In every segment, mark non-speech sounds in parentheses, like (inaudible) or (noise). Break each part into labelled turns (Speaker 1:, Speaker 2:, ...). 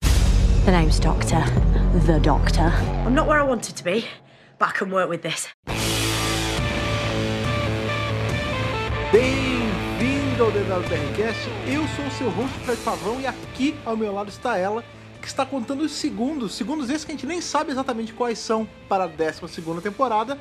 Speaker 1: The name's Doctor. The Doctor.
Speaker 2: I'm not where I wanted to be, but I can work with this.
Speaker 3: Bem-vindo ao Dedado TRCast. Eu sou o seu host, Fred Pavão, e aqui ao meu lado está ela, que está contando os segundos, segundos esses que a gente nem sabe exatamente quais são para a 12 segunda temporada,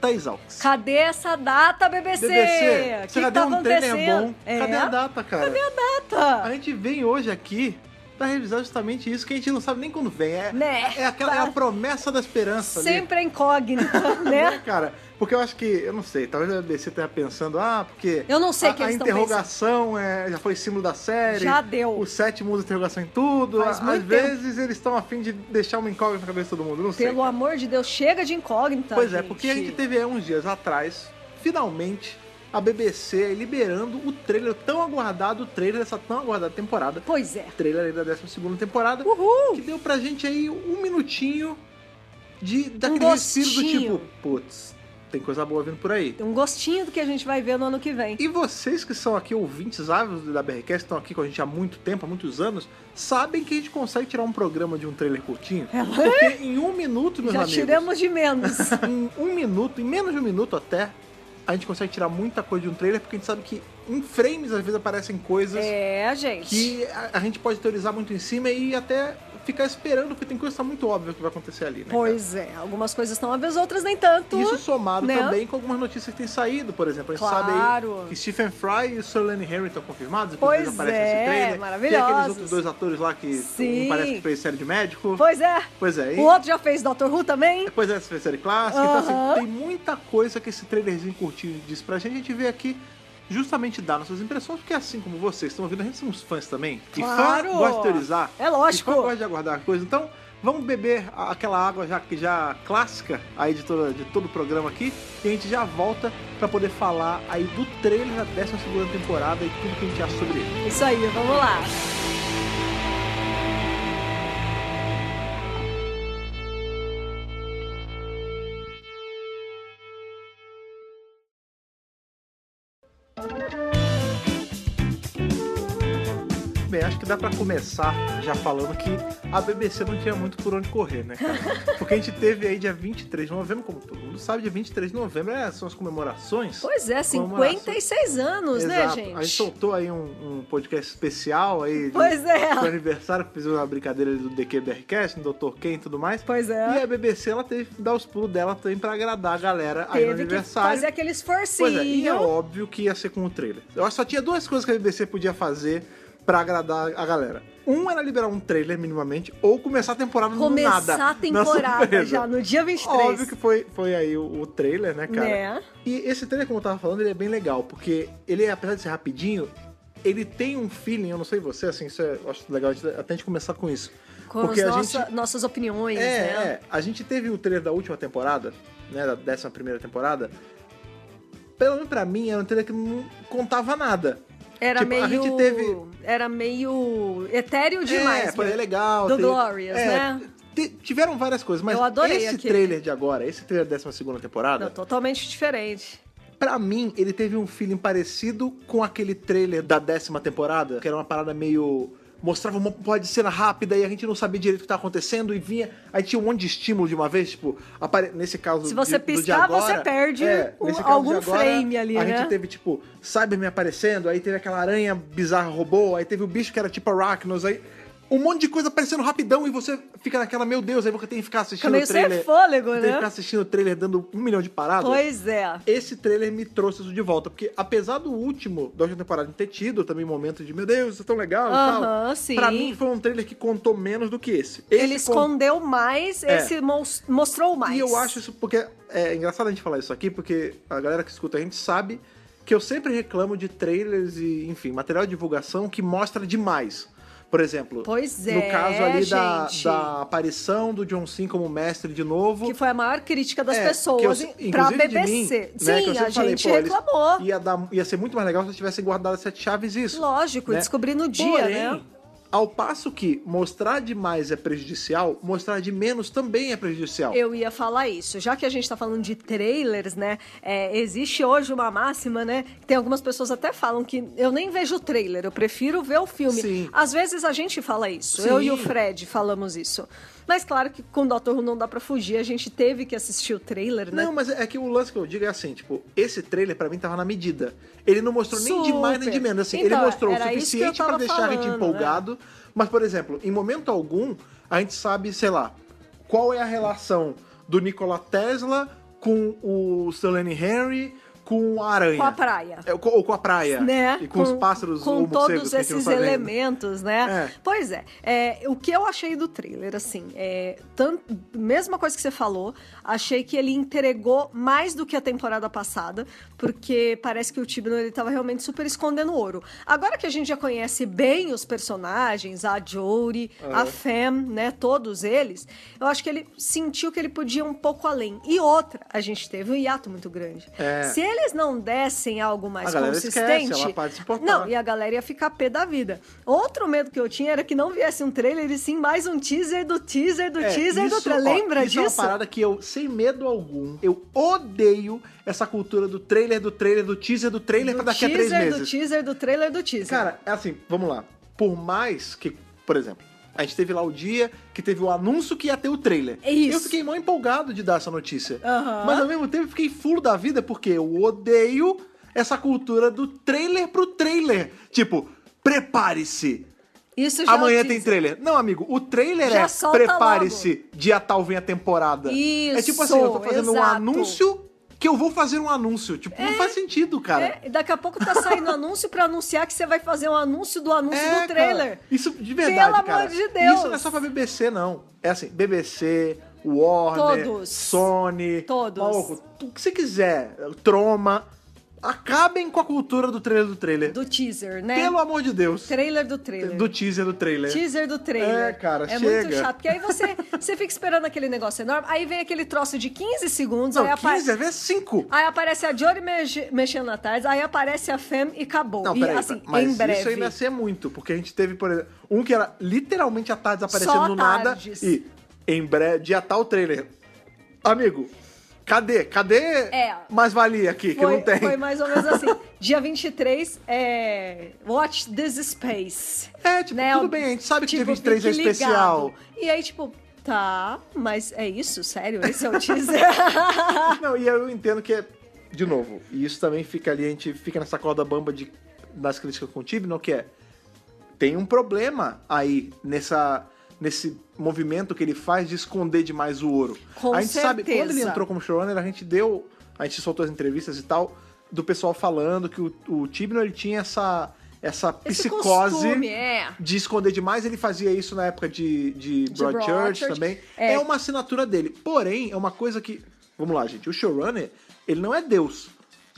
Speaker 3: Thaís Alves.
Speaker 4: Cadê essa data, BBC?
Speaker 3: BBC,
Speaker 4: O
Speaker 3: você
Speaker 4: que
Speaker 3: já deu
Speaker 4: que tá
Speaker 3: um trailer bom.
Speaker 4: acontecendo? É?
Speaker 3: Cadê a data, cara?
Speaker 4: Cadê a
Speaker 3: A
Speaker 4: data?
Speaker 3: gente vem hoje aqui pra revisar justamente isso que a gente não sabe nem quando vem. É,
Speaker 4: Né?
Speaker 3: é aquela é a promessa da esperança ali.
Speaker 4: Sempre é incógnita, (laughs) né?
Speaker 3: Cara, porque eu acho que, eu não sei, talvez a BBC esteja pensando, ah, porque.
Speaker 4: Eu não sei
Speaker 3: a,
Speaker 4: o que
Speaker 3: A
Speaker 4: eles estão
Speaker 3: interrogação é, já foi símbolo da série.
Speaker 4: Já deu.
Speaker 3: O sétimo usa interrogação em tudo.
Speaker 4: Faz
Speaker 3: Às
Speaker 4: muito tempo.
Speaker 3: vezes eles estão afim de deixar uma incógnita na cabeça de todo mundo, não sei.
Speaker 4: Pelo amor de Deus, chega de incógnita.
Speaker 3: Pois é, porque a gente teve aí uns dias atrás, finalmente, a BBC liberando o trailer, o tão aguardado o trailer dessa tão aguardada temporada.
Speaker 4: Pois é.
Speaker 3: Trailer aí da 12 temporada.
Speaker 4: Uhul!
Speaker 3: Que deu pra gente aí um minutinho de daquele respiro do
Speaker 4: Um gostinho.
Speaker 3: tipo, putz, tem coisa boa vindo por aí.
Speaker 4: Tem um gostinho do que a gente vai ver no ano que vem.
Speaker 3: E vocês que são aqui ouvintes ávidos da BRCast, que estão aqui com a gente há muito tempo, há muitos anos, sabem que a gente consegue tirar um programa de um trailer curtinho? Porque em um minuto, meus
Speaker 4: É? Já
Speaker 3: amigos,
Speaker 4: tiramos
Speaker 3: (laughs)
Speaker 4: de menos.
Speaker 3: em um minuto, em menos de um minuto até, a gente consegue tirar muita coisa de um trailer, porque a gente sabe que em frames às vezes aparecem coisas
Speaker 4: é, gente.
Speaker 3: que a, a gente pode teorizar muito em cima e até ficar esperando, porque tem coisa que tá muito óbvia que vai acontecer ali, né? cara?
Speaker 4: Pois é, algumas coisas estão óbvias, outras nem tanto.
Speaker 3: Isso somado
Speaker 4: né?
Speaker 3: também com algumas notícias que têm saído, por exemplo. A gente
Speaker 4: Claro.
Speaker 3: sabe aí que Stephen Fry e Sir Lenny Henry estão confirmados,
Speaker 4: Pois
Speaker 3: eles aparecem
Speaker 4: é,
Speaker 3: nesse trailer. Tem aqueles
Speaker 4: maravilhosos.
Speaker 3: outros dois atores lá que um
Speaker 4: Sim.
Speaker 3: parece que fez série de médico.
Speaker 4: Pois é.
Speaker 3: Pois é, e-
Speaker 4: O outro já fez Doctor Who também.
Speaker 3: Pois é, essa foi a série clássica. Então,
Speaker 4: Aham.
Speaker 3: assim, tem muita coisa que esse trailerzinho curtinho disse pra gente. A gente veio aqui justamente dar nossas impressões, porque assim como vocês estão ouvindo, a gente somos fãs também. E
Speaker 4: Claro.
Speaker 3: fã gosta de teorizar.
Speaker 4: É lógico.
Speaker 3: E fã gosta de aguardar coisa. Então, vamos beber a- aquela água já, que já clássica aí de, toda, de todo o programa aqui. E a gente já volta pra poder falar aí do trailer da 12 temporada e tudo que a gente acha sobre ele.
Speaker 4: Isso aí, vamos lá.
Speaker 3: Bem, acho que dá pra começar já falando que a BBC não tinha muito por onde correr, né,
Speaker 4: (laughs)
Speaker 3: cara? Porque a gente teve aí dia 23 de novembro, como todo mundo sabe, dia 23 de novembro é, são as comemorações.
Speaker 4: Pois é, 56 anos,
Speaker 3: Exato.
Speaker 4: né, gente?
Speaker 3: A gente soltou aí um, um podcast especial aí de-
Speaker 4: Pois é.
Speaker 3: pro aniversário, que fizemos uma brincadeira do DQBRCast, do Dr. Ken e tudo mais.
Speaker 4: Pois é.
Speaker 3: E a BBC, ela teve que dar os pulos dela também pra agradar a galera aí no
Speaker 4: Teve que
Speaker 3: aniversário.
Speaker 4: fazer aquele
Speaker 3: Pois é, e é
Speaker 4: esforcinho.
Speaker 3: óbvio que ia ser com o trailer. Eu acho que só tinha duas coisas que a BBC podia fazer pra agradar a galera. Um era liberar um trailer minimamente, ou começar a temporada
Speaker 4: Começar
Speaker 3: no nada.
Speaker 4: a temporada já, no dia 23.
Speaker 3: Óbvio que foi, foi aí o, o trailer, né, cara?
Speaker 4: Né?
Speaker 3: E esse trailer, como eu tava falando, ele é bem legal, porque ele, apesar de ser rapidinho, ele tem um feeling, eu não sei você, assim, isso é, eu acho legal a gente- até a gente começar com isso.
Speaker 4: Com
Speaker 3: porque
Speaker 4: as
Speaker 3: a
Speaker 4: nossa-
Speaker 3: gente
Speaker 4: nossas opiniões,
Speaker 3: é,
Speaker 4: né?
Speaker 3: é. a gente teve o trailer da última temporada, né, da décima primeira temporada. Pelo menos pra mim, era um trailer que não contava nada.
Speaker 4: Era
Speaker 3: Tipo,
Speaker 4: meio.
Speaker 3: a gente teve-
Speaker 4: Era meio. etéreo demais. né?
Speaker 3: é, pô, é
Speaker 4: mesmo.
Speaker 3: legal.
Speaker 4: Do
Speaker 3: teve-
Speaker 4: Glorious,
Speaker 3: é,
Speaker 4: né?
Speaker 3: te- tiveram várias coisas, mas
Speaker 4: Eu adorei
Speaker 3: esse
Speaker 4: aquele.
Speaker 3: trailer de agora, esse trailer da décima segunda temporada,
Speaker 4: Não, totalmente diferente.
Speaker 3: pra mim, ele teve um feeling parecido com aquele trailer da décima temporada, que era uma parada meio. Mostrava uma porra de cena rápida e a gente não sabia direito o que tá acontecendo e vinha. Aí tinha um monte de estímulo de uma vez, tipo, apare... nesse caso.
Speaker 4: Se
Speaker 3: de-
Speaker 4: você
Speaker 3: do de
Speaker 4: piscar,
Speaker 3: agora- é,
Speaker 4: você perde um-
Speaker 3: nesse caso de
Speaker 4: algum
Speaker 3: agora,
Speaker 4: frame ali,
Speaker 3: A
Speaker 4: né?
Speaker 3: gente teve, tipo, Cyberman aparecendo, aí teve aquela aranha bizarra robô, aí teve o bicho que era tipo Arachnos, aí. Um monte de coisa aparecendo rapidão e você fica naquela, meu Deus, aí você tem que ficar assistindo
Speaker 4: meio
Speaker 3: o
Speaker 4: sem
Speaker 3: trailer.
Speaker 4: fôlego,
Speaker 3: tem
Speaker 4: né?
Speaker 3: que ficar assistindo o trailer dando um milhão de paradas
Speaker 4: Pois é.
Speaker 3: esse trailer me trouxe isso de volta. Porque apesar do último, da última temporada, não ter tido também momento de, meu Deus, isso é tão legal e
Speaker 4: Aham,
Speaker 3: tal.
Speaker 4: sim.
Speaker 3: Pra mim foi um trailer que contou menos do que esse. Esse
Speaker 4: Ele
Speaker 3: con-
Speaker 4: escondeu mais,
Speaker 3: É.
Speaker 4: esse mos- mostrou mais.
Speaker 3: E eu acho isso porque é engraçado a gente falar isso aqui, porque a galera que escuta a gente sabe que eu sempre reclamo de trailers e, enfim, material de divulgação que mostra demais. Por exemplo,
Speaker 4: Pois
Speaker 3: no
Speaker 4: é,
Speaker 3: caso ali da,
Speaker 4: gente.
Speaker 3: da aparição do John Sim como mestre de novo.
Speaker 4: Que foi a maior crítica das
Speaker 3: É, que eu
Speaker 4: pessoas
Speaker 3: se-
Speaker 4: em- pra
Speaker 3: inclusive de
Speaker 4: BBC.
Speaker 3: mim, né, que eu
Speaker 4: Sim,
Speaker 3: sempre
Speaker 4: a
Speaker 3: falei,
Speaker 4: gente
Speaker 3: pô, eles-
Speaker 4: reclamou.
Speaker 3: Ia, dar- ia ser muito mais legal se eles tivessem guardado as sete chaves isso.
Speaker 4: Lógico,
Speaker 3: né?
Speaker 4: descobrir no dia,
Speaker 3: Porém,
Speaker 4: né?
Speaker 3: Ao passo que mostrar demais é prejudicial, mostrar de menos também é prejudicial.
Speaker 4: Eu ia falar isso. Já que a gente tá falando de trailers, né? é, existe hoje uma máxima, né? Tem algumas pessoas até falam que eu nem vejo o trailer, eu prefiro ver o filme.
Speaker 3: Sim.
Speaker 4: Às vezes a gente fala isso.
Speaker 3: Sim.
Speaker 4: Eu e o Fred falamos isso. Mas claro que com o Dr. Who não dá pra fugir, a gente teve que assistir o trailer, né?
Speaker 3: Não, mas é que o lance que eu digo é assim, tipo, esse trailer pra mim tava na medida. Ele não mostrou nem de mais nem de
Speaker 4: Super.
Speaker 3: menos, assim,
Speaker 4: Então,
Speaker 3: ele mostrou o
Speaker 4: era isso que eu
Speaker 3: suficiente pra
Speaker 4: tava
Speaker 3: deixar a gente
Speaker 4: falando, né?
Speaker 3: empolgado, mas por exemplo, em momento algum, a gente sabe, sei lá, qual é a relação do Nikola Tesla com o Stanley Henry, com a aranha.
Speaker 4: Com a praia.
Speaker 3: É, com- ou com a praia.
Speaker 4: né?
Speaker 3: E com, os pássaros
Speaker 4: com
Speaker 3: ou morcegos
Speaker 4: todos
Speaker 3: que a gente não
Speaker 4: esses
Speaker 3: tá vendo.
Speaker 4: elementos, né?
Speaker 3: É.
Speaker 4: Pois é, É, O que eu achei do trailer, assim, é tan- mesma coisa que você falou, achei que ele entregou mais do que a temporada passada, porque parece que o Tibno ele tava realmente super escondendo ouro. Agora que a gente já conhece bem os personagens, a Jory,
Speaker 3: É.
Speaker 4: a Fem, né? Todos eles, eu acho que ele sentiu que ele podia ir um pouco além. E outra, a gente teve um hiato muito grande.
Speaker 3: É.
Speaker 4: Se eles não dessem algo mais
Speaker 3: A
Speaker 4: mais
Speaker 3: galera
Speaker 4: consistente.
Speaker 3: esquece, é ela para de se importar.
Speaker 4: não, e a galera ia ficar pé da vida. Outro medo que eu tinha era que não viesse um trailer e sim mais um teaser do teaser do
Speaker 3: É,
Speaker 4: teaser
Speaker 3: isso,
Speaker 4: do
Speaker 3: ó,
Speaker 4: trailer. Lembra
Speaker 3: isso
Speaker 4: disso?
Speaker 3: é uma parada que eu, sem medo algum, eu odeio essa cultura do trailer, do trailer, do teaser, do trailer pra
Speaker 4: do
Speaker 3: tá daqui a três
Speaker 4: teaser do
Speaker 3: meses.
Speaker 4: teaser do trailer do teaser.
Speaker 3: Cara, é assim, vamos lá. Por mais que, por exemplo, a gente teve lá o dia que teve o anúncio que ia ter o trailer.
Speaker 4: É isso.
Speaker 3: Eu fiquei mal empolgado de dar essa notícia.
Speaker 4: Aham.
Speaker 3: Mas ao mesmo tempo fiquei fulo da vida porque eu odeio essa cultura do trailer pro trailer. Tipo, prepare-se.
Speaker 4: isso já é o
Speaker 3: Amanhã tem
Speaker 4: teaser.
Speaker 3: trailer. Não, amigo, o trailer
Speaker 4: Já
Speaker 3: é
Speaker 4: solta
Speaker 3: prepare-se, dia tal vem a temporada. é tipo assim, eu tô
Speaker 4: Isso,
Speaker 3: fazendo um
Speaker 4: exato.
Speaker 3: anúncio que eu vou fazer um anúncio. Tipo, não faz sentido, cara.
Speaker 4: É, e daqui a pouco tá
Speaker 3: (laughs)
Speaker 4: saindo anúncio pra anunciar que você vai fazer um anúncio do anúncio
Speaker 3: É,
Speaker 4: do trailer.
Speaker 3: cara. Isso de verdade,
Speaker 4: Pelo
Speaker 3: cara.
Speaker 4: amor de Deus.
Speaker 3: Isso não é só pra BBC, não. É assim, BBC, Warner,
Speaker 4: Todos.
Speaker 3: Sony,
Speaker 4: Todos.
Speaker 3: Maluco, tu- o que você quiser, Troma, acabem com a cultura do trailer do trailer.
Speaker 4: Do teaser, né?
Speaker 3: Pelo amor de Deus.
Speaker 4: Trailer do trailer.
Speaker 3: Do teaser do trailer.
Speaker 4: Teaser do trailer.
Speaker 3: É, cara,
Speaker 4: É
Speaker 3: chega.
Speaker 4: muito chato, porque aí
Speaker 3: (laughs)
Speaker 4: você, você fica esperando aquele negócio enorme, aí vem aquele troço de 15 segundos, aí,
Speaker 3: Não,
Speaker 4: apa-
Speaker 3: 15 vezes 5.
Speaker 4: aí aparece a Jory mexe- mexendo na tarde, aí aparece a Fem e acabou.
Speaker 3: Não,
Speaker 4: e
Speaker 3: peraí,
Speaker 4: assim,
Speaker 3: mas
Speaker 4: em breve.
Speaker 3: isso ainda assim é muito, porque a gente teve, por exemplo, um que era literalmente a tarde aparecendo
Speaker 4: Só
Speaker 3: do nada
Speaker 4: tardes.
Speaker 3: e em breve, dia tal trailer. Amigo, cadê? Cadê
Speaker 4: É.
Speaker 3: mais valia aqui que
Speaker 4: foi,
Speaker 3: não tem?
Speaker 4: foi mais ou
Speaker 3: (laughs)
Speaker 4: menos assim. Dia 23 é. Watch This Space.
Speaker 3: É, tipo,
Speaker 4: Né,
Speaker 3: tudo
Speaker 4: o-
Speaker 3: bem, a gente sabe que
Speaker 4: tipo,
Speaker 3: dia 23 é
Speaker 4: fique ligado.
Speaker 3: especial.
Speaker 4: E aí, tipo, tá, mas é isso? Sério? Esse é o teaser?
Speaker 3: (laughs)
Speaker 4: (laughs)
Speaker 3: Não, e eu entendo que é, de novo, e isso também fica ali, a gente fica nessa corda bamba de, das críticas com o Tibno, que é, tem um problema aí nessa, nesse movimento que ele faz de esconder demais o ouro.
Speaker 4: Com
Speaker 3: a gente sabe, quando ele
Speaker 4: certeza.
Speaker 3: entrou como showrunner, a gente deu, a gente soltou as entrevistas e tal, do pessoal falando que o, o Tibno, ele tinha essa... Essa
Speaker 4: Esse
Speaker 3: psicose
Speaker 4: costume, é.
Speaker 3: de esconder demais, ele fazia isso na época de, de Broadchurch
Speaker 4: Broadchurch,
Speaker 3: também.
Speaker 4: é.
Speaker 3: é uma assinatura dele. Porém, é uma coisa que. Vamos lá, gente. O showrunner, ele não é Deus.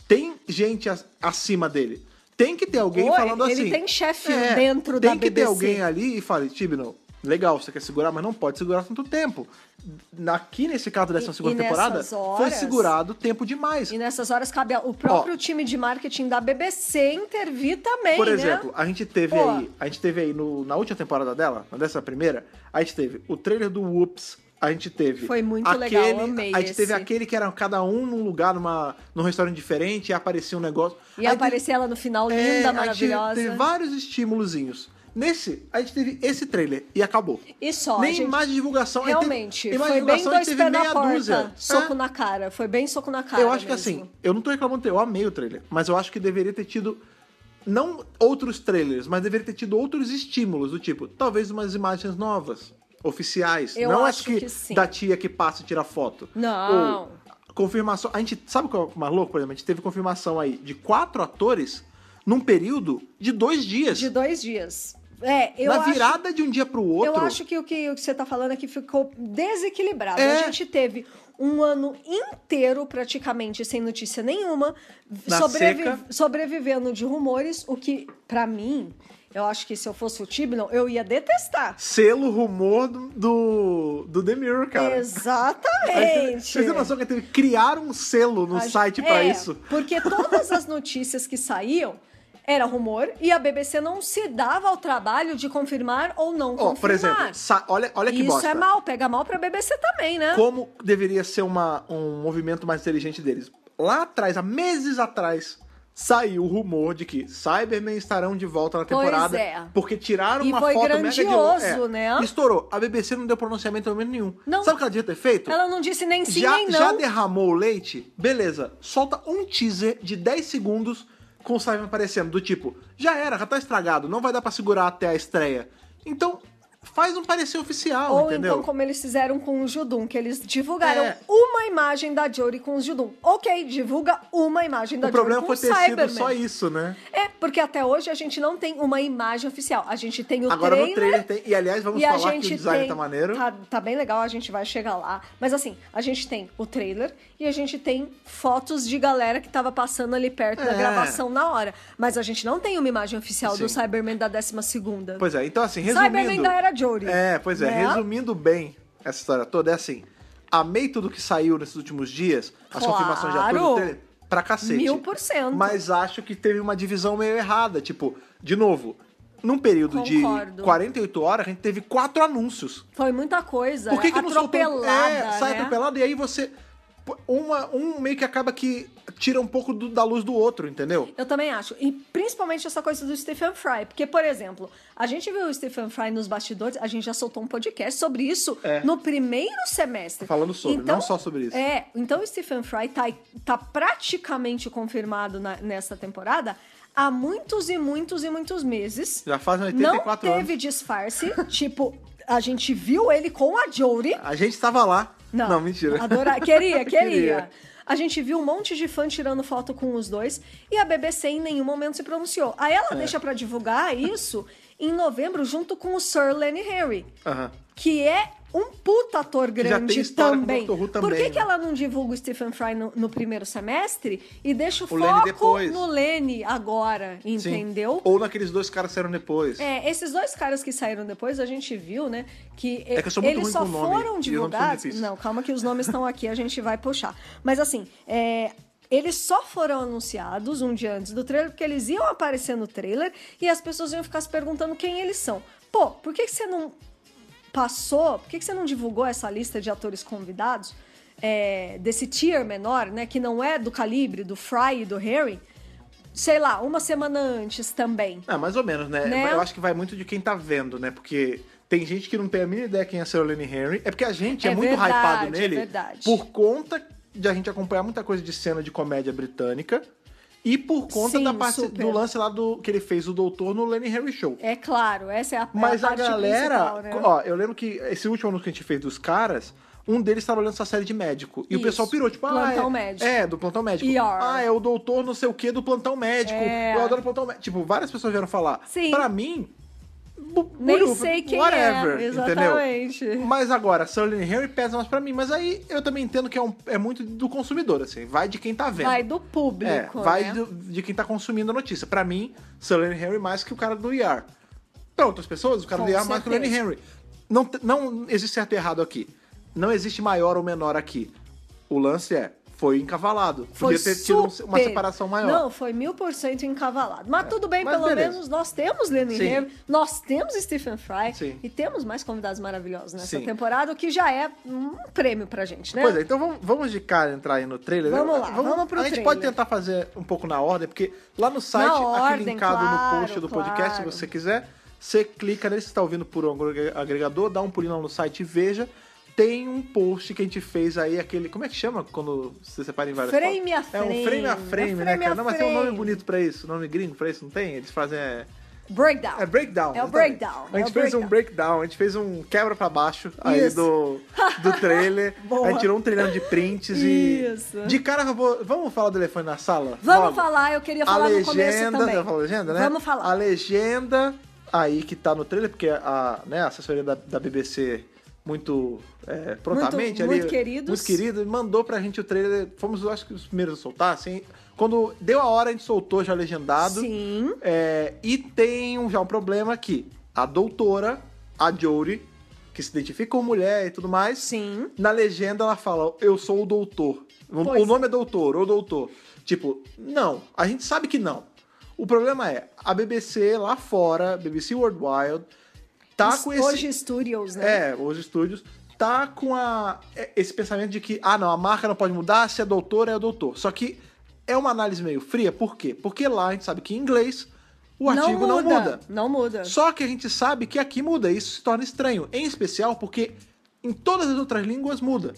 Speaker 3: Tem gente a- acima dele. Tem que ter alguém
Speaker 4: Ou
Speaker 3: falando
Speaker 4: ele-
Speaker 3: assim.
Speaker 4: ele tem chefe dentro
Speaker 3: tem
Speaker 4: da
Speaker 3: que ter
Speaker 4: BBC.
Speaker 3: alguém ali e fale, Tibno, legal, você quer segurar, mas não pode segurar tanto tempo. Na- Aqui, nesse caso dessa
Speaker 4: E-
Speaker 3: segunda
Speaker 4: e
Speaker 3: temporada,
Speaker 4: nessas
Speaker 3: foi
Speaker 4: horas-
Speaker 3: segurado tempo demais.
Speaker 4: E nessas horas cabe ao- o próprio
Speaker 3: Ó.
Speaker 4: time de marketing da BBC intervir também,
Speaker 3: Por
Speaker 4: né?
Speaker 3: exemplo, a gente teve
Speaker 4: Pô.
Speaker 3: aí, a gente teve aí no- na última temporada dela, na dessa primeira, a gente teve o trailer do Whoops, a gente teve
Speaker 4: Foi muito
Speaker 3: aquele,
Speaker 4: legal, amei
Speaker 3: a gente teve
Speaker 4: esse.
Speaker 3: aquele que era cada um num lugar, numa, num restaurante diferente, e aparecia um negócio.
Speaker 4: E
Speaker 3: Aí
Speaker 4: aparecer ela no final
Speaker 3: teve- é,
Speaker 4: linda,
Speaker 3: A gente teve
Speaker 4: maravilhosa.
Speaker 3: vários estímulozinhos. Nesse, a gente teve esse trailer e acabou.
Speaker 4: E só,
Speaker 3: Nem
Speaker 4: gente,
Speaker 3: mais divulgação. aí
Speaker 4: Realmente,
Speaker 3: teve, Então, tem mais
Speaker 4: foi bem
Speaker 3: divulgação, aí
Speaker 4: dois
Speaker 3: teve
Speaker 4: pés na
Speaker 3: meia
Speaker 4: porta,
Speaker 3: dúzia.
Speaker 4: soco
Speaker 3: É.
Speaker 4: na cara. Foi bem soco na cara
Speaker 3: Eu acho que
Speaker 4: mesmo.
Speaker 3: assim, eu não tô reclamando, do trailer, eu amei o trailer, mas eu acho que deveria ter tido não outros trailers, mas deveria ter tido outros estímulos do tipo, talvez umas imagens novas, oficiais,
Speaker 4: Eu
Speaker 3: não
Speaker 4: acho
Speaker 3: acho que,
Speaker 4: que sim.
Speaker 3: da tia que passa e tira foto.
Speaker 4: Não.
Speaker 3: Ou confirmação, a gente sabe qual é o mais louco, por exemplo, a gente teve confirmação aí de quatro atores num período de dois dias.
Speaker 4: De dois dias. É, eu
Speaker 3: na
Speaker 4: acho...
Speaker 3: virada de um dia pro outro.
Speaker 4: Eu acho que o que, o que você tá falando aqui ficou desequilibrado.
Speaker 3: É.
Speaker 4: A gente teve um ano inteiro, praticamente, sem notícia nenhuma,
Speaker 3: Na
Speaker 4: sobrevi-
Speaker 3: seca.
Speaker 4: sobrevivendo de rumores, o que, pra mim, eu acho que se eu fosse o Tibnon, eu ia detestar.
Speaker 3: Selo rumor do, do, do The Mirror, cara.
Speaker 4: Exatamente.
Speaker 3: Vocês têm noção que teve que criar um selo no
Speaker 4: A-
Speaker 3: site pra
Speaker 4: é,
Speaker 3: isso?
Speaker 4: Porque todas as notícias que saíam Era rumor e a BBC não se dava ao trabalho de confirmar ou não
Speaker 3: Ó,
Speaker 4: confirmar.
Speaker 3: por exemplo, sa- olha, olha que
Speaker 4: Isso
Speaker 3: bosta.
Speaker 4: é mal, pega mal pra BBC também, né?
Speaker 3: Como deveria ser uma- um movimento mais inteligente deles? Lá atrás, há meses atrás, saiu o rumor de que Cybermen estarão de volta na
Speaker 4: Pois
Speaker 3: temporada.
Speaker 4: é.
Speaker 3: Porque tiraram
Speaker 4: E
Speaker 3: uma
Speaker 4: foi
Speaker 3: foto mega de lo-
Speaker 4: grandioso, né?
Speaker 3: Estourou. A BBC não deu pronunciamento em momento nenhum.
Speaker 4: Não.
Speaker 3: Sabe o que ela devia ter feito?
Speaker 4: Ela não disse nem sim
Speaker 3: já,
Speaker 4: nem não.
Speaker 3: já derramou o leite? Beleza. Solta um teaser de 10 segundos com o Simon aparecendo. Do tipo, já era, já tá estragado, não vai dar pra segurar até a estreia. Então, faz um parecer oficial,
Speaker 4: Ou
Speaker 3: entendeu?
Speaker 4: então, como eles fizeram com o Judum, que eles divulgaram
Speaker 3: É.
Speaker 4: uma imagem da Jory com o Judum. Ok, divulga uma imagem da
Speaker 3: o
Speaker 4: Jory
Speaker 3: problema
Speaker 4: com
Speaker 3: foi
Speaker 4: o
Speaker 3: ter sido
Speaker 4: Cyberman.
Speaker 3: só isso, né?
Speaker 4: É, porque até hoje a gente não tem uma imagem oficial. A gente tem o
Speaker 3: Agora
Speaker 4: trailer.
Speaker 3: no trailer tem. E aliás, vamos
Speaker 4: né? e a
Speaker 3: falar
Speaker 4: gente
Speaker 3: que o design
Speaker 4: tem,
Speaker 3: tá maneiro.
Speaker 4: Tá, tá bem legal, a gente vai chegar lá. Mas assim, a gente tem o trailer e a gente tem fotos de galera que tava passando ali perto da
Speaker 3: É.
Speaker 4: gravação na hora. Mas a gente não tem uma imagem oficial do
Speaker 3: Sim.
Speaker 4: Cyberman da 12 segunda.
Speaker 3: Pois é, então assim, resumindo.
Speaker 4: Cyberman da era Jory.
Speaker 3: É, pois é,
Speaker 4: Né?
Speaker 3: resumindo bem essa história toda, é assim. Amei tudo que saiu nesses últimos dias, as
Speaker 4: Claro.
Speaker 3: confirmações de atores do trailer, pra cacete.
Speaker 4: Mil por cento.
Speaker 3: Mas acho que teve uma divisão meio errada. Tipo, de novo, num período de
Speaker 4: Concordo.
Speaker 3: 48 horas, a gente teve quatro anúncios.
Speaker 4: Foi muita coisa.
Speaker 3: Por que, que não soltou?
Speaker 4: atropelada,
Speaker 3: É, sai
Speaker 4: né?
Speaker 3: atropelado e aí você. Uma, um meio que acaba que tira um pouco do- da luz do outro, entendeu?
Speaker 4: Eu também acho. E principalmente essa coisa do Stephen Fry. Porque, por exemplo, a gente viu o Stephen Fry nos bastidores, a gente já soltou um podcast sobre isso
Speaker 3: É.
Speaker 4: no primeiro semestre.
Speaker 3: Falando sobre, não só sobre isso.
Speaker 4: É, então o Stephen Fry tá, tá praticamente confirmado na- nessa temporada há muitos e muitos e muitos meses.
Speaker 3: Já fazem
Speaker 4: Não
Speaker 3: 84
Speaker 4: teve disfarce. (laughs) tipo, a gente viu ele com a Jory.
Speaker 3: A gente tava lá.
Speaker 4: Não,
Speaker 3: mentira.
Speaker 4: Adora... Queria, queria,
Speaker 3: (laughs) Queria.
Speaker 4: A gente viu um monte de fã tirando foto com os dois e a BBC em nenhum momento se pronunciou. Aí
Speaker 3: É.
Speaker 4: ela deixa pra divulgar isso em novembro junto com o Sir Lenny Henry,
Speaker 3: Aham.
Speaker 4: que é um puta ator
Speaker 3: já
Speaker 4: grande
Speaker 3: tem história com o
Speaker 4: também.
Speaker 3: Dr. Who
Speaker 4: Por que,
Speaker 3: também,
Speaker 4: que
Speaker 3: né?
Speaker 4: ela não divulga o Stephen Fry no, no primeiro semestre e deixa o,
Speaker 3: O Lenny
Speaker 4: foco
Speaker 3: depois.
Speaker 4: no Lenny agora, entendeu?
Speaker 3: Sim. Ou naqueles dois caras que saíram depois.
Speaker 4: É, esses dois caras que saíram depois, a gente viu, né? Que,
Speaker 3: É que eu sou muito
Speaker 4: eles
Speaker 3: ruim
Speaker 4: só
Speaker 3: com nome, e os
Speaker 4: foram
Speaker 3: nomes são
Speaker 4: divulgados.
Speaker 3: difíceis.
Speaker 4: Não, calma que os nomes estão aqui, a gente vai puxar. Mas assim, é, eles só foram anunciados um dia antes do trailer, porque eles iam aparecer no trailer e as pessoas iam ficar se perguntando quem eles são. Pô, por que, que você não passou, por que, que você não divulgou essa lista de atores convidados é, desse tier menor, né? Que não é do calibre do Fry e do Harry? Sei lá, uma semana antes também.
Speaker 3: Ah, mais ou menos, né?
Speaker 4: Né?
Speaker 3: Eu acho que vai muito de quem tá vendo, né? Porque tem gente que não tem a mínima ideia quem é Sir Lenny Henry. É porque a gente é,
Speaker 4: É
Speaker 3: muito
Speaker 4: verdade,
Speaker 3: hypado
Speaker 4: é
Speaker 3: nele
Speaker 4: verdade.
Speaker 3: por conta de a gente acompanhar muita coisa de cena de comédia britânica e por conta
Speaker 4: Sim,
Speaker 3: da parte,
Speaker 4: super.
Speaker 3: do lance lá do que ele fez o doutor no Lenny Henry Show.
Speaker 4: É claro, essa é a,
Speaker 3: Mas
Speaker 4: é a
Speaker 3: a
Speaker 4: parte
Speaker 3: galera.
Speaker 4: principal, né?
Speaker 3: Ó, eu lembro que esse último anúncio que a gente fez dos caras, um deles tava olhando essa série de médico. E o
Speaker 4: Isso.
Speaker 3: pessoal pirou, tipo,
Speaker 4: Plantão
Speaker 3: ah. É,
Speaker 4: médico.
Speaker 3: É, do plantão médico.
Speaker 4: ER.
Speaker 3: Ah, é o doutor não sei o que do plantão médico.
Speaker 4: É.
Speaker 3: Eu adoro plantão médico. Tipo, várias pessoas vieram falar.
Speaker 4: Sim.
Speaker 3: Pra mim. bu-
Speaker 4: Nem
Speaker 3: bulhufa,
Speaker 4: sei quem é,
Speaker 3: whatever,
Speaker 4: exatamente.
Speaker 3: Entendeu? Mas agora, Sullivan Henry pesa mais pra mim. Mas aí eu também entendo que é, um- é muito do consumidor, assim. Vai de quem tá vendo.
Speaker 4: Vai do público,
Speaker 3: É, vai
Speaker 4: né?
Speaker 3: do- de quem tá consumindo a notícia. Pra mim, Sir Lenny Henry mais que o cara do IR. Pra outras pessoas, o cara
Speaker 4: Com
Speaker 3: do IR mais que o Lenny
Speaker 4: certeza.
Speaker 3: Henry. Não, te- não existe certo e errado aqui. Não existe maior ou menor aqui. O lance é, foi encavalado.
Speaker 4: Foi
Speaker 3: Podia ter tido um- uma
Speaker 4: super.
Speaker 3: separação maior. É.
Speaker 4: Não, foi mil por cento encavalado. Mas tudo bem,
Speaker 3: mas
Speaker 4: pelo
Speaker 3: beleza.
Speaker 4: menos nós temos Lenny
Speaker 3: Sim.
Speaker 4: Henry, nós temos Stephen Fry
Speaker 3: Sim.
Speaker 4: e temos mais convidados maravilhosos nessa
Speaker 3: Sim.
Speaker 4: temporada, o que já é um prêmio pra gente, né?
Speaker 3: Pois é, então vamos, vamos de cara entrar aí no trailer.
Speaker 4: Vamos lá, vamos pro
Speaker 3: A gente
Speaker 4: trailer.
Speaker 3: pode tentar fazer um pouco na ordem, porque lá no site,
Speaker 4: Na
Speaker 3: aqui
Speaker 4: ordem,
Speaker 3: linkado
Speaker 4: claro,
Speaker 3: no post do
Speaker 4: claro.
Speaker 3: podcast, se você quiser, você clica nele, se está ouvindo por um agregador, dá um pulinho lá no site e veja. Tem um post que a gente fez aí, aquele. Como é que chama quando você separa em várias fotos?
Speaker 4: Frame a
Speaker 3: É um
Speaker 4: frame.
Speaker 3: frame a
Speaker 4: É
Speaker 3: frame, né,
Speaker 4: frame
Speaker 3: cara?
Speaker 4: a
Speaker 3: Não, mas tem um
Speaker 4: frame.
Speaker 3: nome bonito pra isso, nome gringo pra isso, não tem? Eles fazem. É,
Speaker 4: Breakdown.
Speaker 3: é breakdown.
Speaker 4: É o
Speaker 3: exatamente.
Speaker 4: breakdown.
Speaker 3: A gente
Speaker 4: é o
Speaker 3: fez um breakdown, a gente fez um quebra pra baixo aí
Speaker 4: Isso.
Speaker 3: do,
Speaker 4: (laughs)
Speaker 3: do trailer.
Speaker 4: Boa.
Speaker 3: A gente tirou um trilhão de prints
Speaker 4: Isso.
Speaker 3: e. De cara, eu vou- vamos falar do elefante na sala?
Speaker 4: Vamos
Speaker 3: Logo.
Speaker 4: falar, eu queria
Speaker 3: A
Speaker 4: falar no começo
Speaker 3: legenda.
Speaker 4: também.
Speaker 3: Eu falo legenda, né?
Speaker 4: Vamos falar.
Speaker 3: A legenda aí que tá no trailer, porque a, né, a assessoria da, da BBC. Muito é, prontamente ali.
Speaker 4: muito queridos.
Speaker 3: Muito querido. Mandou pra gente o trailer. Fomos, acho que, os primeiros a soltar, assim. Quando deu a hora, a gente soltou já legendado.
Speaker 4: Sim.
Speaker 3: É, e tem um- já um problema aqui. A doutora, a Jory, que se identifica como mulher e tudo mais.
Speaker 4: Sim.
Speaker 3: Na legenda ela fala, eu sou o doutor. O-
Speaker 4: Pois
Speaker 3: O nome é doutor, ou doutor. Tipo, não, a gente sabe que não. O- O problema é, a BBC lá fora, BBC Worldwide, tá com esse...
Speaker 4: Hoje Studios, né?
Speaker 3: É, os estúdios tá com a, é, esse pensamento de que, ah, não, a marca não pode mudar, se é doutor, é doutor. Só que é uma análise meio fria, por quê? Porque lá a gente sabe que em inglês o artigo não muda.
Speaker 4: Não muda.
Speaker 3: Só que a gente sabe que aqui muda, e isso se torna estranho. Em especial porque em todas as outras línguas muda.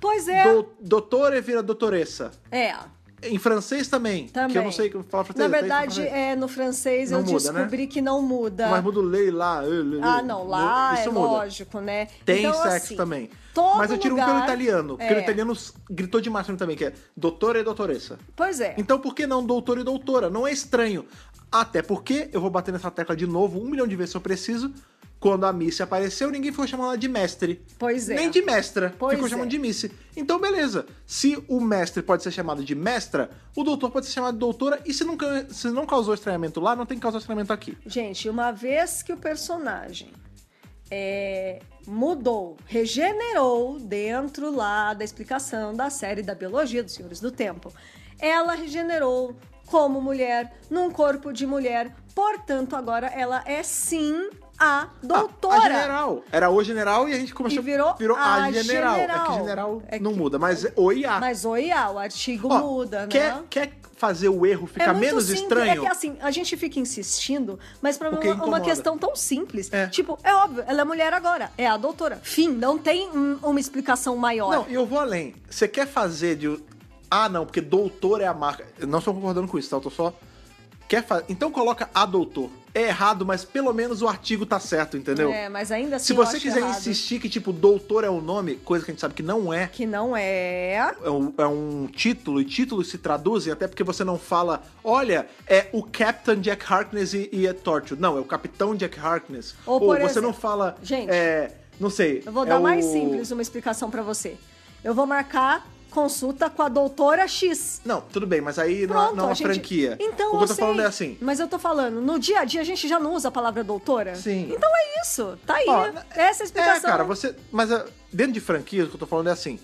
Speaker 4: Pois é.
Speaker 3: Do, doutora vira doutoressa.
Speaker 4: É.
Speaker 3: Em francês também, que eu não
Speaker 4: Também.
Speaker 3: sei como falar francês.
Speaker 4: Na
Speaker 3: até isso
Speaker 4: verdade,
Speaker 3: eu falei.
Speaker 4: é, no francês
Speaker 3: Não
Speaker 4: eu
Speaker 3: muda, né?
Speaker 4: descobri que não muda.
Speaker 3: Mas muda o lei lá. eh, lê, lê,
Speaker 4: Ah, não, lá
Speaker 3: isso
Speaker 4: é
Speaker 3: muda.
Speaker 4: lógico, né?
Speaker 3: Tem
Speaker 4: Então,
Speaker 3: sexo
Speaker 4: assim,
Speaker 3: também.
Speaker 4: todo
Speaker 3: Mas eu tiro
Speaker 4: lugar...
Speaker 3: um pelo italiano, porque
Speaker 4: É.
Speaker 3: o italiano s- gritou de máximo também, que é doutora e doutoressa.
Speaker 4: Pois é.
Speaker 3: Então por que não doutor e doutora? Não é estranho. Até porque, eu vou bater nessa tecla de novo, um milhão de vezes se eu preciso, quando a Missy apareceu, ninguém ficou chamando ela de mestre.
Speaker 4: Pois é.
Speaker 3: Nem de mestra.
Speaker 4: Pois
Speaker 3: ficou
Speaker 4: é.
Speaker 3: chamando de Missy. Então beleza, se o mestre pode ser chamado de mestra, o doutor pode ser chamado de doutora, e se não, ca- se não causou estranhamento lá, não tem que causar estranhamento aqui.
Speaker 4: Gente, uma vez que o personagem é, mudou, regenerou dentro lá da explicação da série da biologia dos Senhores do Tempo, ela regenerou como mulher, num corpo de mulher, portanto, agora ela é sim a doutora.
Speaker 3: Ah, A general. Era o general e a gente começou.
Speaker 4: E virou
Speaker 3: a,
Speaker 4: a
Speaker 3: general. É que
Speaker 4: general.
Speaker 3: general
Speaker 4: É
Speaker 3: não
Speaker 4: que-
Speaker 3: muda, mas é o IA.
Speaker 4: Mas oi, ah, o artigo
Speaker 3: Ó,
Speaker 4: muda,
Speaker 3: quer,
Speaker 4: né?
Speaker 3: Quer fazer o erro ficar
Speaker 4: muito
Speaker 3: menos
Speaker 4: simples. É
Speaker 3: estranho?
Speaker 4: que assim, a gente fica insistindo, mas pra mim
Speaker 3: Porque
Speaker 4: é uma, uma
Speaker 3: incomoda.
Speaker 4: questão tão simples.
Speaker 3: É.
Speaker 4: Tipo, é óbvio, ela é mulher agora, é a doutora. Fim, não tem hum, uma explicação maior.
Speaker 3: Não, e eu vou além. Você quer fazer de. Ah, não, porque doutor é a marca. Eu não estou concordando com isso, tá? Eu tô só. Quer fa... Então coloca a doutor. É errado, mas pelo menos o artigo tá certo, entendeu?
Speaker 4: É, mas ainda assim
Speaker 3: Se
Speaker 4: eu
Speaker 3: você
Speaker 4: acho
Speaker 3: quiser
Speaker 4: errado.
Speaker 3: insistir que, tipo, doutor é o nome, coisa que a gente sabe que não é,
Speaker 4: Que não é...
Speaker 3: é um, é um título, e títulos se traduzem até porque você não fala, olha, é o Captain Jack Harkness e, e é Torture. Não, é o Capitão Jack Harkness.
Speaker 4: Ou,
Speaker 3: Ou,
Speaker 4: por
Speaker 3: você
Speaker 4: exemplo,
Speaker 3: não fala,
Speaker 4: gente,
Speaker 3: é, não sei.
Speaker 4: Eu vou
Speaker 3: é
Speaker 4: dar mais
Speaker 3: o-
Speaker 4: simples uma explicação pra você. Eu vou marcar consulta com a doutora X.
Speaker 3: Não, tudo bem, mas aí não, é-
Speaker 4: Pronto,
Speaker 3: não é
Speaker 4: a
Speaker 3: uma
Speaker 4: gente...
Speaker 3: franquia.
Speaker 4: Então,
Speaker 3: o que eu tô
Speaker 4: sei,
Speaker 3: falando é assim.
Speaker 4: Mas eu tô falando, no dia a dia a gente já não usa a palavra doutora?
Speaker 3: Sim.
Speaker 4: Então é isso, tá aí.
Speaker 3: Ó,
Speaker 4: Essa é a explicação.
Speaker 3: É, cara, você. Mas é, dentro de franquias, o que eu tô falando é assim.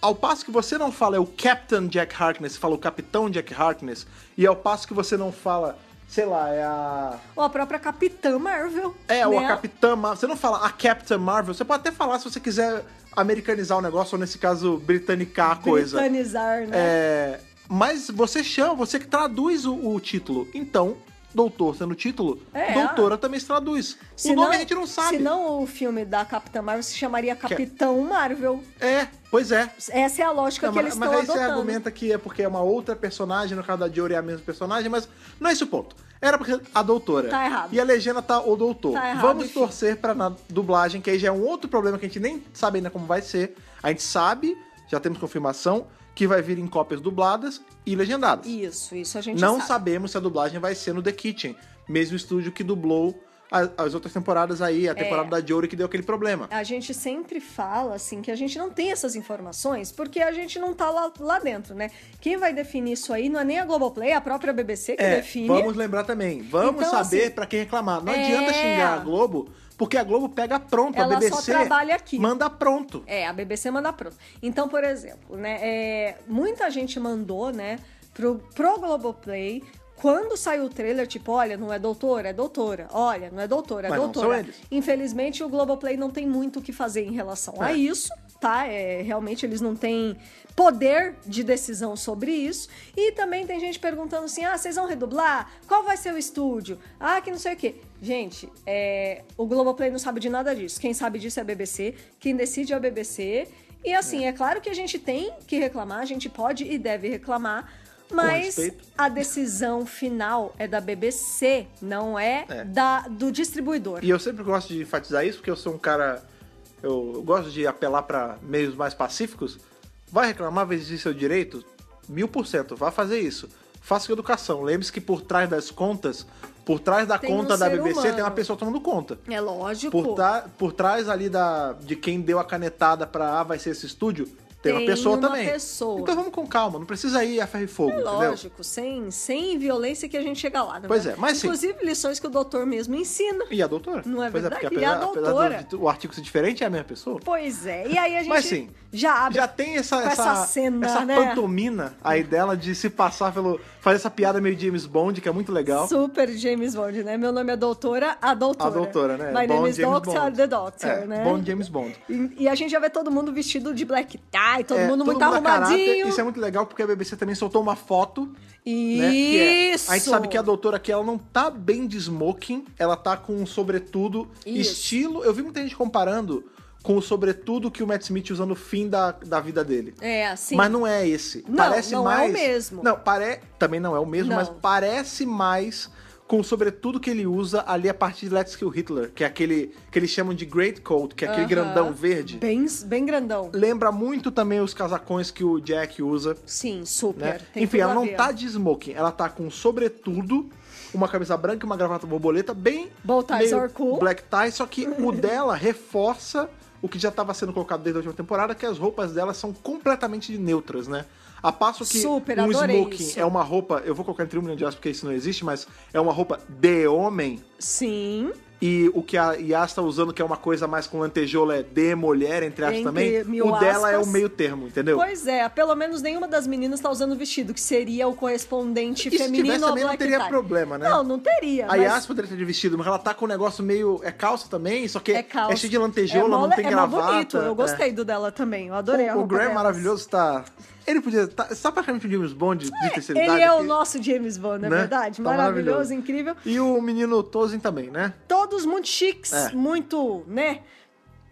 Speaker 3: Ao passo que você não fala é o Captain Jack Harkness, fala o Capitão Jack Harkness, e ao passo que você não fala, sei lá, é a.
Speaker 4: Ou a própria Capitã Marvel.
Speaker 3: É, ou a
Speaker 4: né?
Speaker 3: Capitã Marvel. Você não fala a Capitã Marvel. Você pode até falar se você quiser americanizar o negócio, ou nesse caso, britanicar a coisa.
Speaker 4: Britanizar, né?
Speaker 3: É, mas você chama, você que traduz o, o título. Então, doutor sendo título,
Speaker 4: É.
Speaker 3: doutora também se traduz. o
Speaker 4: Senão-
Speaker 3: nome a gente não sabe.
Speaker 4: Senão o filme da Capitã Marvel se chamaria Capitão Marvel.
Speaker 3: É, pois é.
Speaker 4: Essa é a lógica
Speaker 3: Não,
Speaker 4: que eles
Speaker 3: mas mas aí
Speaker 4: estão
Speaker 3: você
Speaker 4: adotando.
Speaker 3: argumenta que é porque é uma outra personagem, no caso da Diori é a mesma personagem, mas não é esse o ponto. Era porque a doutora.
Speaker 4: Tá errado.
Speaker 3: E a legenda tá o doutor.
Speaker 4: Tá errado,
Speaker 3: Vamos
Speaker 4: enfim.
Speaker 3: torcer pra na dublagem, que aí já é um outro problema que a gente nem sabe ainda como vai ser. A gente sabe, já temos confirmação, que vai vir em cópias dubladas e legendadas.
Speaker 4: Isso, isso a gente
Speaker 3: Não
Speaker 4: sabe.
Speaker 3: sabemos se a dublagem vai ser no The Kitchen, mesmo estúdio que dublou a- as outras temporadas
Speaker 4: É.
Speaker 3: aí, a temporada da Jory que deu aquele problema.
Speaker 4: A gente sempre fala, assim, que a gente não tem essas informações porque a gente não tá lá, lá dentro, né? Quem vai definir isso aí não é nem a Globoplay, é a própria BBC que define.
Speaker 3: É, vamos lembrar também. Vamos
Speaker 4: Então,
Speaker 3: saber
Speaker 4: assim,
Speaker 3: pra quem reclamar. Não
Speaker 4: é.
Speaker 3: adianta xingar a Globo, porque a Globo pega pronto, a
Speaker 4: Ela só
Speaker 3: BBC
Speaker 4: trabalha aqui.
Speaker 3: manda pronto.
Speaker 4: É, a BBC manda pronto. Então, por exemplo, né, é, muita gente mandou, né, pro, pro Globoplay. Quando saiu o trailer, tipo, olha, não é doutora, é doutora. Olha, não é doutora, é
Speaker 3: Mas não
Speaker 4: doutora.
Speaker 3: são eles.
Speaker 4: Infelizmente, o Globoplay não tem muito o que fazer em relação a
Speaker 3: É.
Speaker 4: isso, tá? É, realmente, eles não têm poder de decisão sobre isso. E também tem gente perguntando assim, ah, vocês vão redublar? Qual vai ser o estúdio? Ah, que não sei o quê. Gente, é, o Globoplay não sabe de nada disso. Quem sabe disso é a BBC, quem decide é a BBC. E assim, é claro que a gente tem que reclamar, a gente pode e deve reclamar, mas
Speaker 3: respeito.
Speaker 4: a decisão final é da BBC, não é,
Speaker 3: É.
Speaker 4: Da, do distribuidor.
Speaker 3: E eu sempre gosto de enfatizar isso, porque eu sou um cara. Eu, eu gosto de apelar pra meios mais pacíficos. Vai reclamar, vai exigir seu direito? Mil por cento, vá fazer isso. Faça com educação. Lembre-se que por trás das contas, por trás da
Speaker 4: Tem um
Speaker 3: conta da
Speaker 4: ser
Speaker 3: BBC, tem uma
Speaker 4: humano.
Speaker 3: pessoa tomando conta.
Speaker 4: É lógico.
Speaker 3: por, tra- por trás ali da, de quem deu a canetada pra ah, vai ser esse estúdio, Tem, uma
Speaker 4: Tem
Speaker 3: pessoa
Speaker 4: uma
Speaker 3: também.
Speaker 4: pessoa.
Speaker 3: Então vamos com calma, não precisa ir a ferro e fogo, entendeu?
Speaker 4: É Lógico, sem, sem violência que a gente chega lá. Não
Speaker 3: Pois é, mas sim.
Speaker 4: Inclusive lições que o doutor mesmo ensina.
Speaker 3: E a doutora?
Speaker 4: Não é
Speaker 3: Pois
Speaker 4: verdade?
Speaker 3: porque
Speaker 4: E a
Speaker 3: apesar- apesar
Speaker 4: doutora?
Speaker 3: do- o artigo ser diferente, é a mesma pessoa?
Speaker 4: Pois é, e aí a gente
Speaker 3: Mas sim,
Speaker 4: já abre.
Speaker 3: Já tem essa,
Speaker 4: com
Speaker 3: essa,
Speaker 4: essa cena,
Speaker 3: essa
Speaker 4: né?
Speaker 3: pantomina aí dela de se passar pelo. fazer essa piada meio James Bond, que é muito legal.
Speaker 4: Super James Bond, né? Meu nome é doutora, a doutora.
Speaker 3: A doutora, né?
Speaker 4: My
Speaker 3: Bond
Speaker 4: name is
Speaker 3: James
Speaker 4: Doctor,
Speaker 3: Bond.
Speaker 4: the Doctor,
Speaker 3: É,
Speaker 4: né?
Speaker 3: Bond James Bond.
Speaker 4: E, e a gente já vê todo mundo vestido de black tie, todo
Speaker 3: É,
Speaker 4: mundo muito
Speaker 3: a caráter,
Speaker 4: arrumadinho.
Speaker 3: Isso é muito legal porque a BBC também soltou uma foto. Né? que é-
Speaker 4: Isso!
Speaker 3: a gente sabe que a doutora aqui, ela não tá bem de smoking, ela tá com um sobretudo
Speaker 4: Isso.
Speaker 3: estilo. Eu vi muita gente comparando com o sobretudo que o Matt Smith usa no fim da, da vida dele.
Speaker 4: É, assim.
Speaker 3: Mas não é esse.
Speaker 4: Não,
Speaker 3: parece
Speaker 4: não é
Speaker 3: mais.
Speaker 4: o mesmo.
Speaker 3: Não, pare... também não é o mesmo,
Speaker 4: Não.
Speaker 3: mas parece mais com o sobretudo que ele usa ali a partir de Let's Kill Hitler, que é aquele que eles chamam de Great Coat, que é aquele
Speaker 4: Aham.
Speaker 3: grandão verde.
Speaker 4: Bem, bem grandão.
Speaker 3: Lembra muito também os casacões que o Jack usa.
Speaker 4: Sim,
Speaker 3: Né?
Speaker 4: super. Tem
Speaker 3: Enfim,
Speaker 4: tudo
Speaker 3: ela
Speaker 4: a
Speaker 3: não
Speaker 4: ver.
Speaker 3: tá de smoking, ela tá com sobretudo, uma camisa branca e uma gravata borboleta, bem
Speaker 4: Bow ties
Speaker 3: meio
Speaker 4: are cool.
Speaker 3: black tie, só que o dela reforça o que já estava sendo colocado desde a última temporada, que as roupas dela são completamente neutras, né? A passo que
Speaker 4: Super,
Speaker 3: um
Speaker 4: adorei
Speaker 3: smoking
Speaker 4: isso.
Speaker 3: é uma roupa, eu vou colocar entre um milhão de aspas porque isso não existe, mas é uma roupa de homem.
Speaker 4: Sim.
Speaker 3: E o que a Yas tá usando, que é uma coisa mais com lantejoula, é de mulher, entre aspas
Speaker 4: Entre
Speaker 3: também.
Speaker 4: mil
Speaker 3: O dela é o
Speaker 4: aspas.
Speaker 3: meio termo, entendeu?
Speaker 4: Pois é, pelo menos nenhuma das meninas tá usando vestido, que seria o correspondente
Speaker 3: E se
Speaker 4: feminino
Speaker 3: tivesse
Speaker 4: ao
Speaker 3: também não
Speaker 4: black
Speaker 3: teria
Speaker 4: tie.
Speaker 3: problema, né?
Speaker 4: Não, não teria.
Speaker 3: A
Speaker 4: É, mas
Speaker 3: Yas poderia ter de vestido, mas ela tá com um negócio meio. É calça também, só que é,
Speaker 4: é calça.
Speaker 3: cheio de lantejoula,
Speaker 4: É mó
Speaker 3: não
Speaker 4: le-
Speaker 3: tem
Speaker 4: é mó
Speaker 3: gravata.
Speaker 4: bonito, eu
Speaker 3: é.
Speaker 4: gostei do dela também, eu adorei a
Speaker 3: O, o
Speaker 4: roupa
Speaker 3: Graham
Speaker 4: delas.
Speaker 3: maravilhoso tá. Ele podia. Tá, tá praticamente o James Bond de terceira idade.
Speaker 4: Ele é o
Speaker 3: que-
Speaker 4: nosso James Bond, não é
Speaker 3: né?
Speaker 4: verdade?
Speaker 3: Tá
Speaker 4: maravilhoso, incrível.
Speaker 3: E o menino Tozin também, né?
Speaker 4: Todos muito chiques,
Speaker 3: É.
Speaker 4: muito, né?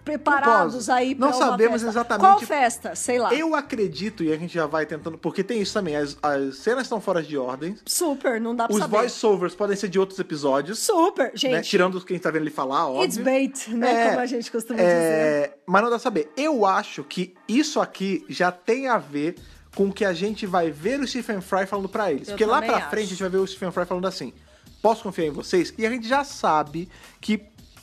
Speaker 4: Preparados
Speaker 3: Pomposos.
Speaker 4: aí pra
Speaker 3: Não
Speaker 4: uma
Speaker 3: sabemos
Speaker 4: festa.
Speaker 3: exatamente-
Speaker 4: Qual festa? Sei lá.
Speaker 3: Eu acredito, e a gente já vai tentando. Porque tem isso também, as, as cenas estão fora de ordem.
Speaker 4: Super, não dá pra
Speaker 3: Os
Speaker 4: saber.
Speaker 3: voiceovers podem ser de outros episódios.
Speaker 4: Super, gente.
Speaker 3: Né? Tirando quem tá vendo ele falar, óbvio.
Speaker 4: It's bait, né? Como a gente costuma dizer.
Speaker 3: é, Mas não dá pra saber. Eu acho que isso aqui já tem a ver com o que a gente vai ver o Stephen Fry falando pra eles.
Speaker 4: Eu
Speaker 3: Porque lá
Speaker 4: também
Speaker 3: pra
Speaker 4: acho.
Speaker 3: frente a gente vai ver o Stephen Fry falando assim: posso confiar em vocês? E a gente já sabe que.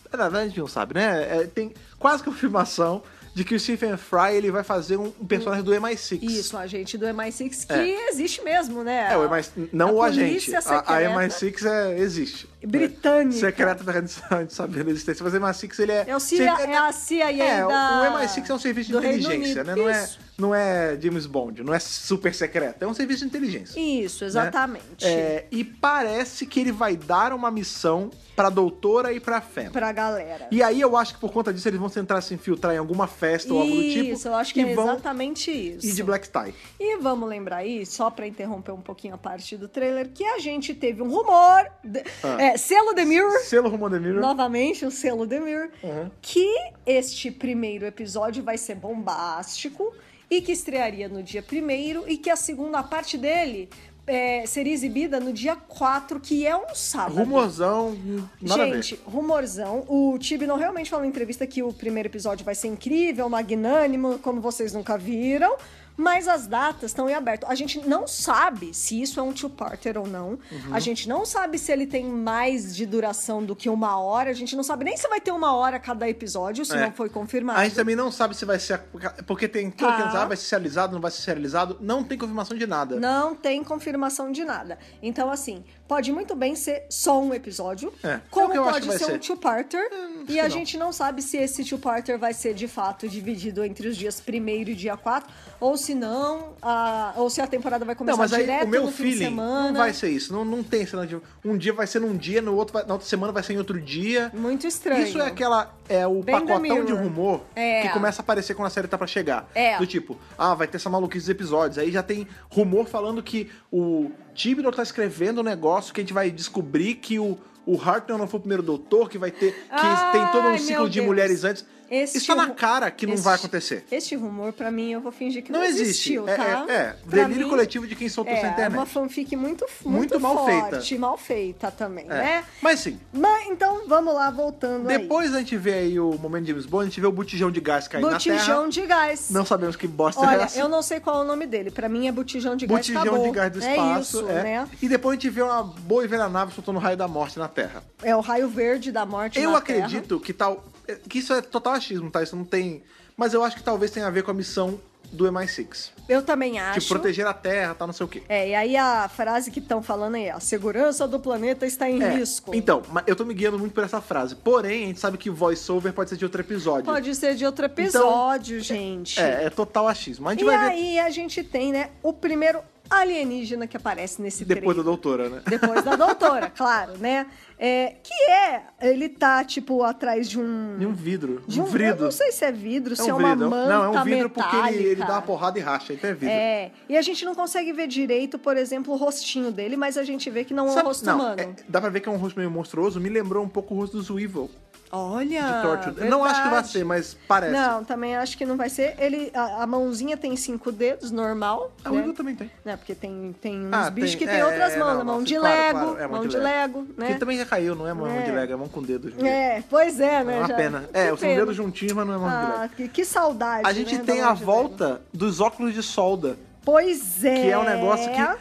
Speaker 3: é, Na verdade, a gente não sabe, né? É, tem quase (laughs) confirmação de que o Stephen Fry ele vai fazer um, um personagem do MI6.
Speaker 4: Isso, um agente do MI6 que existe mesmo, né?
Speaker 3: É, o MI, não
Speaker 4: A
Speaker 3: o
Speaker 4: polícia
Speaker 3: agente. A, a
Speaker 4: secreta.
Speaker 3: MI6 é, existe. né?
Speaker 4: Britânica.
Speaker 3: Secreta da gente (laughs) sabendo a existência. Mas o MI6 ele é.
Speaker 4: É, o CIA,
Speaker 3: secre-
Speaker 4: é a CIA
Speaker 3: É, o-
Speaker 4: da...
Speaker 3: o MI6 é um serviço de
Speaker 4: do Reino
Speaker 3: inteligência, né?
Speaker 4: Unido.
Speaker 3: Não é,
Speaker 4: Isso.
Speaker 3: não é James Bond, não é super secreto, é um serviço de inteligência.
Speaker 4: Isso, exatamente.
Speaker 3: né? É, e parece que ele vai dar uma missão pra doutora e pra Fem.
Speaker 4: Pra galera.
Speaker 3: E aí eu acho que por conta disso eles vão tentar se infiltrar em alguma festa ou algo do tipo.
Speaker 4: Isso, eu acho que
Speaker 3: e
Speaker 4: é
Speaker 3: vão
Speaker 4: exatamente isso.
Speaker 3: ir de black tie.
Speaker 4: E vamos lembrar aí, só pra interromper um pouquinho a parte do trailer, que a gente teve um rumor, de-
Speaker 3: Ah.
Speaker 4: é, selo The Mirror,
Speaker 3: Selo Roman de Mirror.
Speaker 4: novamente o selo The Mirror,
Speaker 3: Uhum.
Speaker 4: que este primeiro episódio vai ser bombástico e que estrearia no dia primeiro e que a segunda parte dele é, seria exibida no dia 4, que é um sábado.
Speaker 3: Rumorzão, nada
Speaker 4: Gente,
Speaker 3: a ver.
Speaker 4: rumorzão. O Tibnon realmente falou em entrevista que o primeiro episódio vai ser incrível, magnânimo, como vocês nunca viram. Mas as datas estão em aberto. A gente não sabe se isso é um two-parter ou não.
Speaker 3: Uhum.
Speaker 4: A gente não sabe se ele tem mais de duração do que uma hora. A gente não sabe nem se vai ter uma hora cada episódio, se
Speaker 3: É.
Speaker 4: não foi confirmado.
Speaker 3: A gente também não sabe se vai ser. a- Porque tem tudo
Speaker 4: Tá.
Speaker 3: que sabe, vai ser serializado, não vai ser serializado. Não tem confirmação de nada.
Speaker 4: Não tem confirmação de nada. Então, assim, pode muito bem ser só um episódio,
Speaker 3: É, é o
Speaker 4: como
Speaker 3: que eu acho que
Speaker 4: pode
Speaker 3: vai
Speaker 4: ser,
Speaker 3: ser. É,
Speaker 4: um two-parter.
Speaker 3: acho
Speaker 4: E a
Speaker 3: que não.
Speaker 4: gente não sabe se esse two-parter vai ser de fato dividido entre os dias 1 e dia 4, ou se não, a- ou se a temporada vai começar
Speaker 3: Não, mas aí
Speaker 4: direto
Speaker 3: o meu
Speaker 4: no fim de
Speaker 3: feeling
Speaker 4: semana.
Speaker 3: não vai ser isso. Não, não tem cena de. Um dia vai ser num dia, no outro vai- na outra semana vai ser em outro dia.
Speaker 4: Muito estranho.
Speaker 3: Isso é aquela. É o
Speaker 4: Bem The
Speaker 3: pacotão
Speaker 4: Mirror.
Speaker 3: de rumor
Speaker 4: É.
Speaker 3: que começa a aparecer quando a série tá pra chegar.
Speaker 4: É.
Speaker 3: Do tipo, ah, vai ter essa maluquice dos episódios. Aí já tem rumor falando que o Tibnor tá escrevendo um negócio que a gente vai descobrir que o. O Hartnell não foi o primeiro doutor, que vai ter. Que
Speaker 4: Ai,
Speaker 3: tem todo um
Speaker 4: meu
Speaker 3: ciclo de
Speaker 4: Deus.
Speaker 3: mulheres antes.
Speaker 4: Este
Speaker 3: Isso tá na
Speaker 4: ru-
Speaker 3: cara que não
Speaker 4: este-
Speaker 3: vai acontecer.
Speaker 4: Este rumor, pra mim, eu vou fingir tipo que não,
Speaker 3: Não existe.
Speaker 4: existiu,
Speaker 3: É-
Speaker 4: tá?
Speaker 3: é- é.
Speaker 4: Pra
Speaker 3: Delírio coletivo de quem soltou
Speaker 4: é,
Speaker 3: isso na internet.
Speaker 4: É uma fanfic muito,
Speaker 3: Muito
Speaker 4: muito,
Speaker 3: mal feita.
Speaker 4: forte, mal feita também,
Speaker 3: É.
Speaker 4: né?
Speaker 3: Mas sim,
Speaker 4: Mas, então, vamos lá, voltando aí.
Speaker 3: Depois a gente vê aí o momento de James Bond, a gente vê o botijão de gás cair na terra.
Speaker 4: Botijão de gás.
Speaker 3: Não sabemos que bosta é
Speaker 4: Olha,
Speaker 3: essa.
Speaker 4: eu não sei qual é o nome dele. Pra mim é botijão de gás.
Speaker 3: Botijão
Speaker 4: acabou.
Speaker 3: de gás do
Speaker 4: É
Speaker 3: espaço.
Speaker 4: isso,
Speaker 3: é.
Speaker 4: né?
Speaker 3: E depois a gente vê uma boa e velha nave soltando o raio da morte na Terra.
Speaker 4: É o raio verde da morte.
Speaker 3: eu
Speaker 4: na
Speaker 3: acredito que tal. Que isso é total achismo, tá? Isso não tem. Mas eu acho que talvez tenha a ver com a missão do MI6.
Speaker 4: Eu também acho.
Speaker 3: De proteger a Terra, tá não sei o quê.
Speaker 4: É, e aí a frase que estão falando aí, a segurança do planeta está em
Speaker 3: É,
Speaker 4: risco.
Speaker 3: Então, mas eu tô me guiando muito por essa frase. Porém, a gente sabe que voiceover pode ser de outro episódio.
Speaker 4: Pode ser de outro episódio, gente.
Speaker 3: Então- É, é total achismo. A gente
Speaker 4: E
Speaker 3: vai ver
Speaker 4: aí a gente tem, né, o primeiro alienígena que aparece nesse
Speaker 3: depois da
Speaker 4: trailer.
Speaker 3: doutora, né?
Speaker 4: Depois da doutora, (laughs) claro, né? É, que é, ele tá, tipo, atrás de um...
Speaker 3: E um vidro.
Speaker 4: de
Speaker 3: um
Speaker 4: Eu
Speaker 3: vidro.
Speaker 4: não sei se é vidro, se
Speaker 3: É
Speaker 4: é
Speaker 3: um
Speaker 4: uma
Speaker 3: vidro.
Speaker 4: manta
Speaker 3: Não, é um vidro porque ele, ele
Speaker 4: metálica.
Speaker 3: dá uma porrada e racha, então é vidro.
Speaker 4: É, e a gente não consegue ver direito, por exemplo, o rostinho dele, mas a gente vê que não é um
Speaker 3: Sabe-
Speaker 4: rosto
Speaker 3: não,
Speaker 4: humano.
Speaker 3: é- dá pra ver que é um rosto meio monstruoso. Me lembrou um pouco o rosto do Zuivel.
Speaker 4: Olha!
Speaker 3: de Torchwood. Eu Não acho que vai
Speaker 4: Ah, verdade.
Speaker 3: ser, mas parece.
Speaker 4: Não, também acho que não vai ser. Ele, a, a mãozinha tem cinco dedos, normal.
Speaker 3: A
Speaker 4: né?
Speaker 3: Ah, Weevil também tem.
Speaker 4: Né, porque tem, tem uns
Speaker 3: Ah,
Speaker 4: bichos
Speaker 3: tem-
Speaker 4: que tem
Speaker 3: é,
Speaker 4: outras
Speaker 3: é,
Speaker 4: mãos,
Speaker 3: não,
Speaker 4: né?
Speaker 3: não,
Speaker 4: mão
Speaker 3: sim,
Speaker 4: de
Speaker 3: claro,
Speaker 4: Lego,
Speaker 3: claro, é,
Speaker 4: mão, de Lego, né?
Speaker 3: Que também já caiu, não é mão de
Speaker 4: É.
Speaker 3: Lego, é mão com dedo. hoje em dia.
Speaker 4: É, pois é, né?
Speaker 3: É uma
Speaker 4: já-
Speaker 3: pena.
Speaker 4: que
Speaker 3: É, os
Speaker 4: pena.
Speaker 3: dedos juntinhos, mas não é mão de
Speaker 4: Ah,
Speaker 3: Lego.
Speaker 4: que, que saudade.
Speaker 3: A gente
Speaker 4: né, da
Speaker 3: tem
Speaker 4: mão
Speaker 3: a
Speaker 4: de
Speaker 3: volta dos óculos de solda,
Speaker 4: Lego. Pois é.
Speaker 3: que é. um negócio que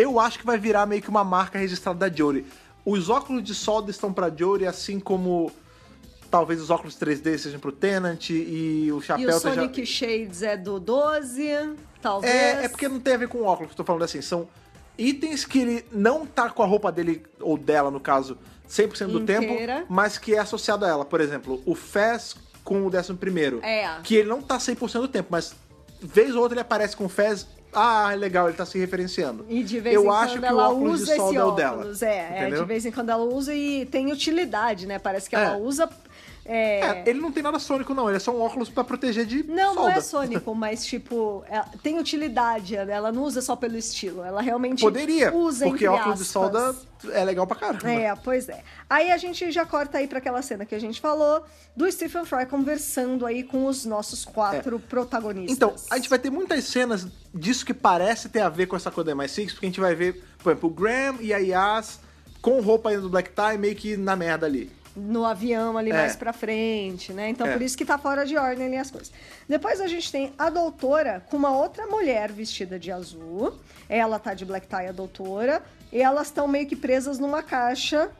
Speaker 3: eu acho que vai virar meio que uma marca registrada da Jory. Os óculos de solda estão pra Jory, assim como talvez os óculos 3D sejam pro Tenant e o
Speaker 4: E
Speaker 3: chapéu
Speaker 4: o
Speaker 3: seja-
Speaker 4: Sonic Shades é do 12, talvez.
Speaker 3: É, é porque não tem a ver com óculos, que eu tô falando assim, são itens que ele não tá com a roupa dele, ou dela, no caso, 100% do
Speaker 4: Inteira.
Speaker 3: tempo, mas que é associado a ela. Por exemplo, o Fez com o 11 primeiro,
Speaker 4: É.
Speaker 3: que ele não tá 100% do tempo, mas vez ou outra ele aparece com o Fez, ah, legal, ele tá se referenciando.
Speaker 4: E de vez
Speaker 3: eu
Speaker 4: em
Speaker 3: acho
Speaker 4: quando
Speaker 3: que o
Speaker 4: ela
Speaker 3: óculos
Speaker 4: usa
Speaker 3: de sol
Speaker 4: esse
Speaker 3: é o
Speaker 4: óculos.
Speaker 3: dela.
Speaker 4: É, é,
Speaker 3: entendeu?
Speaker 4: de vez em quando ela usa e tem utilidade, né? Parece que
Speaker 3: É.
Speaker 4: ela usa. é,
Speaker 3: É, ele não tem nada sônico, não. Ele é só um óculos pra proteger de
Speaker 4: Não,
Speaker 3: solda.
Speaker 4: não
Speaker 3: (laughs)
Speaker 4: é sônico, mas tipo, ela tem utilidade. Ela ela não usa só pelo estilo. Ela realmente
Speaker 3: Poderia,
Speaker 4: usa
Speaker 3: porque
Speaker 4: entre
Speaker 3: óculos de
Speaker 4: aspas.
Speaker 3: solda é legal pra caramba.
Speaker 4: É, pois é. Aí a gente já corta aí pra aquela cena que a gente falou do Stephen Fry conversando aí com os nossos quatro protagonistas.
Speaker 3: Então, a gente vai ter muitas cenas disso que parece ter a ver com essa coisa da MI6, porque a gente vai ver, por exemplo, o Graham e a Yas com roupa ainda do Black Tie meio que na merda ali.
Speaker 4: no avião ali
Speaker 3: É.
Speaker 4: mais pra frente, né? Então
Speaker 3: É.
Speaker 4: por isso que tá fora de ordem ali as coisas. Depois a gente tem a doutora com uma outra mulher vestida de azul. Ela tá de black tie, a doutora, e elas estão meio que presas numa caixa,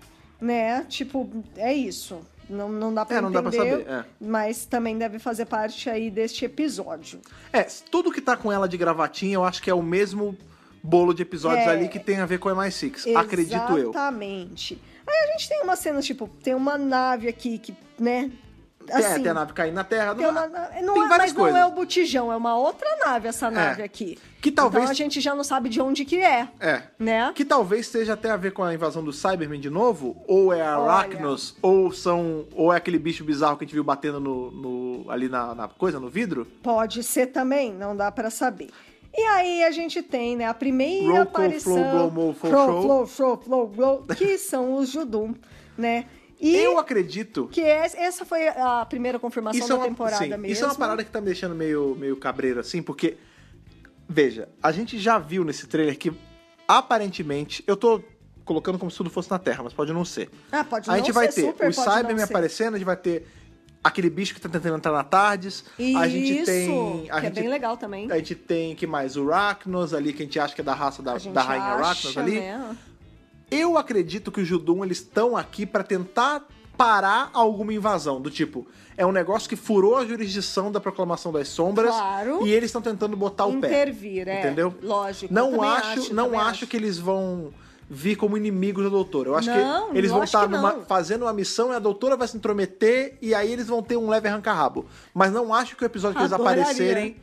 Speaker 4: né? Tipo, é isso. Não, não dá pra
Speaker 3: É, não
Speaker 4: entender,
Speaker 3: dá pra saber, é.
Speaker 4: mas também deve fazer parte aí deste episódio.
Speaker 3: É, tudo que tá com ela de gravatinha, eu acho que é o mesmo bolo de episódios
Speaker 4: É.
Speaker 3: ali que tem a ver com a MI6, acredito eu.
Speaker 4: Exatamente. Aí a gente tem uma cena, tipo, tem uma nave aqui que, né?
Speaker 3: é, tem a nave caindo na Terra,
Speaker 4: Tem
Speaker 3: não-
Speaker 4: uma na- não
Speaker 3: tem
Speaker 4: é,
Speaker 3: várias
Speaker 4: mas
Speaker 3: coisas. É,
Speaker 4: não é o botijão, é uma outra nave essa nave aqui.
Speaker 3: Que talvez-
Speaker 4: Então a gente já não sabe de onde que é.
Speaker 3: É.
Speaker 4: Né?
Speaker 3: Que talvez seja até a ver com a invasão do Cybermen de novo, ou é a
Speaker 4: Olha.
Speaker 3: Arachnos, ou são. ou é aquele bicho bizarro que a gente viu batendo no, no- ali na- na coisa, no vidro.
Speaker 4: Pode ser também, não dá pra saber. E aí a gente tem, né, a primeira
Speaker 3: Roll call,
Speaker 4: aparição...
Speaker 3: flow, blow, mo, flow,
Speaker 4: Flow,
Speaker 3: show.
Speaker 4: flow, show, flow, blow,
Speaker 3: (laughs)
Speaker 4: que são os Judum, né? E
Speaker 3: Eu acredito
Speaker 4: que es- essa foi a primeira confirmação da
Speaker 3: uma-
Speaker 4: temporada
Speaker 3: sim,
Speaker 4: mesmo.
Speaker 3: Isso é uma parada que tá me deixando meio, meio cabreiro, assim, porque. Veja, a gente já viu nesse trailer que aparentemente. Eu tô colocando como se tudo fosse na Terra, mas pode não ser.
Speaker 4: Ah, pode
Speaker 3: a
Speaker 4: não
Speaker 3: gente
Speaker 4: ser,
Speaker 3: vai ter
Speaker 4: super
Speaker 3: os
Speaker 4: pode não
Speaker 3: Cybermen
Speaker 4: ser.
Speaker 3: aparecendo, a gente vai ter aquele bicho que tá tentando entrar na Tardes. a gente
Speaker 4: Isso,
Speaker 3: tem. A
Speaker 4: que é
Speaker 3: gente,
Speaker 4: bem legal também.
Speaker 3: A gente tem que mais o Arachnos ali, que a gente acha que é da raça da,
Speaker 4: A gente
Speaker 3: da rainha Arachnos
Speaker 4: acha,
Speaker 3: ali.
Speaker 4: né?
Speaker 3: Eu acredito que os Judum eles estão aqui pra tentar parar alguma invasão, do tipo, é um negócio que furou a jurisdição da proclamação das sombras
Speaker 4: Claro.
Speaker 3: e eles estão tentando botar o pé.
Speaker 4: Intervir, é.
Speaker 3: Entendeu?
Speaker 4: Lógico, eu
Speaker 3: Não
Speaker 4: também
Speaker 3: acho,
Speaker 4: acho,
Speaker 3: não
Speaker 4: também
Speaker 3: acho,
Speaker 4: acho.
Speaker 3: que eles vão vir como inimigos da doutora. Eu acho
Speaker 4: Não,
Speaker 3: que eles vão
Speaker 4: lógico
Speaker 3: estar
Speaker 4: que
Speaker 3: numa-
Speaker 4: não.
Speaker 3: fazendo uma missão e a doutora vai se intrometer e aí eles vão ter um leve arranca-rabo. Mas não acho que o episódio que eles
Speaker 4: Adoraria.
Speaker 3: aparecerem,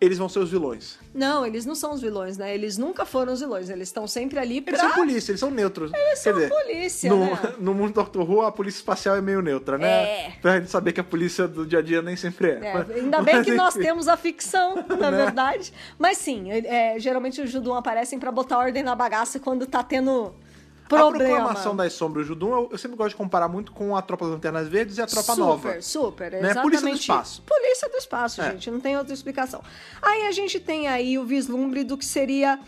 Speaker 3: eles vão ser os vilões.
Speaker 4: Não, eles não são os vilões, né? Eles nunca foram os vilões. Eles estão sempre ali pra...
Speaker 3: Eles são polícia, eles são neutros. Eles
Speaker 4: são polícia,
Speaker 3: no,
Speaker 4: né?
Speaker 3: (laughs) no mundo do Doctor Who, a polícia espacial é meio neutra, né?
Speaker 4: É.
Speaker 3: Pra gente saber que a polícia do dia a dia nem sempre é.
Speaker 4: É,
Speaker 3: Mas-
Speaker 4: ainda bem
Speaker 3: mas
Speaker 4: que nós
Speaker 3: enfim. Né?
Speaker 4: temos
Speaker 3: (laughs)
Speaker 4: a ficção, na verdade. Mas sim, é, geralmente os Judum aparecem pra botar ordem na bagaça quando tá tendo
Speaker 3: A
Speaker 4: problema.
Speaker 3: proclamação das sombras Judum, eu, eu sempre gosto de comparar muito com a Tropa das Lanternas Verdes e a Tropa
Speaker 4: super,
Speaker 3: Nova.
Speaker 4: Super,
Speaker 3: Né?
Speaker 4: exatamente.
Speaker 3: Polícia do
Speaker 4: isso.
Speaker 3: espaço.
Speaker 4: Polícia do espaço,
Speaker 3: É.
Speaker 4: gente, não tem outra explicação. Aí a gente tem aí o vislumbre do que seria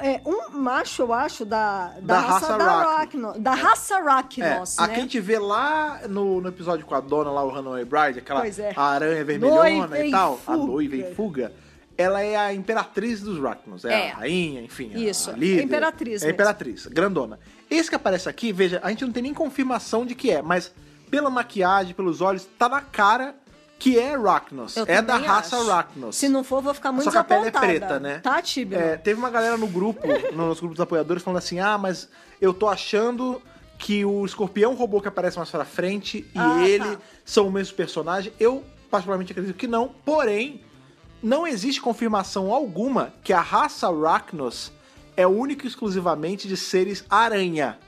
Speaker 4: é, um macho, eu acho, da, da,
Speaker 3: Da
Speaker 4: raça,
Speaker 3: raça
Speaker 4: da
Speaker 3: Arachno.
Speaker 4: Arachno- Da raça
Speaker 3: É,
Speaker 4: Arachnos,
Speaker 3: a
Speaker 4: né?
Speaker 3: que a gente vê lá no, no episódio com a dona, lá o Hanoi Bride, aquela
Speaker 4: Pois é.
Speaker 3: aranha vermelhona
Speaker 4: Noiva
Speaker 3: e
Speaker 4: em
Speaker 3: tal, a
Speaker 4: fuga.
Speaker 3: noiva em fuga, ela é a imperatriz dos Racknos, é,
Speaker 4: É.
Speaker 3: a rainha, enfim, a-
Speaker 4: Isso,
Speaker 3: a líder.
Speaker 4: é imperatriz
Speaker 3: É a imperatriz, grandona. Esse que aparece aqui, veja, a gente não tem nem confirmação de que é, mas pela maquiagem, pelos olhos, tá na cara que é Arachnos.
Speaker 4: Eu
Speaker 3: é da
Speaker 4: também
Speaker 3: raça
Speaker 4: acho.
Speaker 3: Arachnos.
Speaker 4: Se não for, vou ficar muito
Speaker 3: Só que a pele é
Speaker 4: desapontada.
Speaker 3: preta, né?
Speaker 4: Tá, Tibno?
Speaker 3: É, teve uma galera no grupo, (laughs) no- nos grupos dos apoiadores, falando assim: ah, mas eu tô achando que o escorpião é um robô que aparece mais pra frente e
Speaker 4: Ah,
Speaker 3: ele
Speaker 4: tá.
Speaker 3: são o mesmo personagem. Eu, particularmente, acredito que não. Porém, não existe confirmação alguma que a raça Arachnos é única e exclusivamente de seres aranha.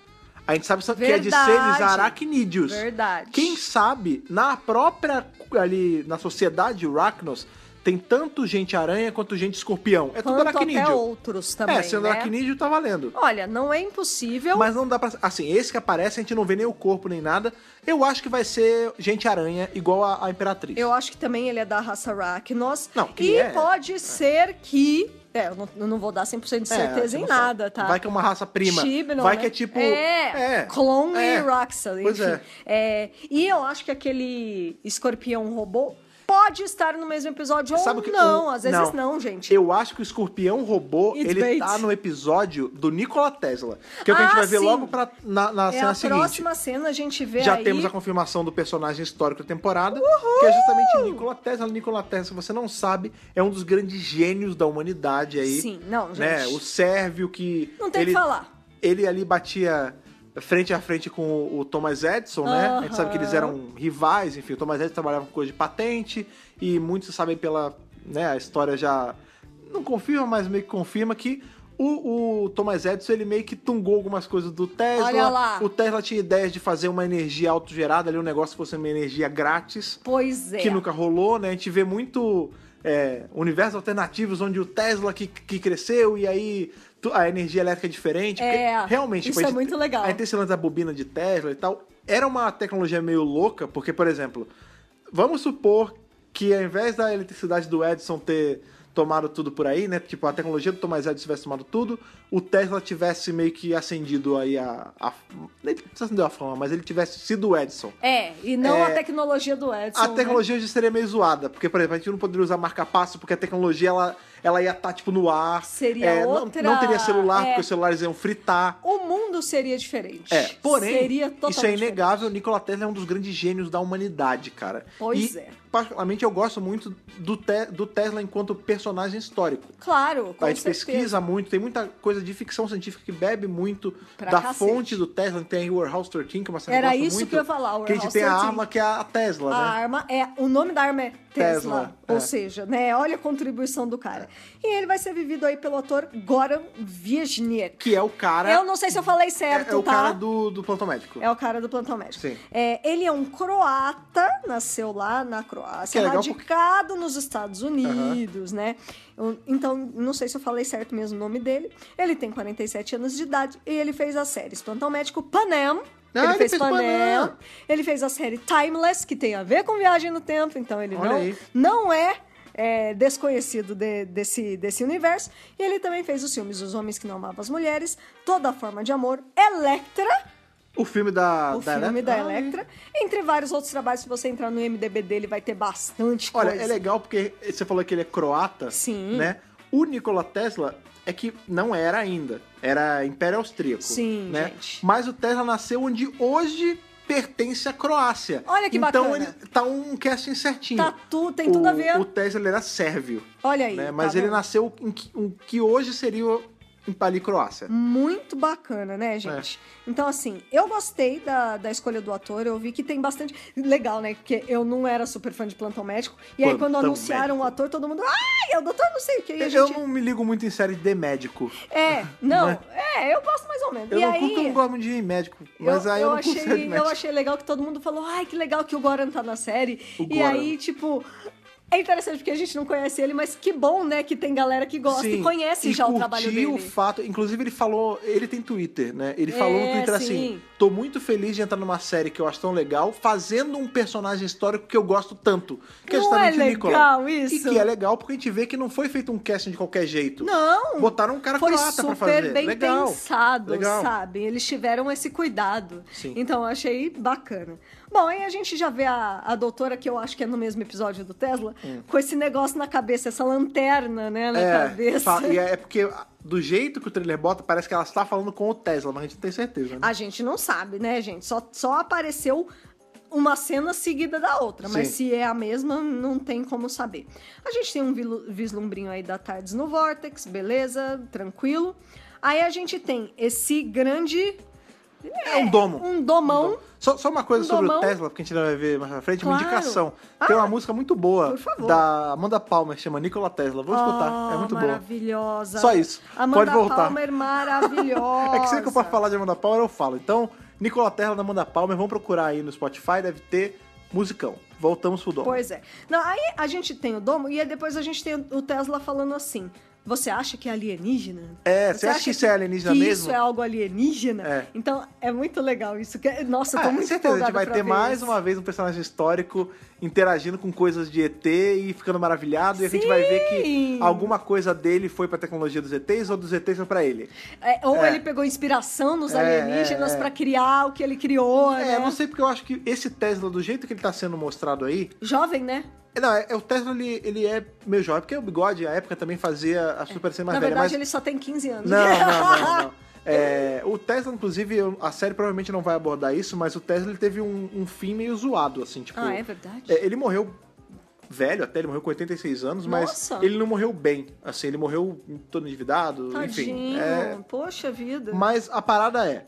Speaker 3: A gente sabe só que é de
Speaker 4: Verdade.
Speaker 3: seres aracnídeos.
Speaker 4: Verdade.
Speaker 3: Quem sabe, na própria, ali, na sociedade Arachnos, tem tanto gente aranha quanto gente escorpião. É tudo
Speaker 4: Quanto até
Speaker 3: aracnídeo.
Speaker 4: outros também,
Speaker 3: é, sendo
Speaker 4: né?
Speaker 3: aracnídeo tá valendo.
Speaker 4: Olha, não é impossível.
Speaker 3: Mas não dá pra. Assim, esse que aparece, a gente não vê nem o corpo nem nada. Eu acho que vai ser gente aranha, igual a, a Imperatriz.
Speaker 4: Eu acho que também ele é da raça Arachnos.
Speaker 3: Não, que
Speaker 4: e
Speaker 3: ele é.
Speaker 4: pode ser que... É, eu não, eu não vou dar 100% de
Speaker 3: É,
Speaker 4: certeza
Speaker 3: você
Speaker 4: em
Speaker 3: não sabe.
Speaker 4: nada, tá?
Speaker 3: Vai que é uma raça prima.
Speaker 4: Chibnall,
Speaker 3: vai
Speaker 4: né?
Speaker 3: que é tipo.
Speaker 4: É, clone e Roxas,
Speaker 3: Pois
Speaker 4: enfim.
Speaker 3: é.
Speaker 4: É, E eu acho que aquele escorpião robô pode estar no mesmo episódio
Speaker 3: Sabe o
Speaker 4: ou
Speaker 3: que-
Speaker 4: não.
Speaker 3: o-
Speaker 4: Às vezes não, gente.
Speaker 3: Eu acho que o escorpião robô,
Speaker 4: It's
Speaker 3: ele
Speaker 4: bait.
Speaker 3: tá no episódio do Nikola Tesla. Que é o que a
Speaker 4: Ah,
Speaker 3: gente vai ver
Speaker 4: sim.
Speaker 3: logo pra, na, na
Speaker 4: é
Speaker 3: cena
Speaker 4: a
Speaker 3: seguinte.
Speaker 4: próxima cena, a gente vê
Speaker 3: Já
Speaker 4: aí...
Speaker 3: temos a confirmação do personagem histórico da temporada, que é justamente Nikola Tesla. Nikola Tesla, se você não sabe, é um dos grandes gênios da humanidade aí.
Speaker 4: Sim, não, gente.
Speaker 3: Né? O sérvio que...
Speaker 4: Não tem o
Speaker 3: ele-
Speaker 4: que falar.
Speaker 3: Ele ali batia frente a frente com o, o Thomas Edison, né? A gente sabe que eles eram rivais, enfim. O Thomas Edison trabalhava com coisa de patente e muitos sabem pela... Né, a história já... Não confirma, mas meio que confirma que... O, o Thomas Edison, ele meio que tungou algumas coisas do Tesla.
Speaker 4: Olha lá.
Speaker 3: O Tesla tinha ideias de fazer uma energia autogerada ali, um negócio que fosse uma energia grátis,
Speaker 4: Pois é.
Speaker 3: que nunca rolou, né? A gente vê muito é, universos alternativos onde o Tesla que, que cresceu e aí tu- a energia elétrica é diferente. porque
Speaker 4: É,
Speaker 3: realmente, tipo,
Speaker 4: isso
Speaker 3: a
Speaker 4: é muito legal.
Speaker 3: Aí tem esse lance da bobina de Tesla e tal. Era uma tecnologia meio louca, porque, por exemplo, vamos supor que ao invés da eletricidade do Edison ter tomado tudo por aí, né? Tipo, a tecnologia do Thomas Edison tivesse tomado tudo, o Tesla tivesse meio que acendido aí a... a ele não acendeu a forma, mas ele tivesse sido o Edison.
Speaker 4: É, e não
Speaker 3: É,
Speaker 4: a tecnologia do Edson.
Speaker 3: A
Speaker 4: né?
Speaker 3: tecnologia hoje seria meio zoada, porque, por exemplo, a gente não poderia usar marca-passo, porque a tecnologia ela, ela ia estar, tipo, no ar.
Speaker 4: Seria
Speaker 3: É, não-
Speaker 4: outra-
Speaker 3: Não, teria celular,
Speaker 4: é.
Speaker 3: porque os celulares iam fritar.
Speaker 4: O mundo seria diferente.
Speaker 3: É, porém,
Speaker 4: seria totalmente
Speaker 3: isso é
Speaker 4: diferente.
Speaker 3: inegável. Nikola Tesla é um dos grandes gênios da humanidade, cara.
Speaker 4: Pois
Speaker 3: e,
Speaker 4: é.
Speaker 3: Particularmente, eu gosto muito do, Te- do Tesla enquanto personagem histórico.
Speaker 4: Claro, com
Speaker 3: a gente
Speaker 4: certeza.
Speaker 3: pesquisa muito, tem muita coisa de ficção científica que bebe muito
Speaker 4: Pra
Speaker 3: da
Speaker 4: cacete.
Speaker 3: fonte do Tesla. Tem aí o Warehouse 13, que é uma série
Speaker 4: Era
Speaker 3: que eu gosto
Speaker 4: isso
Speaker 3: muito,
Speaker 4: que eu ia falar,
Speaker 3: Que a gente
Speaker 4: Warehouse
Speaker 3: tem a
Speaker 4: 13.
Speaker 3: arma que é a Tesla,
Speaker 4: A
Speaker 3: né?
Speaker 4: arma é. O nome da arma é Tesla.
Speaker 3: Tesla,
Speaker 4: ou
Speaker 3: é.
Speaker 4: seja, né? Olha a contribuição do cara. E ele vai ser vivido aí pelo ator Goran Vjezniak.
Speaker 3: Que é o cara...
Speaker 4: Eu não sei se eu falei certo,
Speaker 3: É, é o
Speaker 4: tá?
Speaker 3: cara do, do plantão médico.
Speaker 4: É o cara do plantão médico.
Speaker 3: Sim.
Speaker 4: É, ele é um croata, nasceu lá na Croácia,
Speaker 3: Que é legal
Speaker 4: radicado nos Estados Unidos, né? Eu- Então, não sei se eu falei certo mesmo o nome dele. Ele tem 47 anos de idade e ele fez as séries Plantão Médico Panem.
Speaker 3: Ah, ele fez Panem.
Speaker 4: Ele fez a série Timeless, que tem a ver com viagem no tempo, então ele
Speaker 3: Olha
Speaker 4: não,
Speaker 3: aí.
Speaker 4: não é, é, desconhecido de- desse, desse universo. E ele também fez os filmes Os Homens Que Não Amavam as Mulheres, Toda Forma de Amor, Electra,
Speaker 3: O filme da,
Speaker 4: o
Speaker 3: da
Speaker 4: filme
Speaker 3: Electra.
Speaker 4: da Electra. Entre vários outros trabalhos, se você entrar no MDB dele, vai ter bastante
Speaker 3: Olha,
Speaker 4: coisa.
Speaker 3: é legal porque você falou que ele é croata.
Speaker 4: Sim.
Speaker 3: Né? O Nikola Tesla é que não era ainda. Era Império Austríaco.
Speaker 4: Sim,
Speaker 3: né?
Speaker 4: gente.
Speaker 3: Mas o Tesla nasceu onde hoje pertence à Croácia.
Speaker 4: Olha que
Speaker 3: então
Speaker 4: bacana.
Speaker 3: Então ele tá um casting certinho.
Speaker 4: Tá tu- tem tudo
Speaker 3: O-
Speaker 4: a ver.
Speaker 3: O Tesla ele era sérvio.
Speaker 4: Olha aí.
Speaker 3: né?
Speaker 4: tá
Speaker 3: Mas ele
Speaker 4: vendo?
Speaker 3: nasceu em que, em que hoje seria o- em Pali, Croácia.
Speaker 4: Hum, Muito bacana,
Speaker 3: É.
Speaker 4: né, gente? Então, assim, eu gostei da, da escolha do ator. Eu vi que tem bastante. Legal, né? Porque eu não era super fã de plantão médico. E aí, quando
Speaker 3: Plantão
Speaker 4: anunciaram o
Speaker 3: Médico. é um
Speaker 4: ator, todo mundo. Ai, é o doutor não sei o que. E a
Speaker 3: Eu
Speaker 4: gente.
Speaker 3: não me ligo muito em série de médico.
Speaker 4: É, não. É, eu gosto mais ou menos.
Speaker 3: né? Eu
Speaker 4: e
Speaker 3: não
Speaker 4: aí.
Speaker 3: curto, um eu não gosto muito de médico. Mas aí eu, não (laughs) curto série de
Speaker 4: achei, eu
Speaker 3: médico.
Speaker 4: achei legal que todo mundo falou, ai, que legal que o Goran tá na série.
Speaker 3: O
Speaker 4: e
Speaker 3: Goran.
Speaker 4: aí, tipo, é interessante porque a gente não conhece ele, mas que bom, né, que tem galera que gosta e
Speaker 3: Sim,
Speaker 4: conhece
Speaker 3: e
Speaker 4: já o
Speaker 3: curti
Speaker 4: trabalho
Speaker 3: o
Speaker 4: dele.
Speaker 3: fato. Inclusive, ele falou. Ele tem Twitter, né? Ele
Speaker 4: É,
Speaker 3: falou no Twitter
Speaker 4: sim.
Speaker 3: assim: tô muito feliz de entrar numa série que eu acho tão legal, fazendo um personagem histórico que eu gosto tanto. Que é
Speaker 4: Não é
Speaker 3: justamente o Nicolas.
Speaker 4: legal isso?
Speaker 3: E que é legal porque a gente vê que não foi feito um casting de qualquer jeito.
Speaker 4: Não!
Speaker 3: Botaram um cara
Speaker 4: Foi
Speaker 3: croata pra
Speaker 4: super
Speaker 3: fazer.
Speaker 4: bem
Speaker 3: legal.
Speaker 4: pensado,
Speaker 3: legal.
Speaker 4: sabe? Eles tiveram esse cuidado.
Speaker 3: Sim.
Speaker 4: Então eu achei bacana. Bom, aí a gente já vê a, a doutora, que eu acho que é no mesmo episódio do Tesla, com esse negócio na cabeça, essa lanterna, né, na
Speaker 3: Hum. É,
Speaker 4: cabeça.
Speaker 3: fa- e é porque do jeito que o trailer bota, parece que ela
Speaker 4: Ah,
Speaker 3: está falando com o Tesla, mas a gente não tem certeza, né?
Speaker 4: A gente não sabe, né, gente? Só, só apareceu uma cena seguida da outra, mas
Speaker 3: Sim.
Speaker 4: se é a mesma, não tem como saber. A gente tem um vilu- vislumbrinho aí da Tardes no Vortex, beleza, tranquilo. Aí a gente tem esse grande.
Speaker 3: É um domo.
Speaker 4: Um domão.
Speaker 3: Só, só uma coisa
Speaker 4: Um
Speaker 3: sobre
Speaker 4: domão.
Speaker 3: o Tesla, porque a gente ainda vai ver mais pra frente, uma
Speaker 4: Claro.
Speaker 3: indicação.
Speaker 4: Ah,
Speaker 3: Tem uma música muito boa
Speaker 4: por favor.
Speaker 3: da Amanda Palmer, chama Nikola Tesla. Vou escutar, é
Speaker 4: Oh,
Speaker 3: muito boa.
Speaker 4: maravilhosa.
Speaker 3: Só isso.
Speaker 4: Amanda
Speaker 3: Pode voltar.
Speaker 4: Palmer,
Speaker 3: (laughs)
Speaker 4: maravilhosa.
Speaker 3: É que sempre que eu posso falar de Amanda Palmer, eu falo. Então, Nikola Tesla da Amanda Palmer, vão procurar aí no Spotify, deve ter musicão. Voltamos pro domo.
Speaker 4: Pois é. Não, aí a gente tem o domo e aí depois a gente tem o Tesla falando assim. Você acha que é alienígena?
Speaker 3: É, você acha que isso é alienígena
Speaker 4: que
Speaker 3: mesmo?
Speaker 4: Isso é algo alienígena?
Speaker 3: É.
Speaker 4: Então, é muito legal isso. que- é, Nossa, eu tô
Speaker 3: Ah, com
Speaker 4: muito
Speaker 3: certeza, a gente
Speaker 4: empolgada
Speaker 3: vai
Speaker 4: pra
Speaker 3: ter
Speaker 4: ver
Speaker 3: mais
Speaker 4: isso.
Speaker 3: uma vez um personagem histórico interagindo com coisas de ET e ficando maravilhado. E a gente vai ver que
Speaker 4: Sim!
Speaker 3: alguma coisa dele foi pra tecnologia dos ETs ou dos ETs foi pra ele.
Speaker 4: É, ou
Speaker 3: É.
Speaker 4: ele pegou inspiração nos
Speaker 3: É,
Speaker 4: alienígenas
Speaker 3: é, é.
Speaker 4: pra criar o que ele criou,
Speaker 3: É,
Speaker 4: né?
Speaker 3: eu não sei porque eu acho que esse Tesla, do jeito que ele tá sendo mostrado aí.
Speaker 4: Jovem, né?
Speaker 3: Não, é, é o Tesla ele, ele é meio jovem, porque o bigode, à época, também fazia a Super ser mais
Speaker 4: É. Na
Speaker 3: velha. mas...
Speaker 4: verdade, ele só tem 15 anos.
Speaker 3: Não, não, não. não. É, o Tesla, inclusive, eu- a série provavelmente não vai abordar isso, mas o Tesla ele teve um, um fim meio zoado, assim, tipo.
Speaker 4: (laughs) Ah, é verdade?
Speaker 3: É, ele morreu velho até, ele morreu com 86 anos,
Speaker 4: Nossa!
Speaker 3: mas ele não morreu bem. Assim, ele morreu todo endividado, enfim.
Speaker 4: Tadinho,
Speaker 3: é,
Speaker 4: poxa vida.
Speaker 3: mas a parada é.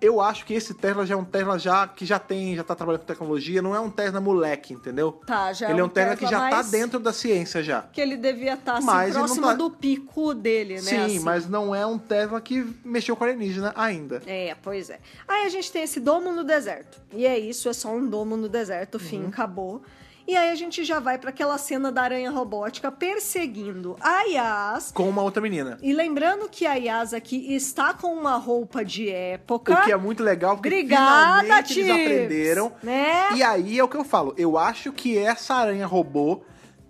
Speaker 3: Eu acho que esse Tesla já é um Tesla já que já tem, já tá trabalhando com tecnologia, não é um Tesla moleque, entendeu?
Speaker 4: Tá, já é
Speaker 3: Ele é um
Speaker 4: um
Speaker 3: Tesla, que já
Speaker 4: Tesla
Speaker 3: tá
Speaker 4: mais-
Speaker 3: dentro da ciência já.
Speaker 4: que ele devia estar assim,
Speaker 3: Mas ele não
Speaker 4: próximo
Speaker 3: tá-
Speaker 4: do pico dele, né?
Speaker 3: Sim,
Speaker 4: assim.
Speaker 3: mas não é um Tesla que mexeu com alienígena ainda.
Speaker 4: É, pois é. Aí a gente tem esse domo no deserto. E é isso, é só um domo no deserto, fim,
Speaker 3: Uhum.
Speaker 4: acabou. E aí a gente já vai pra aquela cena da aranha robótica perseguindo a Yas.
Speaker 3: Com uma outra menina.
Speaker 4: E lembrando que a Yas aqui está com uma roupa de época.
Speaker 3: O que é muito legal, porque
Speaker 4: Obrigada,
Speaker 3: finalmente
Speaker 4: Chips!
Speaker 3: eles aprenderam.
Speaker 4: Né?
Speaker 3: E aí é o que eu falo. Eu acho que essa aranha robô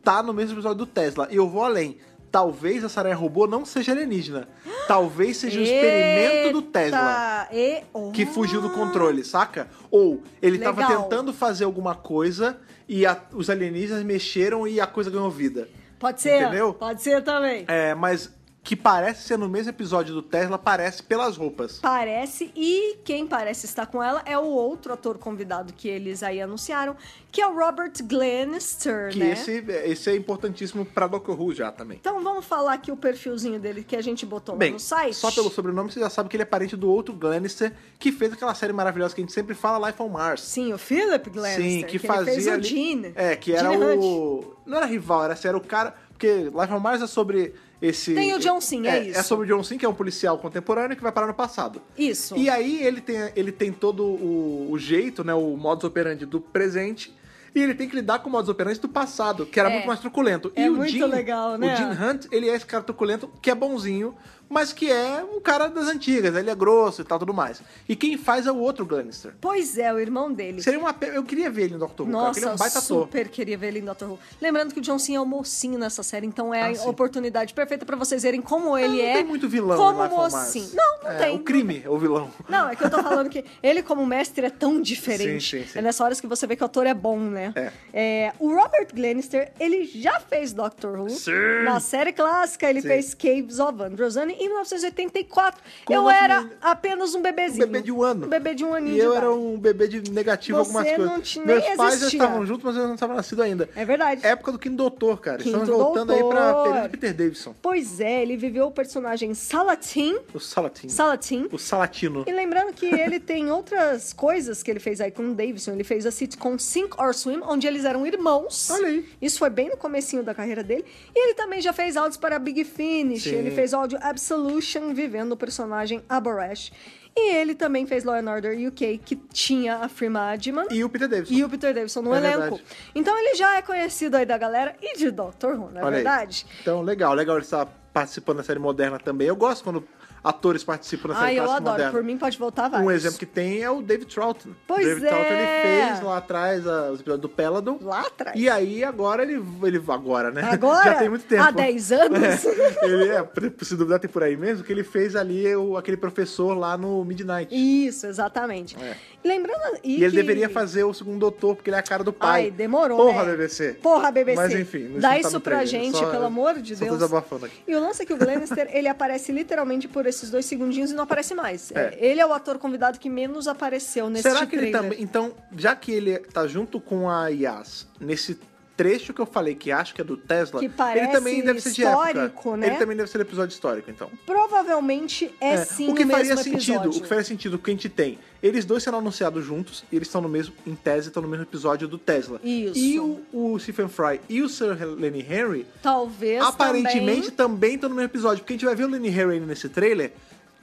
Speaker 3: tá no mesmo episódio do Tesla. E eu vou além. Talvez essa aranha robô não seja alienígena. Talvez seja um experimento do Tesla.
Speaker 4: E... oh,
Speaker 3: Que fugiu do controle, saca? Ou ele tava
Speaker 4: Ah. Legal.
Speaker 3: tentando fazer alguma coisa e a- os alienígenas mexeram e a coisa ganhou vida.
Speaker 4: Pode ser,
Speaker 3: Entendeu?
Speaker 4: pode ser também.
Speaker 3: É, mas que parece ser no mesmo episódio do Tesla, parece pelas roupas.
Speaker 4: Parece, e quem parece estar com ela é o outro ator convidado que eles aí anunciaram, que é o Robert Glenister,
Speaker 3: Que
Speaker 4: né?
Speaker 3: esse, esse é importantíssimo pra Doctor Who já também.
Speaker 4: Então vamos falar aqui o perfilzinho dele que a gente botou lá
Speaker 3: Bem,
Speaker 4: no site.
Speaker 3: só pelo sobrenome você já sabe que ele é parente do outro Glenister, que fez aquela série maravilhosa que a gente sempre fala, Life on Mars.
Speaker 4: Sim, o Philip Glenister,
Speaker 3: Sim, que,
Speaker 4: ele
Speaker 3: fazia.
Speaker 4: fez o
Speaker 3: ali-
Speaker 4: Gene.
Speaker 3: É, que era
Speaker 4: Gene Hudge.
Speaker 3: o. Não era rival, era, assim, era o cara. Porque Life on Mars é sobre esse.
Speaker 4: Tem o John Cena, é isso.
Speaker 3: É sobre o John Cena, que é um policial contemporâneo que vai parar no passado.
Speaker 4: Isso.
Speaker 3: E aí ele tem, ele tem todo o, o jeito, né? O modus operandi do presente. E ele tem que lidar com o modus operandi do passado, que era
Speaker 4: É.
Speaker 3: muito mais truculento. e
Speaker 4: É
Speaker 3: o
Speaker 4: muito
Speaker 3: Jim,
Speaker 4: legal, né?
Speaker 3: O Jim Hunt, ele é esse cara truculento que é bonzinho, mas que é um cara das antigas. Ele é grosso e tal, tudo mais. E quem faz é o outro Glenister.
Speaker 4: Pois é, o irmão dele.
Speaker 3: Seria uma pena. Eu queria ver ele no Doctor Who, cara, porque
Speaker 4: Nossa,
Speaker 3: ele é um baita ator.
Speaker 4: super queria ver ele em Doctor Who. Lembrando que o John Cena é o mocinho nessa série, então é
Speaker 3: Ah,
Speaker 4: a
Speaker 3: sim.
Speaker 4: oportunidade perfeita pra vocês verem como ele
Speaker 3: não
Speaker 4: é.
Speaker 3: tem muito vilão
Speaker 4: como
Speaker 3: em Life on Mars.
Speaker 4: mocinho. Não, não
Speaker 3: É,
Speaker 4: tem.
Speaker 3: O crime é o vilão.
Speaker 4: Não, é que eu tô falando que ele, como mestre, é tão diferente.
Speaker 3: Sim, sim, sim.
Speaker 4: É nessas horas que você vê que o ator é bom, né?
Speaker 3: É.
Speaker 4: o Robert Glenister, ele já fez Doctor Who.
Speaker 3: Sim.
Speaker 4: Na série clássica, ele
Speaker 3: Sim.
Speaker 4: fez Caves of Androzani em 1984.
Speaker 3: Com o
Speaker 4: eu
Speaker 3: nosso
Speaker 4: era
Speaker 3: menino-
Speaker 4: apenas um
Speaker 3: (laughs) assim?
Speaker 4: bebezinho.
Speaker 3: Um bebê de um ano.
Speaker 4: Um bebê de um aninho
Speaker 3: E
Speaker 4: de
Speaker 3: eu
Speaker 4: idade.
Speaker 3: era um bebê de negativo
Speaker 4: Você
Speaker 3: algumas coisas.
Speaker 4: não tinha-
Speaker 3: Meus
Speaker 4: nem
Speaker 3: pais já
Speaker 4: existia.
Speaker 3: estavam juntos, mas eu não estava nascido ainda.
Speaker 4: É verdade.
Speaker 3: Época do Quinto Doutor, cara.
Speaker 4: Quinto
Speaker 3: Estamos voltando aí pra
Speaker 4: Doutor.
Speaker 3: período de Peter Davidson.
Speaker 4: Pois é, ele viveu o personagem Salatin.
Speaker 3: O Salatin.
Speaker 4: Salatin.
Speaker 3: o Salatino.
Speaker 4: E lembrando que ele tem outras coisas que ele fez aí com o Davidson. Ele fez a sitcom Sink or Swim, onde eles eram irmãos.
Speaker 3: Olha aí.
Speaker 4: Isso foi bem no comecinho da carreira dele. E ele também já fez áudios para Big Finish.
Speaker 3: Sim.
Speaker 4: Ele fez áudio Absolution, vivendo o personagem Aborash. E ele também fez Law and Order UK, que tinha a Firma Adman.
Speaker 3: E o Peter Davidson.
Speaker 4: E o Peter Davidson no
Speaker 3: É
Speaker 4: elenco.
Speaker 3: verdade.
Speaker 4: Então ele já é conhecido aí da galera e de Doctor Who, não é
Speaker 3: Olha aí.
Speaker 4: verdade?
Speaker 3: Então, legal. Legal ele estar participando da série moderna também. Eu gosto quando atores participam da série
Speaker 4: Ah, eu
Speaker 3: clássica
Speaker 4: adoro.
Speaker 3: moderna.
Speaker 4: Por mim pode voltar vários.
Speaker 3: é Um exemplo que tem é o David Troughton.
Speaker 4: Pois
Speaker 3: David
Speaker 4: é.
Speaker 3: Troughton, ele fez lá atrás a- os episódios do Peladon.
Speaker 4: Lá atrás.
Speaker 3: (laughs) E aí, agora ele... ele agora, né?
Speaker 4: Agora?
Speaker 3: Já tem muito tempo.
Speaker 4: Há 10 anos?
Speaker 3: É, ele é, se duvidar, tem por aí mesmo, que ele fez ali o- aquele professor lá no Midnight.
Speaker 4: Isso, exatamente.
Speaker 3: É.
Speaker 4: Lembrando.
Speaker 3: E ele deveria fazer o segundo doutor, porque ele é a cara do pai.
Speaker 4: Ai, demorou.
Speaker 3: Porra,
Speaker 4: né?
Speaker 3: BBC.
Speaker 4: Porra, BBC.
Speaker 3: Mas enfim, não
Speaker 4: Dá
Speaker 3: tá
Speaker 4: isso
Speaker 3: no
Speaker 4: pra
Speaker 3: trailer,
Speaker 4: gente,
Speaker 3: só-
Speaker 4: pelo amor de
Speaker 3: só tô
Speaker 4: Deus.
Speaker 3: desabafando aqui.
Speaker 4: E o lance é que o Glenister, ele aparece literalmente por esses dois segundinhos e não aparece mais.
Speaker 3: É.
Speaker 4: Ele é o ator convidado que menos apareceu nesse
Speaker 3: Será que ele
Speaker 4: trailer.
Speaker 3: também. Então, já que ele tá junto com a Yas nesse trecho que eu falei, que acho que é do Tesla,
Speaker 4: Que
Speaker 3: ele também
Speaker 4: parece
Speaker 3: deve ser de época.
Speaker 4: histórico, né?
Speaker 3: Ele também deve ser episódio histórico, então.
Speaker 4: Provavelmente é, sim
Speaker 3: o que
Speaker 4: mesmo
Speaker 3: faria
Speaker 4: episódio.
Speaker 3: sentido, o que faria sentido que a gente tem. Eles dois serão anunciados juntos e eles estão no mesmo, em tese, estão no mesmo episódio do Tesla.
Speaker 4: Isso.
Speaker 3: E o, o Stephen Fry e o Sir Lenny Henry
Speaker 4: Talvez
Speaker 3: aparentemente
Speaker 4: também...
Speaker 3: também estão no mesmo episódio. Porque a gente vai ver o Lenny Henry nesse trailer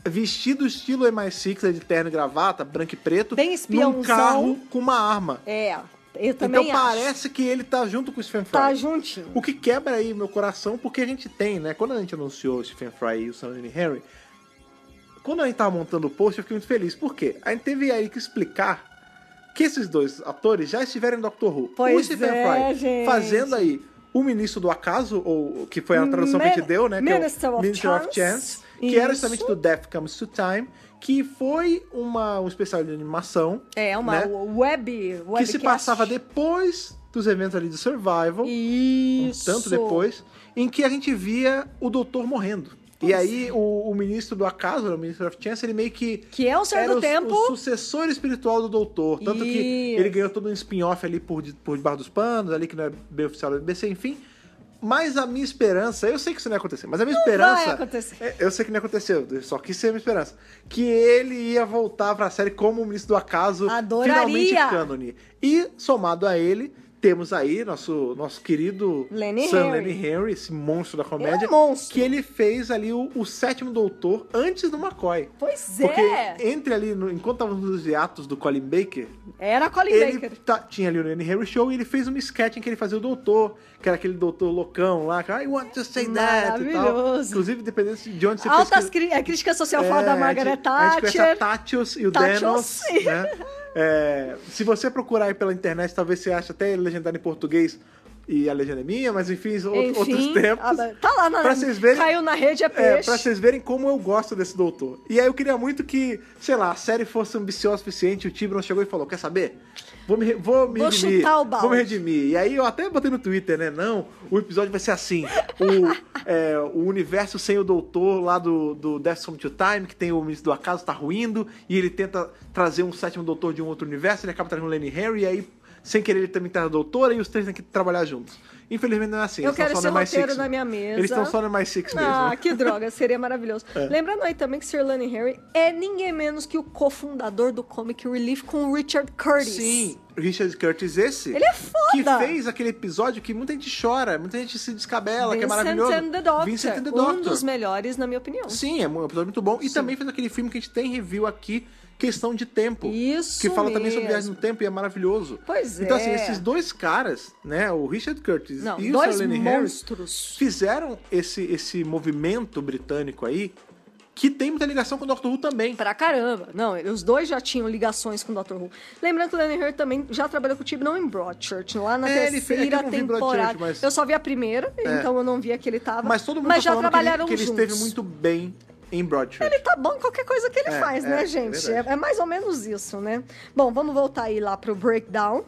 Speaker 3: vestido estilo MI6, né, de terno e gravata, branco e preto,
Speaker 4: Bem
Speaker 3: num
Speaker 4: espiãozão.
Speaker 3: carro com uma arma.
Speaker 4: É, eu também
Speaker 3: Então
Speaker 4: acho.
Speaker 3: parece que ele tá junto com o Stephen Fry.
Speaker 4: Tá juntinho.
Speaker 3: O que quebra aí meu coração, porque a gente tem, né? Quando a gente anunciou o Stephen Fry e o Sam Henry, quando a gente tava montando o post, eu fiquei muito feliz. Por quê? A gente teve aí que explicar que esses dois atores já estiveram em Doctor Who. o
Speaker 4: Pois
Speaker 3: Stephen
Speaker 4: é,
Speaker 3: Fry
Speaker 4: gente.
Speaker 3: fazendo aí o Ministro do Acaso, ou que foi a tradução que a gente
Speaker 4: Min-
Speaker 3: deu, né? que é o
Speaker 4: Minister of
Speaker 3: Minister of Chance,
Speaker 4: Chance.
Speaker 3: que era
Speaker 4: Isso.
Speaker 3: justamente do Death Comes to Time, que foi uma, um especial de animação.
Speaker 4: É, uma
Speaker 3: né?
Speaker 4: web,
Speaker 3: que se passava depois dos eventos ali de Survival
Speaker 4: Isso.
Speaker 3: um tanto depois, em que a gente via o doutor morrendo. e aí o, o ministro do acaso, né, o ministro of Chance, ele meio que.
Speaker 4: Que é um certo
Speaker 3: era o-
Speaker 4: tempo.
Speaker 3: O, sucessor espiritual do doutor. Tanto que
Speaker 4: Isso.
Speaker 3: ele ganhou todo um spin-off ali por, de- por debaixo dos panos, ali que não é bem oficial da BBC, enfim. Mas a minha esperança, eu sei que isso não ia acontecer, mas a minha esperança.
Speaker 4: vai acontecer.
Speaker 3: É, Eu sei que não aconteceu, só que isso é a minha esperança. Que ele ia voltar pra série como o ministro do acaso,
Speaker 4: Adoraria.
Speaker 3: finalmente cânone. E somado a ele, temos aí nosso, nosso querido
Speaker 4: Lenny
Speaker 3: Sam
Speaker 4: Henry.
Speaker 3: Lenny Henry, esse monstro da comédia.
Speaker 4: É um monstro.
Speaker 3: Que ele fez ali o, o sétimo doutor antes do McCoy.
Speaker 4: Pois
Speaker 3: Porque
Speaker 4: é.
Speaker 3: entre ali, no- enquanto tava nos hiatos do Colin Baker,
Speaker 4: Era Colin
Speaker 3: ele
Speaker 4: Baker.
Speaker 3: tá- tinha ali o Lenny Henry Show e ele fez um sketch em que ele fazia o doutor, que era aquele doutor loucão lá, que I want to say that e tal.
Speaker 4: Maravilhoso.
Speaker 3: Inclusive, dependendo de onde você
Speaker 4: Altas
Speaker 3: pesquisa-
Speaker 4: cri- a crítica social
Speaker 3: É,
Speaker 4: foda
Speaker 3: a
Speaker 4: da
Speaker 3: gente-
Speaker 4: Margaret
Speaker 3: A gente conhece a
Speaker 4: Thatcher.
Speaker 3: Tatius e o
Speaker 4: Tatius.
Speaker 3: Denos, né? É, se você procurar aí pela internet, talvez você ache até legendado em português e a legenda é minha, mas enfim, ou- outros
Speaker 4: Enfim,
Speaker 3: tempos.
Speaker 4: ah, tá lá na
Speaker 3: Pra vocês verem-
Speaker 4: Caiu na rede, é
Speaker 3: É,
Speaker 4: peixe.
Speaker 3: pra vocês verem como eu gosto desse doutor. E aí eu queria muito que, sei lá, a série fosse ambiciosa o suficiente, o Tibron chegou e falou, quer saber? Vou me, re- vou me
Speaker 4: Vou
Speaker 3: redimir.
Speaker 4: chutar o balde."
Speaker 3: Vou me redimir. E aí eu até botei no Twitter, né? Não, o episódio vai ser assim. O, é, o universo sem o doutor lá do, do Death Come to Time, que tem o ministro do acaso, tá ruindo, e ele tenta trazer um sétimo doutor de um outro universo, ele acaba trazendo o Lenny Harry, e aí, sem querer, ele também traz a doutora, e os três têm que trabalhar juntos. Infelizmente não é assim.
Speaker 4: Eu
Speaker 3: eles tão
Speaker 4: quero
Speaker 3: só
Speaker 4: esse
Speaker 3: no MI6
Speaker 4: roteiro
Speaker 3: mesmo.
Speaker 4: na minha mesa.
Speaker 3: Eles estão só no mais Six mesmo. É.
Speaker 4: Ah, que droga, seria maravilhoso. Lembrando aí também que Sir Lenny Henry é ninguém menos que o cofundador do Comic Relief com o Richard Curtis.
Speaker 3: Sim, Richard Curtis esse.
Speaker 4: Ele é foda.
Speaker 3: Que fez aquele episódio que muita gente chora, muita gente se descabela, que é maravilhoso.
Speaker 4: Vincent and the Doctor.
Speaker 3: Vincent and the
Speaker 4: Um
Speaker 3: Doctor.
Speaker 4: dos melhores, na minha opinião.
Speaker 3: Sim, é um episódio muito bom. E também fez aquele filme que a gente tem review aqui, Questão de Tempo.
Speaker 4: Isso
Speaker 3: Que fala também sobre
Speaker 4: mesmo.
Speaker 3: viagem no tempo e é maravilhoso.
Speaker 4: Pois
Speaker 3: Então, assim,
Speaker 4: é.
Speaker 3: esses dois caras, né, o Richard Curtis
Speaker 4: Não,
Speaker 3: e o
Speaker 4: dois
Speaker 3: Sir Lenny Harris,
Speaker 4: monstros.
Speaker 3: fizeram esse, esse movimento britânico aí, que tem muita ligação com o Doctor Who também.
Speaker 4: Pra caramba. Não, ele- os dois já tinham ligações com o Dr. Who. Lembrando que o Lenny Hurt também já trabalhou com o Tibnon em Broadchurch, lá na
Speaker 3: É, ele fez- é que
Speaker 4: terceira
Speaker 3: eu não vi
Speaker 4: temporada.
Speaker 3: Broadchurch, mas- É.
Speaker 4: Eu só vi a primeira, então eu não vi a que ele tava.
Speaker 3: Mas todo mundo
Speaker 4: mas
Speaker 3: tá
Speaker 4: já
Speaker 3: falando que ele-
Speaker 4: trabalharam
Speaker 3: que ele,
Speaker 4: juntos.
Speaker 3: esteve muito bem em Broadchurch.
Speaker 4: Ele tá bom em qualquer coisa que ele
Speaker 3: É,
Speaker 4: faz,
Speaker 3: é, é
Speaker 4: né, gente? É,
Speaker 3: verdade.
Speaker 4: é mais ou menos isso, né? Bom, vamos voltar aí lá pro breakdown.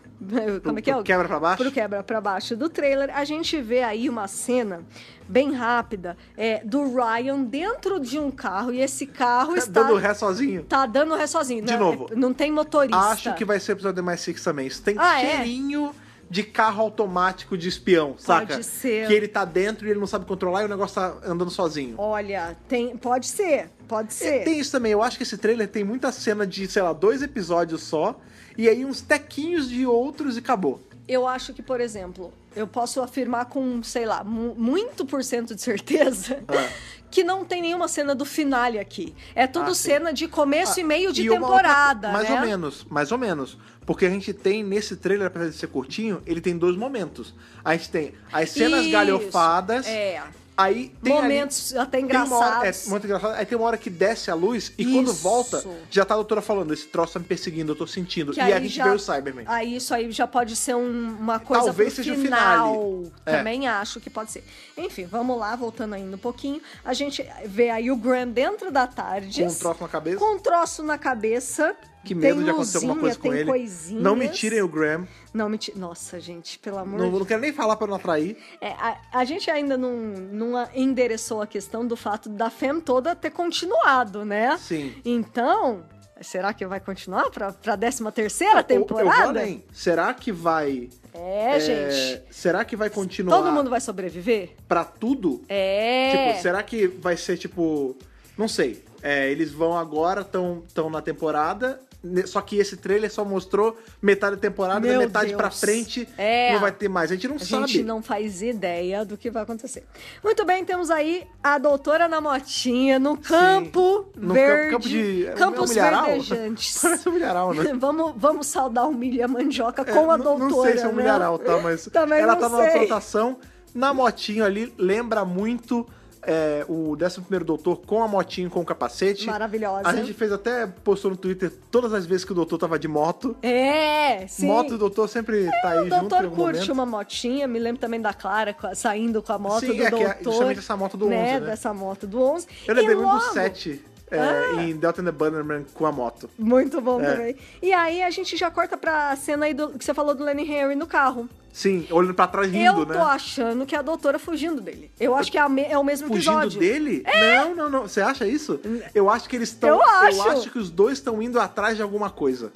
Speaker 4: (laughs) Como é que é?
Speaker 3: pro quebra pra baixo?
Speaker 4: Pro quebra pra baixo do trailer. A gente vê aí uma cena bem rápida é, do Ryan dentro de um carro e esse carro está.
Speaker 3: Tá Dando ré sozinho.
Speaker 4: Tá dando ré sozinho.
Speaker 3: De
Speaker 4: né?
Speaker 3: novo.
Speaker 4: Não tem motorista.
Speaker 3: Acho que vai ser episódio do mais Six também. Isso tem
Speaker 4: Ah, é?
Speaker 3: cheirinho de carro automático de espião, saca?
Speaker 4: ser.
Speaker 3: Que ele tá dentro e ele não sabe controlar e o negócio tá andando sozinho.
Speaker 4: Olha, tem... pode ser. Pode
Speaker 3: É,
Speaker 4: ser.
Speaker 3: Tem isso também. Eu acho que esse trailer tem muita cena de, sei lá, dois episódios só. E aí uns tequinhos de outros e acabou.
Speaker 4: Eu acho que, por exemplo, eu posso afirmar com, sei lá, mu- muito por cento de certeza
Speaker 3: Ah.
Speaker 4: (laughs) que não tem nenhuma cena do finale aqui. É tudo
Speaker 3: Ah, sim.
Speaker 4: cena de começo e meio de
Speaker 3: Ah, E uma outra-
Speaker 4: temporada,
Speaker 3: mais
Speaker 4: né?
Speaker 3: ou menos, mais ou menos. Porque a gente tem nesse trailer, apesar de ser curtinho, ele tem dois momentos. A gente tem as cenas
Speaker 4: Isso,
Speaker 3: galhofadas.
Speaker 4: é.
Speaker 3: Aí tem ali-
Speaker 4: Momentos até
Speaker 3: tem uma hora-
Speaker 4: engraçados.
Speaker 3: é, muito engraçado. Aí tem uma hora que desce a luz e quando
Speaker 4: Isso.
Speaker 3: volta, já tá a doutora falando, esse troço tá me perseguindo, eu tô sentindo.
Speaker 4: Que
Speaker 3: e
Speaker 4: aí
Speaker 3: a gente
Speaker 4: já- Ah,
Speaker 3: vê o Cyberman.
Speaker 4: Aí isso aí já pode ser um- uma coisa
Speaker 3: Talvez
Speaker 4: pro
Speaker 3: seja o
Speaker 4: final.
Speaker 3: finale. É.
Speaker 4: Também acho que pode ser. Enfim, vamos lá, voltando ainda um pouquinho. A gente vê aí o Graham dentro da tarde.
Speaker 3: Com um troço na cabeça.
Speaker 4: Com um troço na cabeça.
Speaker 3: Que
Speaker 4: Tem
Speaker 3: medo de acontecer alguma
Speaker 4: luzinha,
Speaker 3: coisa com
Speaker 4: tem
Speaker 3: ele.
Speaker 4: coisinhas.
Speaker 3: Não me tirem o Graham.
Speaker 4: Não, mentira. Nossa, gente, pelo amor
Speaker 3: Não,
Speaker 4: de
Speaker 3: não quero nem falar pra não atrair.
Speaker 4: É, a, a gente ainda não, não a- endereçou a questão do fato da FEM toda ter continuado, né?
Speaker 3: Sim.
Speaker 4: Então, será que vai continuar pra, pra 13 terceira
Speaker 3: Eu- Eu vou
Speaker 4: temporada?
Speaker 3: além. Será que vai.
Speaker 4: é,
Speaker 3: é,
Speaker 4: gente.
Speaker 3: Será que vai continuar
Speaker 4: Todo mundo vai sobreviver?
Speaker 3: pra tudo?
Speaker 4: É.
Speaker 3: Tipo, será que vai ser tipo. Não sei. É, eles vão agora, tão, tão na temporada. ne- Só que esse trailer só mostrou metade da temporada
Speaker 4: Meu
Speaker 3: e metade pra
Speaker 4: Deus.
Speaker 3: frente
Speaker 4: É.
Speaker 3: não vai ter mais. A gente não
Speaker 4: a
Speaker 3: sabe.
Speaker 4: gente não faz ideia do que vai acontecer. Muito bem, temos aí a doutora na motinha no campo
Speaker 3: No
Speaker 4: verde.
Speaker 3: campo de. é um- é um
Speaker 4: Campos
Speaker 3: milharal?
Speaker 4: verdejantes.
Speaker 3: (laughs) Parece um milharal, né?
Speaker 4: (laughs) vamos, vamos saudar o milho e a mandioca
Speaker 3: É,
Speaker 4: com a
Speaker 3: n-
Speaker 4: doutora.
Speaker 3: Não sei se é um
Speaker 4: né?
Speaker 3: milharal, tá? Mas
Speaker 4: (laughs) Também
Speaker 3: ela
Speaker 4: não
Speaker 3: tá numa
Speaker 4: sei.
Speaker 3: plantação, na motinho ali, lembra muito é, o 11 Doutor com a motinho com o capacete.
Speaker 4: Maravilhosa.
Speaker 3: A gente fez até, postou no Twitter todas as vezes que o doutor tava de moto.
Speaker 4: É, sim. É,
Speaker 3: Moto e doutor sempre tá aí
Speaker 4: o
Speaker 3: junto em
Speaker 4: doutor
Speaker 3: algum
Speaker 4: curte
Speaker 3: momento.
Speaker 4: uma motinha, me lembro também da Clara co- saindo com a moto
Speaker 3: Sim,
Speaker 4: do
Speaker 3: é que é
Speaker 4: doutor.
Speaker 3: justamente essa moto do 11, né?
Speaker 4: Dessa moto do 11.
Speaker 3: Eu lembrei
Speaker 4: E
Speaker 3: muito do
Speaker 4: logo-
Speaker 3: 7 é,
Speaker 4: Ah.
Speaker 3: em Delta and the Bannerman com a moto.
Speaker 4: Muito bom
Speaker 3: É.
Speaker 4: também. E aí a gente já corta pra cena aí do, que você falou do Lenny Henry no carro.
Speaker 3: Sim, olhando pra trás rindo,
Speaker 4: Eu
Speaker 3: né?
Speaker 4: tô achando que é a doutora fugindo dele. Eu acho que é, a me- é o mesmo
Speaker 3: Fugindo
Speaker 4: episódio.
Speaker 3: dele? Não, não, não. Você acha isso? Eu acho que eles estão.
Speaker 4: Eu acho.
Speaker 3: que os dois estão indo atrás de alguma coisa.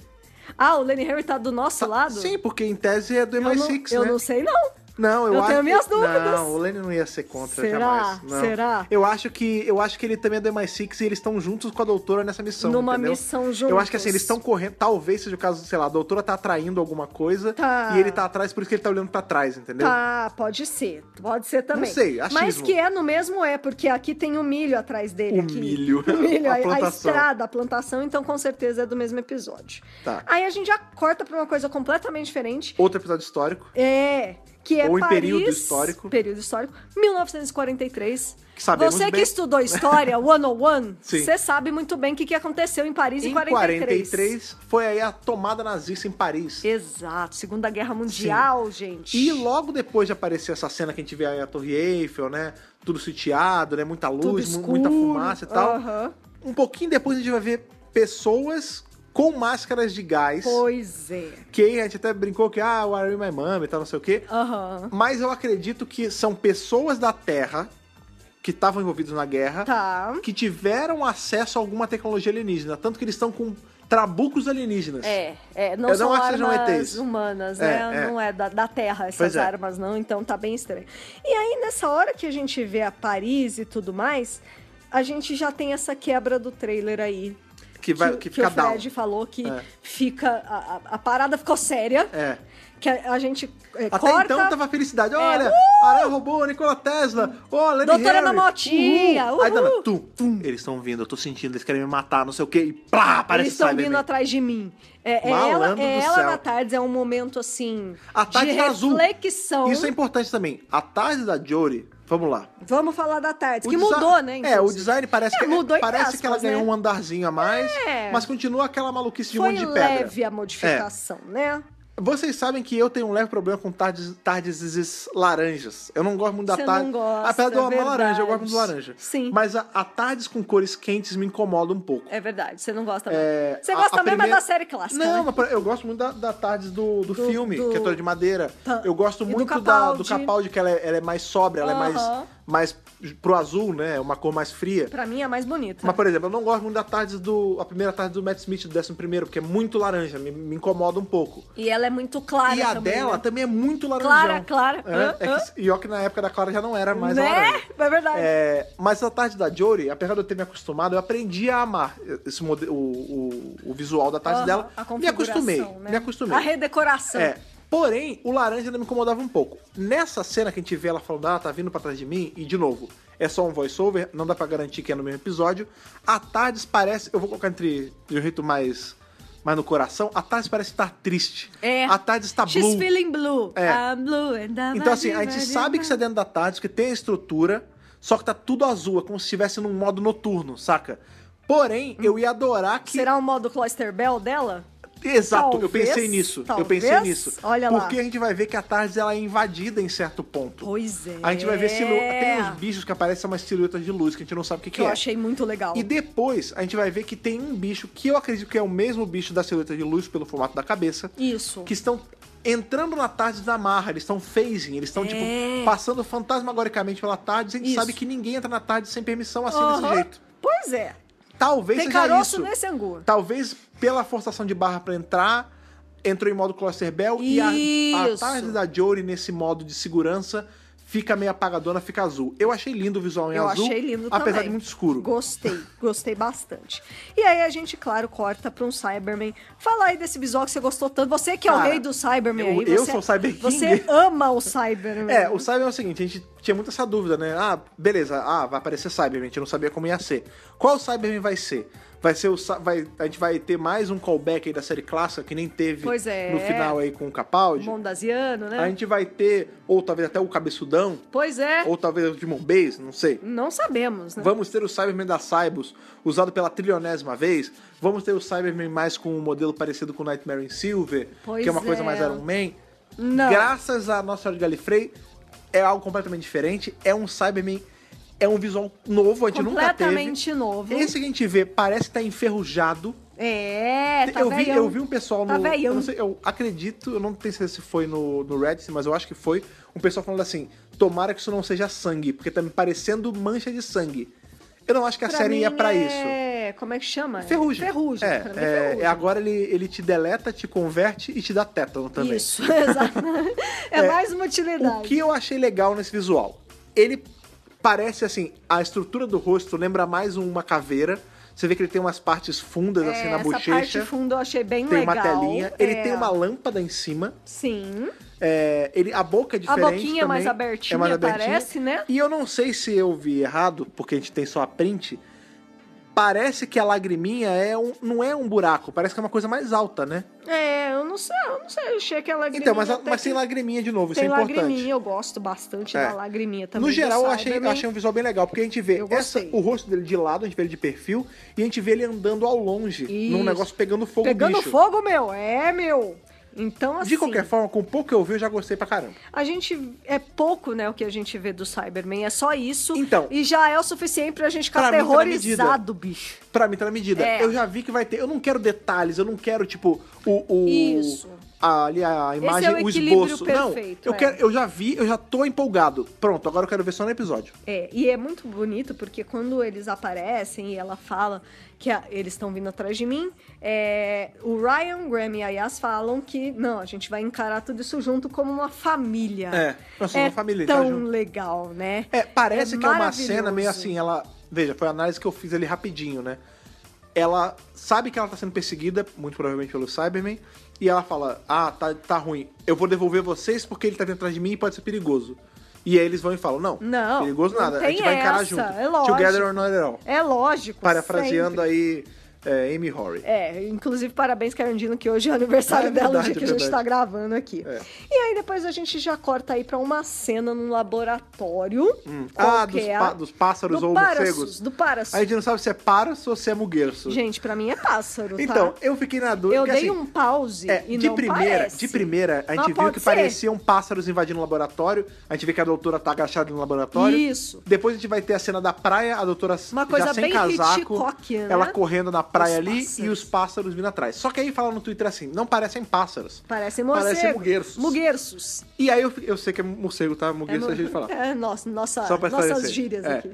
Speaker 4: Ah, o Lenny Henry tá do nosso lado?
Speaker 3: Sim, porque em tese é do
Speaker 4: Eu, não,
Speaker 3: MI6,
Speaker 4: eu
Speaker 3: né?
Speaker 4: não sei, não.
Speaker 3: Não, eu,
Speaker 4: eu
Speaker 3: acho.
Speaker 4: tenho minhas
Speaker 3: que-
Speaker 4: dúvidas.
Speaker 3: Não, o Lenny não ia ser contra
Speaker 4: Será?
Speaker 3: jamais. Não.
Speaker 4: Será?
Speaker 3: Eu acho que eu acho que ele também é do MI6 e eles estão juntos com a doutora nessa missão,
Speaker 4: Numa
Speaker 3: entendeu?
Speaker 4: missão
Speaker 3: Eu
Speaker 4: juntos.
Speaker 3: acho que assim, eles estão correndo, talvez seja o caso, sei lá, a doutora tá atraindo alguma coisa
Speaker 4: Tá.
Speaker 3: e ele tá atrás, por isso que ele tá olhando pra trás, entendeu?
Speaker 4: Tá, pode ser. Pode ser também.
Speaker 3: sei, achismo.
Speaker 4: Mas que é no mesmo é, porque aqui tem o milho atrás dele.
Speaker 3: O
Speaker 4: aqui.
Speaker 3: Um
Speaker 4: (laughs)
Speaker 3: milho.
Speaker 4: O milho,
Speaker 3: A
Speaker 4: a, a
Speaker 3: plantação.
Speaker 4: estrada, a plantação, então com certeza é do mesmo episódio.
Speaker 3: Tá.
Speaker 4: Aí a gente já corta pra uma coisa completamente diferente.
Speaker 3: Outro episódio histórico,
Speaker 4: É, que é
Speaker 3: Ou em
Speaker 4: Paris,
Speaker 3: período histórico.
Speaker 4: Período histórico, 1943.
Speaker 3: Que sabemos
Speaker 4: Você que
Speaker 3: bem.
Speaker 4: estudou
Speaker 3: (laughs)
Speaker 4: história 101,
Speaker 3: Sim.
Speaker 4: você sabe muito bem o que, que aconteceu em Paris em,
Speaker 3: em 43, foi aí a tomada nazista em Paris.
Speaker 4: Exato, Segunda Guerra Mundial, gente.
Speaker 3: E logo depois de aparecer essa cena que a gente vê aí a Torre Eiffel, né? Tudo sitiado, né? Muita
Speaker 4: Tudo
Speaker 3: luz, mu-
Speaker 4: escuro. Ah.
Speaker 3: muita fumaça e tal.
Speaker 4: Aham.
Speaker 3: Um pouquinho depois a gente vai ver pessoas com máscaras de gás.
Speaker 4: Pois é.
Speaker 3: Que a gente até brincou que, ah, o Are You My Mom e tal, não sei o quê.
Speaker 4: Aham.
Speaker 3: Mas eu acredito que são pessoas da Terra que estavam envolvidos na guerra
Speaker 4: Tá.
Speaker 3: que tiveram acesso a alguma tecnologia alienígena. Tanto que eles estão com trabucos alienígenas.
Speaker 4: É, é, não
Speaker 3: Eu
Speaker 4: são
Speaker 3: não acho que sejam
Speaker 4: armas
Speaker 3: ETs.
Speaker 4: humanas,
Speaker 3: É,
Speaker 4: né?
Speaker 3: é.
Speaker 4: Não é da, da Terra essas
Speaker 3: Pois é.
Speaker 4: armas, não, então tá bem estranho. E aí, nessa hora que a gente vê a Paris e tudo mais, a gente já tem essa quebra do trailer aí.
Speaker 3: Que, vai, que, fica
Speaker 4: o Fred
Speaker 3: down.
Speaker 4: falou que
Speaker 3: É.
Speaker 4: fica. A, a- a parada ficou séria.
Speaker 3: É.
Speaker 4: Que a, a gente é,
Speaker 3: Até
Speaker 4: corta.
Speaker 3: então tava felicidade.
Speaker 4: É,
Speaker 3: Olha, Aranha roubou, Nikola Tesla. Ó, Lenny
Speaker 4: Doutora
Speaker 3: Henry.
Speaker 4: na motinha,
Speaker 3: Uhul. Aí,
Speaker 4: uhul.
Speaker 3: Dana, tum, tum. Eles estão vindo, eu tô sentindo, eles querem me matar, não sei o quê. E plá, aparece
Speaker 4: Eles estão
Speaker 3: Cyberman.
Speaker 4: vindo atrás de mim. É, é ela,
Speaker 3: Malandro
Speaker 4: é
Speaker 3: do
Speaker 4: ela
Speaker 3: céu.
Speaker 4: na tarde é um momento assim.
Speaker 3: A tarde
Speaker 4: de
Speaker 3: tá azul.
Speaker 4: reflexão.
Speaker 3: Isso é importante também. A tarde da Jory, vamos lá.
Speaker 4: Vamos falar da tarde,
Speaker 3: O
Speaker 4: que
Speaker 3: desi-
Speaker 4: mudou, né?
Speaker 3: É, o
Speaker 4: inclusive.
Speaker 3: design parece
Speaker 4: É,
Speaker 3: que
Speaker 4: mudou em
Speaker 3: parece
Speaker 4: aspas,
Speaker 3: que ela ganhou
Speaker 4: né?
Speaker 3: um andarzinho a mais,
Speaker 4: É.
Speaker 3: mas continua aquela maluquice de um
Speaker 4: Foi
Speaker 3: monte de pedra. É.
Speaker 4: leve a modificação, né?
Speaker 3: Vocês sabem que eu tenho um leve problema com tardes, tardes vezes, laranjas. Eu não gosto muito da
Speaker 4: Você
Speaker 3: tarde.
Speaker 4: não gosta, é
Speaker 3: Apesar de eu amar
Speaker 4: verdade.
Speaker 3: laranja, eu gosto muito de laranja.
Speaker 4: Sim.
Speaker 3: Mas a, a tardes com cores quentes me incomoda um pouco.
Speaker 4: É verdade, você não gosta
Speaker 3: É,
Speaker 4: mais. Você
Speaker 3: a-
Speaker 4: gosta
Speaker 3: a
Speaker 4: mesmo é
Speaker 3: primeira-
Speaker 4: da série clássica.
Speaker 3: Não,
Speaker 4: né?
Speaker 3: mas pra- eu gosto muito da, da tardes do, do,
Speaker 4: Do-
Speaker 3: filme,
Speaker 4: do-
Speaker 3: que é toda de madeira.
Speaker 4: Tá.
Speaker 3: Eu gosto
Speaker 4: E do
Speaker 3: muito da, do
Speaker 4: Capaldi.
Speaker 3: Capaldi, que ela é, ela é mais sóbria, ela é
Speaker 4: Aham.
Speaker 3: mais, mais pro azul, né? É Uma cor mais fria.
Speaker 4: Pra mim é a mais bonita.
Speaker 3: Mas, por exemplo, eu não gosto muito da tarde do. A primeira tarde do Matt Smith, do décimo primeiro, porque é muito laranja, me, me incomoda um pouco.
Speaker 4: E ela é muito clara
Speaker 3: e a
Speaker 4: também,
Speaker 3: dela
Speaker 4: né?
Speaker 3: também é muito laranjão.
Speaker 4: Clara, clara.
Speaker 3: É,
Speaker 4: Hã?
Speaker 3: é que, e ó que na época da Clara já não era mais a
Speaker 4: né?
Speaker 3: laranja.
Speaker 4: É verdade.
Speaker 3: É, mas a tarde da Jory, apesar de eu ter me acostumado, eu aprendi a amar esse mode- o, o, o visual da tarde
Speaker 4: Aham,
Speaker 3: dela.
Speaker 4: a
Speaker 3: me acostumei,
Speaker 4: configuração, né?
Speaker 3: me acostumei.
Speaker 4: A redecoração.
Speaker 3: É. Porém, o laranja ainda me incomodava um pouco. Nessa cena que a gente vê ela falando, ah, tá vindo pra trás de mim, e de novo, é só um voice-over, não dá pra garantir que é no mesmo episódio. A Tardes parece, eu vou colocar entre de um jeito mais, mais no coração, a Tardes parece estar triste.
Speaker 4: É.
Speaker 3: A Tardes tá
Speaker 4: She's
Speaker 3: blue.
Speaker 4: feeling blue.
Speaker 3: É.
Speaker 4: I'm blue and I'm
Speaker 3: Então assim, a gente sabe que isso é dentro da Tardes, que tem a estrutura, só que tá tudo azul, é como se estivesse num
Speaker 4: Hum.
Speaker 3: modo noturno, saca? Porém, eu ia adorar que
Speaker 4: Será o modo Cloister Bell dela?
Speaker 3: Exato, eu
Speaker 4: Talvez,
Speaker 3: pensei nisso.
Speaker 4: talvez.
Speaker 3: Eu pensei nisso.
Speaker 4: Olha lá.
Speaker 3: Porque a gente vai ver que a Tardes ela é invadida em certo ponto.
Speaker 4: Pois é.
Speaker 3: A gente vai ver silhueta. Tem uns bichos que aparecem umas silhuetas de luz que a gente não sabe o que,
Speaker 4: Que
Speaker 3: que
Speaker 4: eu
Speaker 3: é.
Speaker 4: achei muito legal.
Speaker 3: E depois a gente vai ver que tem um bicho que eu acredito que é o mesmo bicho da silhueta de luz pelo formato da cabeça.
Speaker 4: Isso.
Speaker 3: Que estão entrando na tarde da marra, eles estão phasing, eles estão, tipo, passando fantasmagoricamente pela tarde. A gente
Speaker 4: É. Isso.
Speaker 3: sabe que ninguém entra na tarde sem permissão assim desse
Speaker 4: Aham.
Speaker 3: jeito.
Speaker 4: Pois é.
Speaker 3: Talvez
Speaker 4: Tem
Speaker 3: seja
Speaker 4: caroço
Speaker 3: isso.
Speaker 4: nesse angu.
Speaker 3: Talvez pela forçação de barra pra entrar, entrou em modo Cluster Bell e a, a
Speaker 4: Isso.
Speaker 3: tarde da Jory nesse modo de segurança fica meio apagadona, fica azul. Eu achei lindo o visual em
Speaker 4: Eu
Speaker 3: azul,
Speaker 4: achei lindo
Speaker 3: apesar
Speaker 4: também.
Speaker 3: de muito escuro.
Speaker 4: Gostei, gostei bastante. E aí a gente, claro, corta pra um Cyberman. Fala aí desse visual que você gostou tanto. Você que é o
Speaker 3: Cara,
Speaker 4: rei do Cyberman
Speaker 3: eu-
Speaker 4: aí.
Speaker 3: eu
Speaker 4: você-
Speaker 3: sou o Cyber King.
Speaker 4: (laughs) Você ama o Cyberman.
Speaker 3: É, o Cyber é o seguinte, a gente tinha muito essa dúvida, né? Ah, beleza, ah, vai aparecer Cyberman, a gente não sabia como ia ser. Qual Cyberman vai ser? Vai ser o Cy- vai, a gente vai ter mais um callback aí da série clássica que nem teve
Speaker 4: Pois é.
Speaker 3: no final aí com o Capaldi.
Speaker 4: Mondasiano, né?
Speaker 3: A gente vai ter ou talvez até o Cabeçudão,
Speaker 4: Pois é.
Speaker 3: ou talvez o Demon Base, não sei.
Speaker 4: Não sabemos, né?
Speaker 3: Vamos ter o Cyberman da Cybus, usado pela trilionésima vez. Vamos ter o Cyberman mais com um modelo parecido com o Nightmare in Silver,
Speaker 4: Pois
Speaker 3: que é uma coisa
Speaker 4: é.
Speaker 3: mais Iron Man.
Speaker 4: Não.
Speaker 3: Graças à nossa de Galifrey, é algo completamente diferente. É um Cyberman, é um visual novo, a gente nunca teve.
Speaker 4: Completamente novo.
Speaker 3: Esse que a gente vê parece que tá enferrujado.
Speaker 4: É, tá
Speaker 3: eu, vi,
Speaker 4: velhão.
Speaker 3: eu vi um pessoal no.
Speaker 4: Tá velhão.
Speaker 3: eu, não sei, eu acredito, eu não tenho certeza se foi no, no Reddit, mas eu acho que foi. Um pessoal falando assim: tomara que isso não seja sangue, porque tá me parecendo mancha de sangue. Eu não acho que a
Speaker 4: Pra
Speaker 3: série ia
Speaker 4: mim
Speaker 3: pra isso.
Speaker 4: é... Como é que chama?
Speaker 3: Ferrugem.
Speaker 4: Ferrugem.
Speaker 3: É,
Speaker 4: pra mim
Speaker 3: é,
Speaker 4: ferrugem.
Speaker 3: é, agora ele, ele te deleta, te converte e te dá tétano também.
Speaker 4: Isso, (laughs) exato. É,
Speaker 3: É,
Speaker 4: mais uma utilidade.
Speaker 3: O que eu achei legal nesse visual? Ele parece assim, a estrutura do rosto lembra mais uma caveira. Você vê que ele tem umas partes fundas
Speaker 4: É,
Speaker 3: assim na
Speaker 4: essa
Speaker 3: bochecha.
Speaker 4: parte fundo eu achei bem
Speaker 3: tem
Speaker 4: legal.
Speaker 3: uma telinha. Ele
Speaker 4: É,
Speaker 3: tem uma lâmpada em cima.
Speaker 4: Sim.
Speaker 3: É, ele, a boca é
Speaker 4: A
Speaker 3: diferente.
Speaker 4: boquinha é mais
Speaker 3: também,
Speaker 4: abertinha,
Speaker 3: é mais abertinha.
Speaker 4: parece, né?
Speaker 3: E eu não sei se eu vi errado, porque a gente tem só a print. Parece que a lagriminha é um, não é um buraco, parece que é uma coisa mais alta, né?
Speaker 4: É, eu não sei, eu não sei, eu achei que a lagriminha.
Speaker 3: Então, mas,
Speaker 4: até
Speaker 3: mas
Speaker 4: que
Speaker 3: tem lagriminha de novo, isso é
Speaker 4: tem
Speaker 3: importante.
Speaker 4: lagriminha, eu gosto bastante
Speaker 3: É.
Speaker 4: da lagriminha também.
Speaker 3: no
Speaker 4: do
Speaker 3: geral, eu achei, eu
Speaker 4: Cyberman.
Speaker 3: achei um visual bem legal, porque a gente vê
Speaker 4: Eu
Speaker 3: essa-
Speaker 4: gostei.
Speaker 3: o rosto dele de lado, a gente vê ele de perfil, e a gente vê ele andando ao longe, num
Speaker 4: Isso.
Speaker 3: negócio pegando fogo
Speaker 4: Pegando
Speaker 3: bicho.
Speaker 4: fogo, meu, é, meu. Então, assim.
Speaker 3: De qualquer forma, com o pouco que eu vi, eu já gostei pra caramba.
Speaker 4: A gente. É pouco, né, o que a gente vê do Cyberman. É só isso.
Speaker 3: Então.
Speaker 4: E já é o suficiente pra gente ficar
Speaker 3: Pra mim, tá na
Speaker 4: aterrorizado, bicho.
Speaker 3: Pra mim tá na medida.
Speaker 4: É.
Speaker 3: Eu já vi que vai ter. Eu não quero detalhes, eu não quero, tipo, o. o
Speaker 4: Isso.
Speaker 3: a- ali a imagem,
Speaker 4: é o
Speaker 3: o
Speaker 4: equilíbrio
Speaker 3: esboço.
Speaker 4: perfeito,
Speaker 3: não, eu,
Speaker 4: é.
Speaker 3: quero, eu já vi, eu já tô empolgado. Pronto, agora eu quero ver só no episódio.
Speaker 4: É, e é muito bonito porque quando eles aparecem e ela fala que a- eles estão vindo atrás de mim, é, o Ryan, Graham e a Yas falam que não, a gente vai encarar tudo isso junto como uma família.
Speaker 3: É, nós somos
Speaker 4: É
Speaker 3: uma família, tá
Speaker 4: tão
Speaker 3: junto.
Speaker 4: legal, né?
Speaker 3: É, parece que é uma
Speaker 4: maravilhoso.
Speaker 3: cena meio assim, ela. Veja, foi a análise que eu fiz ali rapidinho, né? Ela sabe que ela tá sendo perseguida, muito provavelmente pelo Cyberman, e ela fala: Ah, tá, tá ruim, eu vou devolver vocês porque ele tá vindo atrás de mim e pode ser perigoso. E aí eles vão e falam: Não,
Speaker 4: Não,
Speaker 3: perigoso
Speaker 4: não
Speaker 3: nada, a
Speaker 4: tem
Speaker 3: gente vai encarar
Speaker 4: essa,
Speaker 3: junto.
Speaker 4: é lógico.
Speaker 3: Together or not at all.
Speaker 4: É lógico.
Speaker 3: Parafraseando
Speaker 4: sempre.
Speaker 3: aí é, Amy Horry.
Speaker 4: É, inclusive parabéns, Carandino, que hoje é aniversário
Speaker 3: Ah, é
Speaker 4: dela, o
Speaker 3: verdade,
Speaker 4: dia que
Speaker 3: é
Speaker 4: a gente
Speaker 3: verdade.
Speaker 4: tá gravando aqui.
Speaker 3: É.
Speaker 4: E aí depois a gente já corta aí pra uma cena num laboratório.
Speaker 3: Ah, dos,
Speaker 4: qualquer.
Speaker 3: pá- dos pássaros
Speaker 4: do
Speaker 3: ou
Speaker 4: Parassus,
Speaker 3: morcegos.
Speaker 4: Do Parassus.
Speaker 3: A gente não sabe se é Paras ou se é Muguerço.
Speaker 4: Gente, pra mim é pássaro,
Speaker 3: Então,
Speaker 4: tá?
Speaker 3: eu fiquei na dúvida.
Speaker 4: Eu
Speaker 3: porque,
Speaker 4: dei
Speaker 3: assim,
Speaker 4: um pause
Speaker 3: É,
Speaker 4: e
Speaker 3: de
Speaker 4: não
Speaker 3: primeira,
Speaker 4: parece.
Speaker 3: de primeira, a gente
Speaker 4: Mas
Speaker 3: viu
Speaker 4: pode
Speaker 3: que
Speaker 4: ser.
Speaker 3: pareciam pássaros invadindo o laboratório. A gente vê que a doutora tá agachada no laboratório.
Speaker 4: Isso.
Speaker 3: Depois a gente vai ter a cena da praia, a doutora
Speaker 4: Uma
Speaker 3: já
Speaker 4: coisa
Speaker 3: sem
Speaker 4: bem
Speaker 3: casaco,
Speaker 4: Hitchcockiana.
Speaker 3: ela correndo na praia
Speaker 4: Os
Speaker 3: ali e
Speaker 4: pássaros.
Speaker 3: os pássaros vindo atrás. Só que aí fala no Twitter assim, não parecem pássaros.
Speaker 4: Parecem morcegos.
Speaker 3: Parecem muguerços.
Speaker 4: Muguerços.
Speaker 3: E aí eu, eu sei que é morcego, tá? Muguerço é, a gente falar.
Speaker 4: (laughs) É, nossa, nossa,
Speaker 3: Só pra
Speaker 4: nossas
Speaker 3: esclarecer.
Speaker 4: gírias
Speaker 3: É.
Speaker 4: aqui.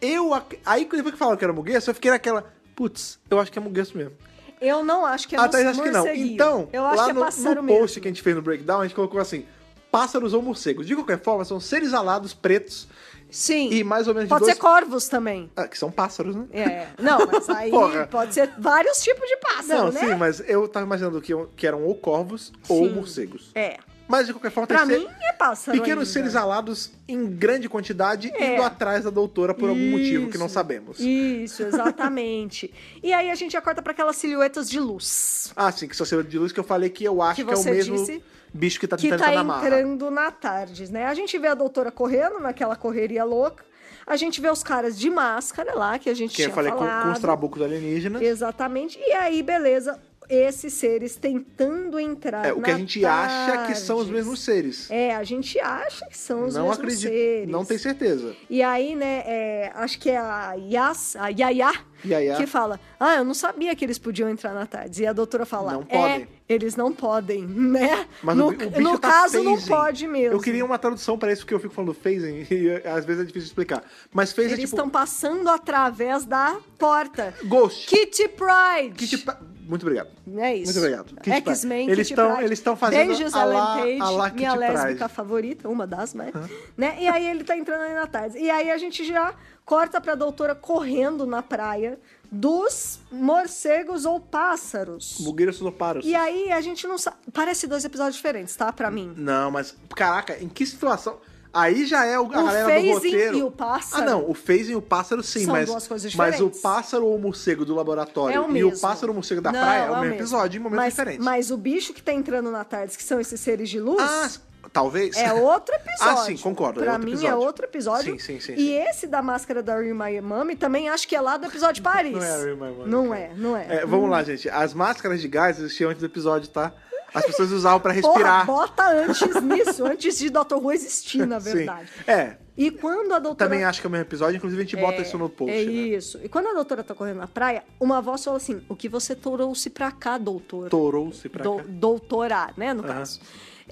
Speaker 3: Eu, ac- aí depois que falaram que era muguerço, eu fiquei naquela, putz, eu acho que é muguerço mesmo.
Speaker 4: Eu não acho que é
Speaker 3: Ah, tá, eu
Speaker 4: mos-
Speaker 3: acho que não.
Speaker 4: morceguinho.
Speaker 3: Então,
Speaker 4: eu acho
Speaker 3: lá
Speaker 4: que é
Speaker 3: no,
Speaker 4: pássaro
Speaker 3: no post
Speaker 4: mesmo.
Speaker 3: que a gente fez no breakdown, a gente colocou assim: pássaros ou morcegos. De qualquer forma, são seres alados pretos
Speaker 4: Sim.
Speaker 3: e mais ou menos de
Speaker 4: Pode
Speaker 3: dois-
Speaker 4: ser corvos também.
Speaker 3: Ah, que são pássaros, né?
Speaker 4: É. Não, mas
Speaker 3: (laughs)
Speaker 4: aí
Speaker 3: Porra.
Speaker 4: pode ser vários tipos de pássaro,
Speaker 3: Não,
Speaker 4: né?
Speaker 3: sim, mas eu tava imaginando que, que eram ou corvos ou
Speaker 4: Sim.
Speaker 3: morcegos.
Speaker 4: É.
Speaker 3: Mas de qualquer forma,
Speaker 4: Pra
Speaker 3: tem
Speaker 4: mim
Speaker 3: ser
Speaker 4: é pássaro.
Speaker 3: pequenos
Speaker 4: ainda.
Speaker 3: seres alados em grande quantidade
Speaker 4: É.
Speaker 3: indo atrás da doutora por algum motivo que não sabemos.
Speaker 4: Isso, exatamente. e aí a gente já corta pra aquelas silhuetas de luz.
Speaker 3: Ah, sim, que são seres de luz que eu falei que eu acho
Speaker 4: Que
Speaker 3: que, é o
Speaker 4: você
Speaker 3: mesmo
Speaker 4: disse
Speaker 3: bicho que tá
Speaker 4: que
Speaker 3: tentando
Speaker 4: tá
Speaker 3: entrar na marra.
Speaker 4: entrando na tarde, né? A gente vê a doutora correndo naquela correria louca. A gente vê os caras de máscara lá, que a gente
Speaker 3: Que eu
Speaker 4: tinha
Speaker 3: falei com, com
Speaker 4: falado.
Speaker 3: os trabucos alienígenas.
Speaker 4: Exatamente. E aí, beleza. esses seres tentando entrar
Speaker 3: É, o que a
Speaker 4: na
Speaker 3: gente acha que são os
Speaker 4: TARDIS.
Speaker 3: mesmos seres.
Speaker 4: É, a gente acha que são os
Speaker 3: não
Speaker 4: mesmos
Speaker 3: acredito,
Speaker 4: seres.
Speaker 3: não tem certeza.
Speaker 4: E aí, né, é, acho que é a Yas, a Yaya,
Speaker 3: Yaya.
Speaker 4: que fala, ah, eu não sabia que eles podiam entrar na tarde. E a doutora fala,
Speaker 3: Não
Speaker 4: "É,
Speaker 3: podem."
Speaker 4: eles não podem, né?
Speaker 3: Mas
Speaker 4: no
Speaker 3: o, bi- o bicho
Speaker 4: no
Speaker 3: tá
Speaker 4: caso, não
Speaker 3: phasing.
Speaker 4: pode mesmo.
Speaker 3: Eu queria um uma tradução pra isso, porque eu fico falando phasing (laughs) e às vezes é difícil explicar. Mas phasing
Speaker 4: Eles
Speaker 3: é tipo...
Speaker 4: estão passando através da porta.
Speaker 3: Ghost.
Speaker 4: Kitty Pride.
Speaker 3: Kitty Pa- Muito obrigado.
Speaker 4: É isso.
Speaker 3: Muito obrigado. Kitty Pryde.
Speaker 4: X-Men,
Speaker 3: Eles
Speaker 4: Kitty
Speaker 3: tão-
Speaker 4: Pryde.
Speaker 3: eles tão fazendo
Speaker 4: Beijos,
Speaker 3: a
Speaker 4: Ellen
Speaker 3: lá-
Speaker 4: Page,
Speaker 3: a lá
Speaker 4: minha
Speaker 3: Kitty
Speaker 4: lésbica
Speaker 3: Pryde.
Speaker 4: favorita, uma das, né? né? E aí ele tá entrando ali na tarde. E aí a gente já corta pra doutora correndo na praia dos morcegos ou pássaros.
Speaker 3: Mugueiros Sonoparos.
Speaker 4: E aí a gente não sabe... Parece dois episódios diferentes, tá? Pra mim.
Speaker 3: Não, mas, caraca, em que situação... Aí já é o, a
Speaker 4: O
Speaker 3: galera do
Speaker 4: phasing
Speaker 3: roteiro.
Speaker 4: e o pássaro.
Speaker 3: Ah, não. O phasing e o pássaro, sim.
Speaker 4: São
Speaker 3: mas,
Speaker 4: duas coisas
Speaker 3: mas o
Speaker 4: diferentes.
Speaker 3: pássaro ou o morcego do laboratório
Speaker 4: É o
Speaker 3: e
Speaker 4: mesmo.
Speaker 3: o pássaro ou o morcego da
Speaker 4: Não,
Speaker 3: praia é o
Speaker 4: é
Speaker 3: mesmo, episódio, em momentos
Speaker 4: mas,
Speaker 3: diferentes.
Speaker 4: Mas o bicho que tá entrando na tarde, que são esses seres de luz...
Speaker 3: Ah, talvez.
Speaker 4: É outro
Speaker 3: (laughs)
Speaker 4: episódio.
Speaker 3: Ah, sim, concordo, é
Speaker 4: Pra
Speaker 3: outro
Speaker 4: mim
Speaker 3: episódio.
Speaker 4: é outro episódio.
Speaker 3: Sim, sim, sim,
Speaker 4: E
Speaker 3: sim.
Speaker 4: esse da máscara da Real My Mami também acho que é lá do episódio Paris.
Speaker 3: (laughs) Não é a Real My Mummy,
Speaker 4: Não
Speaker 3: cara.
Speaker 4: é, não é.
Speaker 3: É, vamos lá, gente. As máscaras de gás existiam antes do episódio, tá? As pessoas usavam pra
Speaker 4: Porra,
Speaker 3: respirar.
Speaker 4: bota
Speaker 3: (laughs)
Speaker 4: antes nisso, antes de Dr. Who existir, na verdade.
Speaker 3: Sim. É.
Speaker 4: E quando a doutora.
Speaker 3: Também acho que é o mesmo episódio, inclusive a gente bota isso no post,
Speaker 4: É
Speaker 3: né?
Speaker 4: isso. E quando a doutora tá correndo na praia, uma voz fala assim: O que você trouxe pra cá, doutor?
Speaker 3: Torou-se pra
Speaker 4: Do,
Speaker 3: cá.
Speaker 4: doutorar, né, no
Speaker 3: Aham.
Speaker 4: caso.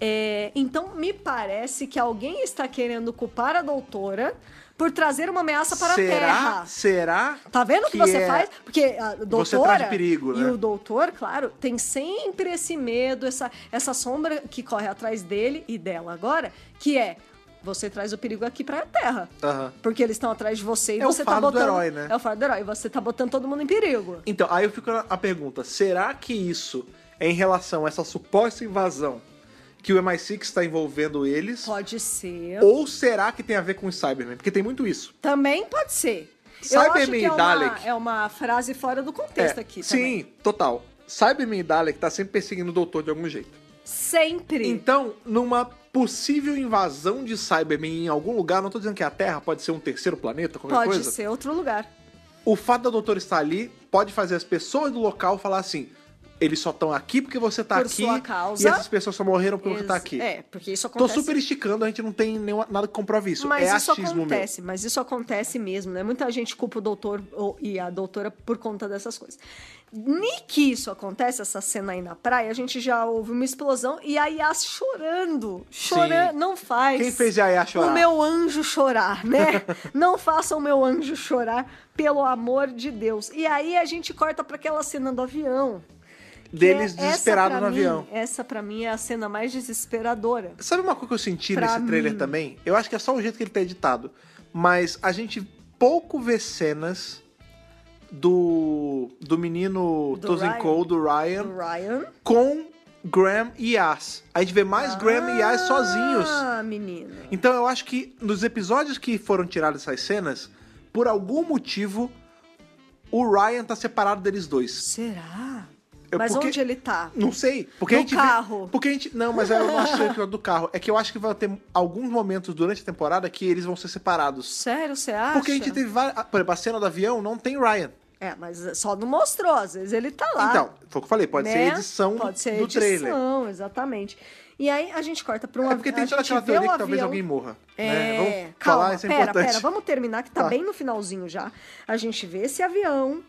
Speaker 4: É, então, me parece que alguém está querendo culpar a doutora por trazer uma ameaça para
Speaker 3: será,
Speaker 4: a Terra.
Speaker 3: Será?
Speaker 4: Tá vendo o que, você
Speaker 3: é-
Speaker 4: faz? Porque a doutora
Speaker 3: Você traz perigo,
Speaker 4: e
Speaker 3: né?
Speaker 4: o doutor, claro, tem sempre esse medo, essa, essa sombra que corre atrás dele e dela agora, que é você traz o perigo aqui pra Terra.
Speaker 3: Aham.
Speaker 4: Porque eles estão atrás de você e
Speaker 3: É o
Speaker 4: você tá
Speaker 3: fardo do
Speaker 4: botando...
Speaker 3: herói, né?
Speaker 4: É o fardo do herói. Você tá botando todo mundo em perigo.
Speaker 3: Então, aí eu fico a a pergunta: será que isso é em relação a essa suposta invasão que o MI6 está tá envolvendo eles?
Speaker 4: Pode ser.
Speaker 3: Ou será que tem a ver com os Cybermen? Porque tem muito isso.
Speaker 4: Também pode ser. Eu acho
Speaker 3: Cybermen e
Speaker 4: que é uma,
Speaker 3: Dalek.
Speaker 4: é uma frase fora do contexto
Speaker 3: É,
Speaker 4: aqui
Speaker 3: Sim,
Speaker 4: também.
Speaker 3: total. Cybermen e Dalek tá sempre perseguindo o doutor de algum jeito.
Speaker 4: Sempre.
Speaker 3: Então, numa possível invasão de Cybermen em algum lugar, não tô dizendo que é a Terra, pode ser um terceiro planeta, qualquer
Speaker 4: pode
Speaker 3: coisa.
Speaker 4: ser outro lugar.
Speaker 3: O fato da doutora estar ali pode fazer as pessoas do local falar assim: eles só estão aqui porque você tá
Speaker 4: Por
Speaker 3: aqui.
Speaker 4: sua causa.
Speaker 3: E essas pessoas só morreram porque você tá
Speaker 4: Ex-
Speaker 3: aqui.
Speaker 4: É, porque isso
Speaker 3: Tô
Speaker 4: acontece.
Speaker 3: super esticando, a gente não tem nenhuma, nada que comprove isso.
Speaker 4: Mas
Speaker 3: é
Speaker 4: isso
Speaker 3: achismo
Speaker 4: acontece, mas isso acontece mesmo, né? Muita gente culpa o doutor ou- e a doutora por conta dessas coisas. Nem que isso acontece, essa cena aí na praia, a gente já ouve uma explosão e a Yas chorando. Chorando,
Speaker 3: Sim.
Speaker 4: não faz.
Speaker 3: Quem fez a Yas chorar?
Speaker 4: O meu anjo
Speaker 3: (laughs)
Speaker 4: chorar, né? não faça o meu anjo chorar, pelo amor de Deus. E aí a gente corta para aquela cena do avião.
Speaker 3: meu.
Speaker 4: que
Speaker 3: Deles
Speaker 4: é- essa
Speaker 3: desesperados
Speaker 4: pra
Speaker 3: no
Speaker 4: mim-
Speaker 3: avião.
Speaker 4: Essa pra mim é a cena mais desesperadora.
Speaker 3: Sabe uma coisa que eu senti
Speaker 4: Pra
Speaker 3: nesse trailer
Speaker 4: mim.
Speaker 3: também? Eu acho que é só o jeito que ele tá editado. Mas a gente pouco vê cenas do, do menino
Speaker 4: Do
Speaker 3: Tozen
Speaker 4: Ryan.
Speaker 3: Cole, do Ryan,
Speaker 4: Ryan.
Speaker 3: com Graham e Yas. A gente vê mais Graham e Yas sozinhos.
Speaker 4: Ah, menina.
Speaker 3: Então eu acho que nos episódios que foram tiradas essas cenas, por algum motivo, o Ryan tá separado deles dois.
Speaker 4: Será?
Speaker 3: É
Speaker 4: Mas
Speaker 3: porque-
Speaker 4: onde ele tá?
Speaker 3: Não sei. Porque
Speaker 4: No
Speaker 3: a gente
Speaker 4: carro.
Speaker 3: Vê, porque a gente. Não, mas eu não achei que era do carro. É que eu acho que vai ter alguns momentos durante a temporada que eles vão ser separados.
Speaker 4: Sério, você acha?
Speaker 3: Porque a gente teve várias. ah, Por exemplo, a cena do avião não tem Ryan.
Speaker 4: É, mas só não mostrou, às vezes ele tá lá.
Speaker 3: Então, foi o que eu falei, pode ser
Speaker 4: né?
Speaker 3: a edição
Speaker 4: Pode ser
Speaker 3: do
Speaker 4: edição,
Speaker 3: trailer.
Speaker 4: exatamente. E aí a gente corta pra um
Speaker 3: É porque tem
Speaker 4: avi-
Speaker 3: toda
Speaker 4: a gente
Speaker 3: aquela
Speaker 4: vê
Speaker 3: teoria
Speaker 4: o
Speaker 3: que talvez
Speaker 4: avião-
Speaker 3: alguém morra.
Speaker 4: É,
Speaker 3: né? Vamos
Speaker 4: calma,
Speaker 3: falar, isso é
Speaker 4: pera,
Speaker 3: importante.
Speaker 4: pera, vamos terminar que tá,
Speaker 3: Tá.
Speaker 4: bem no finalzinho já. A gente vê esse avião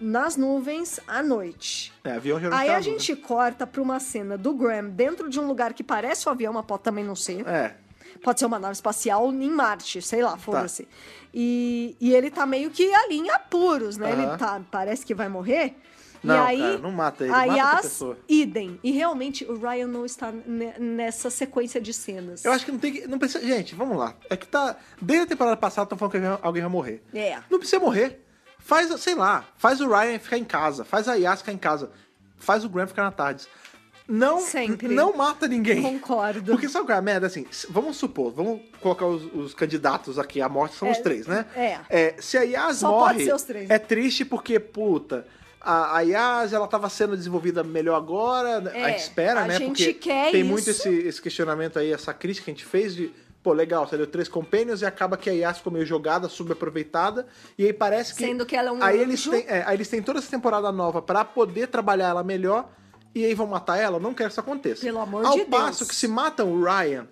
Speaker 4: nas nuvens à noite.
Speaker 3: É, avião geralmente
Speaker 4: Aí
Speaker 3: é
Speaker 4: a
Speaker 3: azul, né?
Speaker 4: gente corta pra uma cena do Graham dentro de um lugar que parece um avião, mas pode também não ser.
Speaker 3: É.
Speaker 4: Pode ser uma nave espacial em Marte, sei
Speaker 3: Tá.
Speaker 4: lá, foda-se. E, e ele tá meio que ali em apuros, né?
Speaker 3: Aham.
Speaker 4: Ele tá, parece que vai morrer.
Speaker 3: Não,
Speaker 4: e aí,
Speaker 3: cara, não mata ele,
Speaker 4: a
Speaker 3: mata outra
Speaker 4: Yas,
Speaker 3: pessoa.
Speaker 4: idem. E realmente o Ryan não está ne- nessa sequência de cenas.
Speaker 3: Eu acho que não tem que. Não precisa, gente, vamos lá. É que tá. Desde a temporada passada estão falando que alguém- alguém vai morrer.
Speaker 4: É.
Speaker 3: Não precisa morrer. Faz, sei lá, faz o Ryan ficar em casa, faz a Yas ficar em casa, faz o Graham ficar na tarde. Não,
Speaker 4: Sempre.
Speaker 3: não mata ninguém.
Speaker 4: Concordo.
Speaker 3: Porque sabe qual é a merda? Assim, se- vamos supor, vamos colocar os, os candidatos aqui à morte, são
Speaker 4: É,
Speaker 3: os três, né?
Speaker 4: é.
Speaker 3: Se a Yas
Speaker 4: Só
Speaker 3: morre,
Speaker 4: pode ser os três.
Speaker 3: é triste porque, puta, a, a Yas, ela tava sendo desenvolvida melhor agora,
Speaker 4: É,
Speaker 3: a gente espera,
Speaker 4: a
Speaker 3: né?
Speaker 4: gente
Speaker 3: porque
Speaker 4: quer
Speaker 3: tem muito
Speaker 4: isso.
Speaker 3: esse, esse questionamento aí, essa crítica que a gente fez de Pô, legal, você deu três companions e acaba que a Yas ficou meio jogada, subaproveitada. E aí parece que.
Speaker 4: Sendo que ela é um
Speaker 3: aí eles,
Speaker 4: anjo.
Speaker 3: têm, é, aí eles têm toda essa temporada nova pra poder trabalhar ela melhor. E aí vão matar ela? Eu Não quero que isso aconteça.
Speaker 4: Pelo amor
Speaker 3: Ao
Speaker 4: de Deus.
Speaker 3: passo que se matam o Ryan,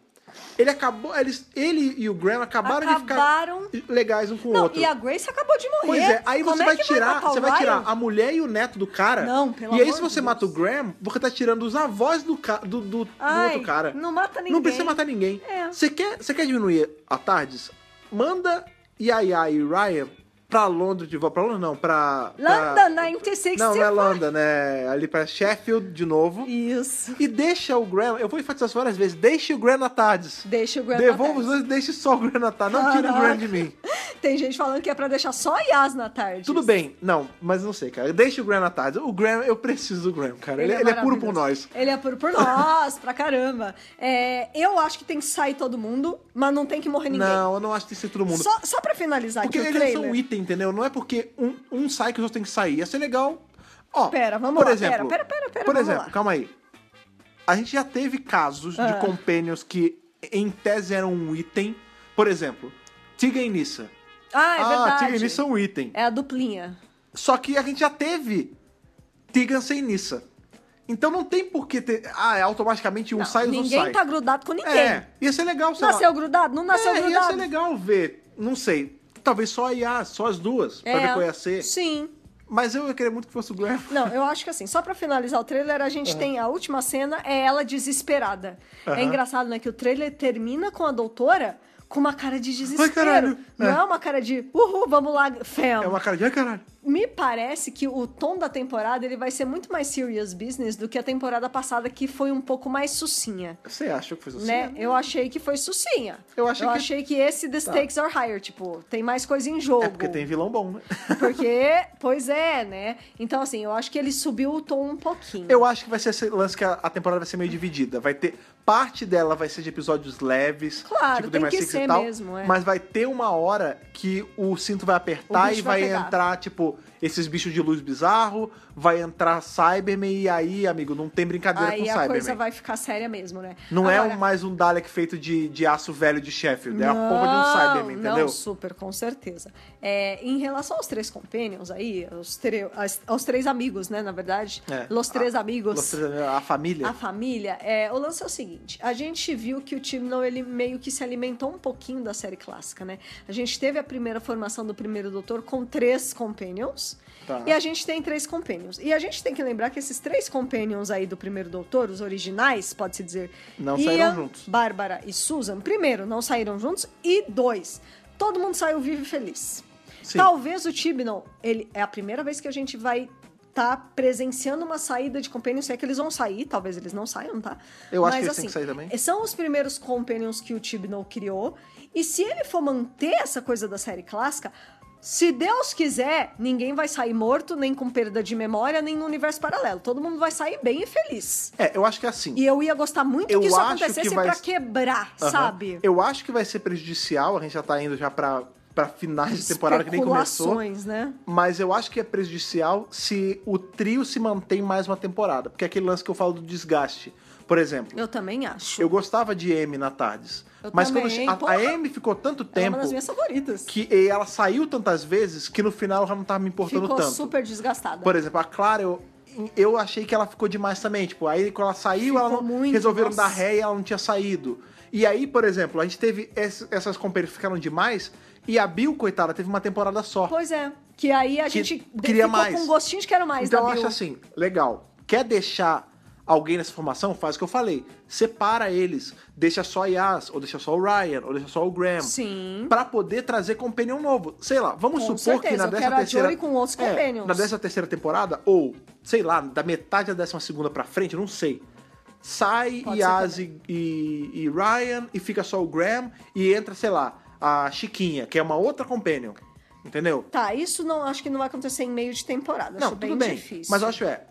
Speaker 3: ele acabou. Eles, ele e o Graham acabaram,
Speaker 4: Acabaram.
Speaker 3: de ficar legais um com o
Speaker 4: Não,
Speaker 3: outro.
Speaker 4: e a Grace acabou de morrer.
Speaker 3: Pois é, aí
Speaker 4: Como
Speaker 3: você
Speaker 4: é
Speaker 3: vai
Speaker 4: que
Speaker 3: tirar,
Speaker 4: matar o
Speaker 3: você vai tirar
Speaker 4: Ryan?
Speaker 3: a mulher e o neto do cara.
Speaker 4: Não, pelo
Speaker 3: E aí
Speaker 4: amor
Speaker 3: se você
Speaker 4: de
Speaker 3: mata o
Speaker 4: Deus.
Speaker 3: Graham, você tá tirando os avós do, ca- do, do- do
Speaker 4: Ai,
Speaker 3: outro cara.
Speaker 4: não mata
Speaker 3: Não
Speaker 4: ninguém.
Speaker 3: precisa matar ninguém.
Speaker 4: É.
Speaker 3: Você quer, você quer diminuir a tardes? Manda Yaya e Ryan pra Londres de volta. Pra Londres não, pra... pra-
Speaker 4: Landa 96
Speaker 3: Não, não é
Speaker 4: você vai-
Speaker 3: London, né? Ali pra Sheffield de novo.
Speaker 4: Isso.
Speaker 3: E deixa o Graham, eu vou enfatizar isso várias vezes, deixa o Graham na tardes.
Speaker 4: Deixa o Graham
Speaker 3: Devolva
Speaker 4: na Ah,
Speaker 3: os
Speaker 4: tarde.
Speaker 3: dois e deixe só o Graham na tardes. Não tira o
Speaker 4: Caraca.
Speaker 3: Graham de mim.
Speaker 4: Tem gente falando que é pra deixar só a Yas na tarde.
Speaker 3: Tudo bem, não, mas não sei, cara. Deixa o Graham na tarde. O Graham, eu preciso do Graham, cara. Ele, ele é puro por
Speaker 4: maravilhoso.
Speaker 3: nós.
Speaker 4: Ele é puro por nós, pra caramba. É, eu acho que tem que sair todo mundo, mas não tem que morrer é ninguém.
Speaker 3: Não, eu não acho que tem que ser todo mundo.
Speaker 4: Só, só pra finalizar
Speaker 3: porque
Speaker 4: aqui o
Speaker 3: eles
Speaker 4: trailer.
Speaker 3: são um item, entendeu? Não é porque um, um sai que os outros têm que sair. Ia ser legal. Ó,
Speaker 4: Pera, vamos
Speaker 3: por
Speaker 4: lá,
Speaker 3: exemplo,
Speaker 4: pera, pera, pera, pera,
Speaker 3: Por
Speaker 4: vamos
Speaker 3: exemplo,
Speaker 4: lá. Ah.
Speaker 3: calma aí. A gente já teve casos de companions que, em tese, eram um item. Por exemplo, Tiga e Nissa.
Speaker 4: Ah,
Speaker 3: ah,
Speaker 4: é
Speaker 3: Tiga e
Speaker 4: verdade.
Speaker 3: Nissa é um item.
Speaker 4: É a duplinha.
Speaker 3: Só que a gente já teve Tigan sem Nissa. Então não tem por que ter. Ah, é automaticamente um
Speaker 4: Não,
Speaker 3: sai e os outros
Speaker 4: ninguém
Speaker 3: saem.
Speaker 4: tá grudado com ninguém.
Speaker 3: É, ia ser legal, sei
Speaker 4: Nasceu
Speaker 3: lá.
Speaker 4: grudado? Não nasceu
Speaker 3: é, ia
Speaker 4: grudado.
Speaker 3: ser legal ver. Não sei. Talvez só a IA, só as duas, pra
Speaker 4: É,
Speaker 3: ver qual ia ser.
Speaker 4: Sim.
Speaker 3: Mas eu ia querer muito que fosse o Graham.
Speaker 4: Não, eu acho que assim, só pra finalizar o trailer, a
Speaker 3: É.
Speaker 4: gente tem a última cena, é ela desesperada. É engraçado, né? Que o trailer termina com a doutora com uma cara de desespero.
Speaker 3: caralho.
Speaker 4: Não
Speaker 3: É.
Speaker 4: é. uma cara de, uhul, vamos lá, fam.
Speaker 3: É uma cara de. Ai, caralho.
Speaker 4: Me parece que o tom da temporada ele vai ser muito mais serious business do que a temporada passada, que foi um pouco mais sucinha.
Speaker 3: Você achou que fez assim?
Speaker 4: Né? Eu achei que foi sucinha.
Speaker 3: Eu achei que- Tá.
Speaker 4: esse The Stakes Are Higher, tipo, tem mais coisa em jogo.
Speaker 3: É porque tem vilão bom, né?
Speaker 4: Porque, pois é, né? Então, assim, eu acho que ele subiu o tom um pouquinho.
Speaker 3: Eu acho que vai ser esse lance que a, a temporada vai ser meio dividida. Vai ter. Parte dela vai ser de episódios leves,
Speaker 4: Claro,
Speaker 3: tipo
Speaker 4: tem
Speaker 3: The
Speaker 4: que
Speaker 3: Six e
Speaker 4: ser
Speaker 3: tal.
Speaker 4: mesmo, é.
Speaker 3: Mas vai ter uma hora que o cinto vai apertar
Speaker 4: O
Speaker 3: e
Speaker 4: bicho
Speaker 3: vai,
Speaker 4: vai pegar.
Speaker 3: entrar, tipo, esses bichos de luz bizarro, vai entrar Cyberman e aí, amigo, não tem brincadeira
Speaker 4: Aí
Speaker 3: com
Speaker 4: a
Speaker 3: Cyberman.
Speaker 4: coisa vai ficar séria mesmo, né?
Speaker 3: Não é
Speaker 4: Agora-
Speaker 3: um- mais um Dalek feito de, de aço velho de Sheffield, é a
Speaker 4: Não,
Speaker 3: porra de um Cyberman, entendeu?
Speaker 4: Não, super, com certeza. É, em relação aos três companions aí, aos, tre- as- aos três amigos, né, na verdade?
Speaker 3: É.
Speaker 4: Los Três
Speaker 3: A-
Speaker 4: Amigos.
Speaker 3: Los Três Amigos, a família.
Speaker 4: A família, é, o lance é o seguinte: a gente viu que o Timnall ele meio que se alimentou um pouquinho da série clássica, né? A gente teve a primeira formação do primeiro doutor com três companions.
Speaker 3: Tá.
Speaker 4: E a gente tem três companions. E a gente tem que lembrar que esses três companions aí do primeiro doutor, os originais, pode-se dizer.
Speaker 3: Não saíram
Speaker 4: Ian,
Speaker 3: juntos.
Speaker 4: Bárbara e Susan, primeiro, não saíram juntos. E dois, todo mundo saiu vivo e feliz.
Speaker 3: Sim.
Speaker 4: Talvez o Tibnon, ele é a primeira vez que a gente vai estar presenciando uma saída de companions. Se é que eles vão sair, talvez eles não saiam, tá?
Speaker 3: Eu acho que eles têm que sair também.
Speaker 4: São os primeiros companions que o Tibnon criou. E se ele for manter essa coisa da série clássica, se Deus quiser, ninguém vai sair morto, nem com perda de memória, nem no universo paralelo. Todo mundo vai sair bem e feliz.
Speaker 3: É, eu acho que é assim.
Speaker 4: E eu ia gostar muito
Speaker 3: Eu
Speaker 4: que isso
Speaker 3: acho
Speaker 4: acontecesse
Speaker 3: que vai-
Speaker 4: pra quebrar,
Speaker 3: Aham.
Speaker 4: sabe?
Speaker 3: Eu acho que vai ser prejudicial, a gente já tá indo já pra, pra finais de temporada que nem começou.
Speaker 4: Especulações, né?
Speaker 3: Mas eu acho que é prejudicial se o trio se mantém mais uma temporada. Porque é aquele lance que eu falo do desgaste. Por exemplo, eu,
Speaker 4: Eu também acho.
Speaker 3: gostava de M na Tardes.
Speaker 4: Eu
Speaker 3: mas
Speaker 4: também,
Speaker 3: quando a,
Speaker 4: porra.
Speaker 3: a M ficou tanto
Speaker 4: Ela é
Speaker 3: tempo
Speaker 4: uma das minhas favoritas.
Speaker 3: que e ela saiu tantas vezes que no final ela não tava me importando
Speaker 4: Ficou
Speaker 3: tanto.
Speaker 4: super desgastada.
Speaker 3: Por exemplo, a Clara, eu, eu achei que ela ficou demais também. Tipo, aí quando ela saiu, ela não,
Speaker 4: Ficou muito,
Speaker 3: resolveram
Speaker 4: nossa.
Speaker 3: dar ré e ela não tinha saído. E aí, por exemplo, a gente teve ess- essas companheiras que ficaram demais e a Bill, coitada, teve uma temporada só.
Speaker 4: Pois é. Que aí a
Speaker 3: Que
Speaker 4: gente de-
Speaker 3: queria
Speaker 4: ficou
Speaker 3: mais.
Speaker 4: com um gostinho de quero mais
Speaker 3: então
Speaker 4: da
Speaker 3: eu
Speaker 4: Bill.
Speaker 3: acho assim, legal. Quer deixar alguém nessa formação? Faz o que eu falei. Separa eles. Deixa só a Yas, ou deixa só o Ryan, ou deixa só o Graham.
Speaker 4: Sim.
Speaker 3: Pra poder trazer companion novo. Sei lá, vamos
Speaker 4: Com
Speaker 3: supor que
Speaker 4: certeza,
Speaker 3: na
Speaker 4: eu
Speaker 3: 13
Speaker 4: quero a
Speaker 3: terceira...
Speaker 4: Jory com outros
Speaker 3: É,
Speaker 4: companions.
Speaker 3: na 13 terceira temporada, ou, sei lá, da metade da 12 segunda pra frente, não sei. Sai
Speaker 4: Pode ser
Speaker 3: Yas e, e- e Ryan, e fica só o Graham, e entra, sei lá, a Chiquinha, que é uma outra companion. Entendeu?
Speaker 4: Tá, isso não acho que não vai acontecer em meio de temporada.
Speaker 3: Não,
Speaker 4: acho
Speaker 3: tudo
Speaker 4: bem,
Speaker 3: bem.
Speaker 4: difícil.
Speaker 3: Mas eu acho é.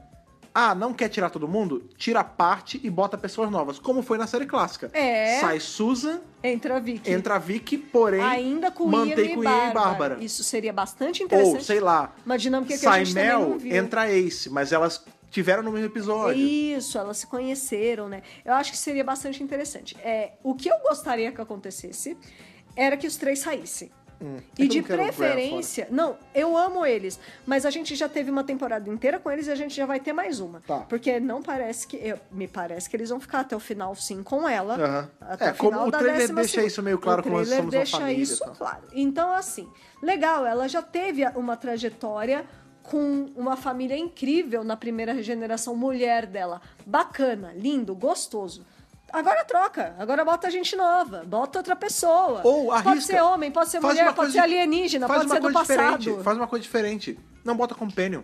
Speaker 3: Ah, não quer tirar todo mundo? Tira a parte e bota pessoas novas, como foi na série clássica.
Speaker 4: É.
Speaker 3: Sai Susan,
Speaker 4: Entra a Vicky.
Speaker 3: entra a Vicky, porém
Speaker 4: Ainda com
Speaker 3: mantém
Speaker 4: Ian
Speaker 3: com
Speaker 4: e
Speaker 3: Ian
Speaker 4: Bárbara.
Speaker 3: e Bárbara.
Speaker 4: Isso seria bastante interessante.
Speaker 3: Ou, sei lá,
Speaker 4: Uma dinâmica que a
Speaker 3: sai
Speaker 4: gente também
Speaker 3: Mel,
Speaker 4: não viu.
Speaker 3: entra Ace, mas elas tiveram no mesmo episódio.
Speaker 4: Isso, elas se conheceram, né? Eu acho que seria bastante interessante. É, o que eu gostaria que acontecesse era que os três saíssem.
Speaker 3: Hum. É eu
Speaker 4: E de
Speaker 3: não quero o Bran fora.
Speaker 4: preferência. Não, eu amo eles, mas a gente já teve uma temporada inteira com eles e a gente já vai ter mais uma.
Speaker 3: Tá.
Speaker 4: Porque não parece que. eu- me parece que eles vão ficar até o final, sim, com ela.
Speaker 3: Aham.
Speaker 4: Até
Speaker 3: É,
Speaker 4: o
Speaker 3: como
Speaker 4: final
Speaker 3: o
Speaker 4: da
Speaker 3: trailer
Speaker 4: décima
Speaker 3: deixa
Speaker 4: segunda.
Speaker 3: isso meio claro
Speaker 4: o
Speaker 3: como nós
Speaker 4: trailer
Speaker 3: somos uma
Speaker 4: deixa
Speaker 3: família e
Speaker 4: isso
Speaker 3: tal.
Speaker 4: claro. Então, assim, legal, ela já teve uma trajetória com uma família incrível na primeira geração mulher dela. Bacana, lindo, gostoso. Agora troca, agora bota gente nova, bota outra pessoa.
Speaker 3: Ou arrisca.
Speaker 4: Pode ser homem, pode ser
Speaker 3: Faz
Speaker 4: mulher,
Speaker 3: uma
Speaker 4: pode
Speaker 3: coisa
Speaker 4: ser
Speaker 3: di-
Speaker 4: alienígena,
Speaker 3: faz
Speaker 4: pode
Speaker 3: uma
Speaker 4: ser do
Speaker 3: coisa
Speaker 4: passado.
Speaker 3: Diferente, faz uma coisa diferente. Não bota companion.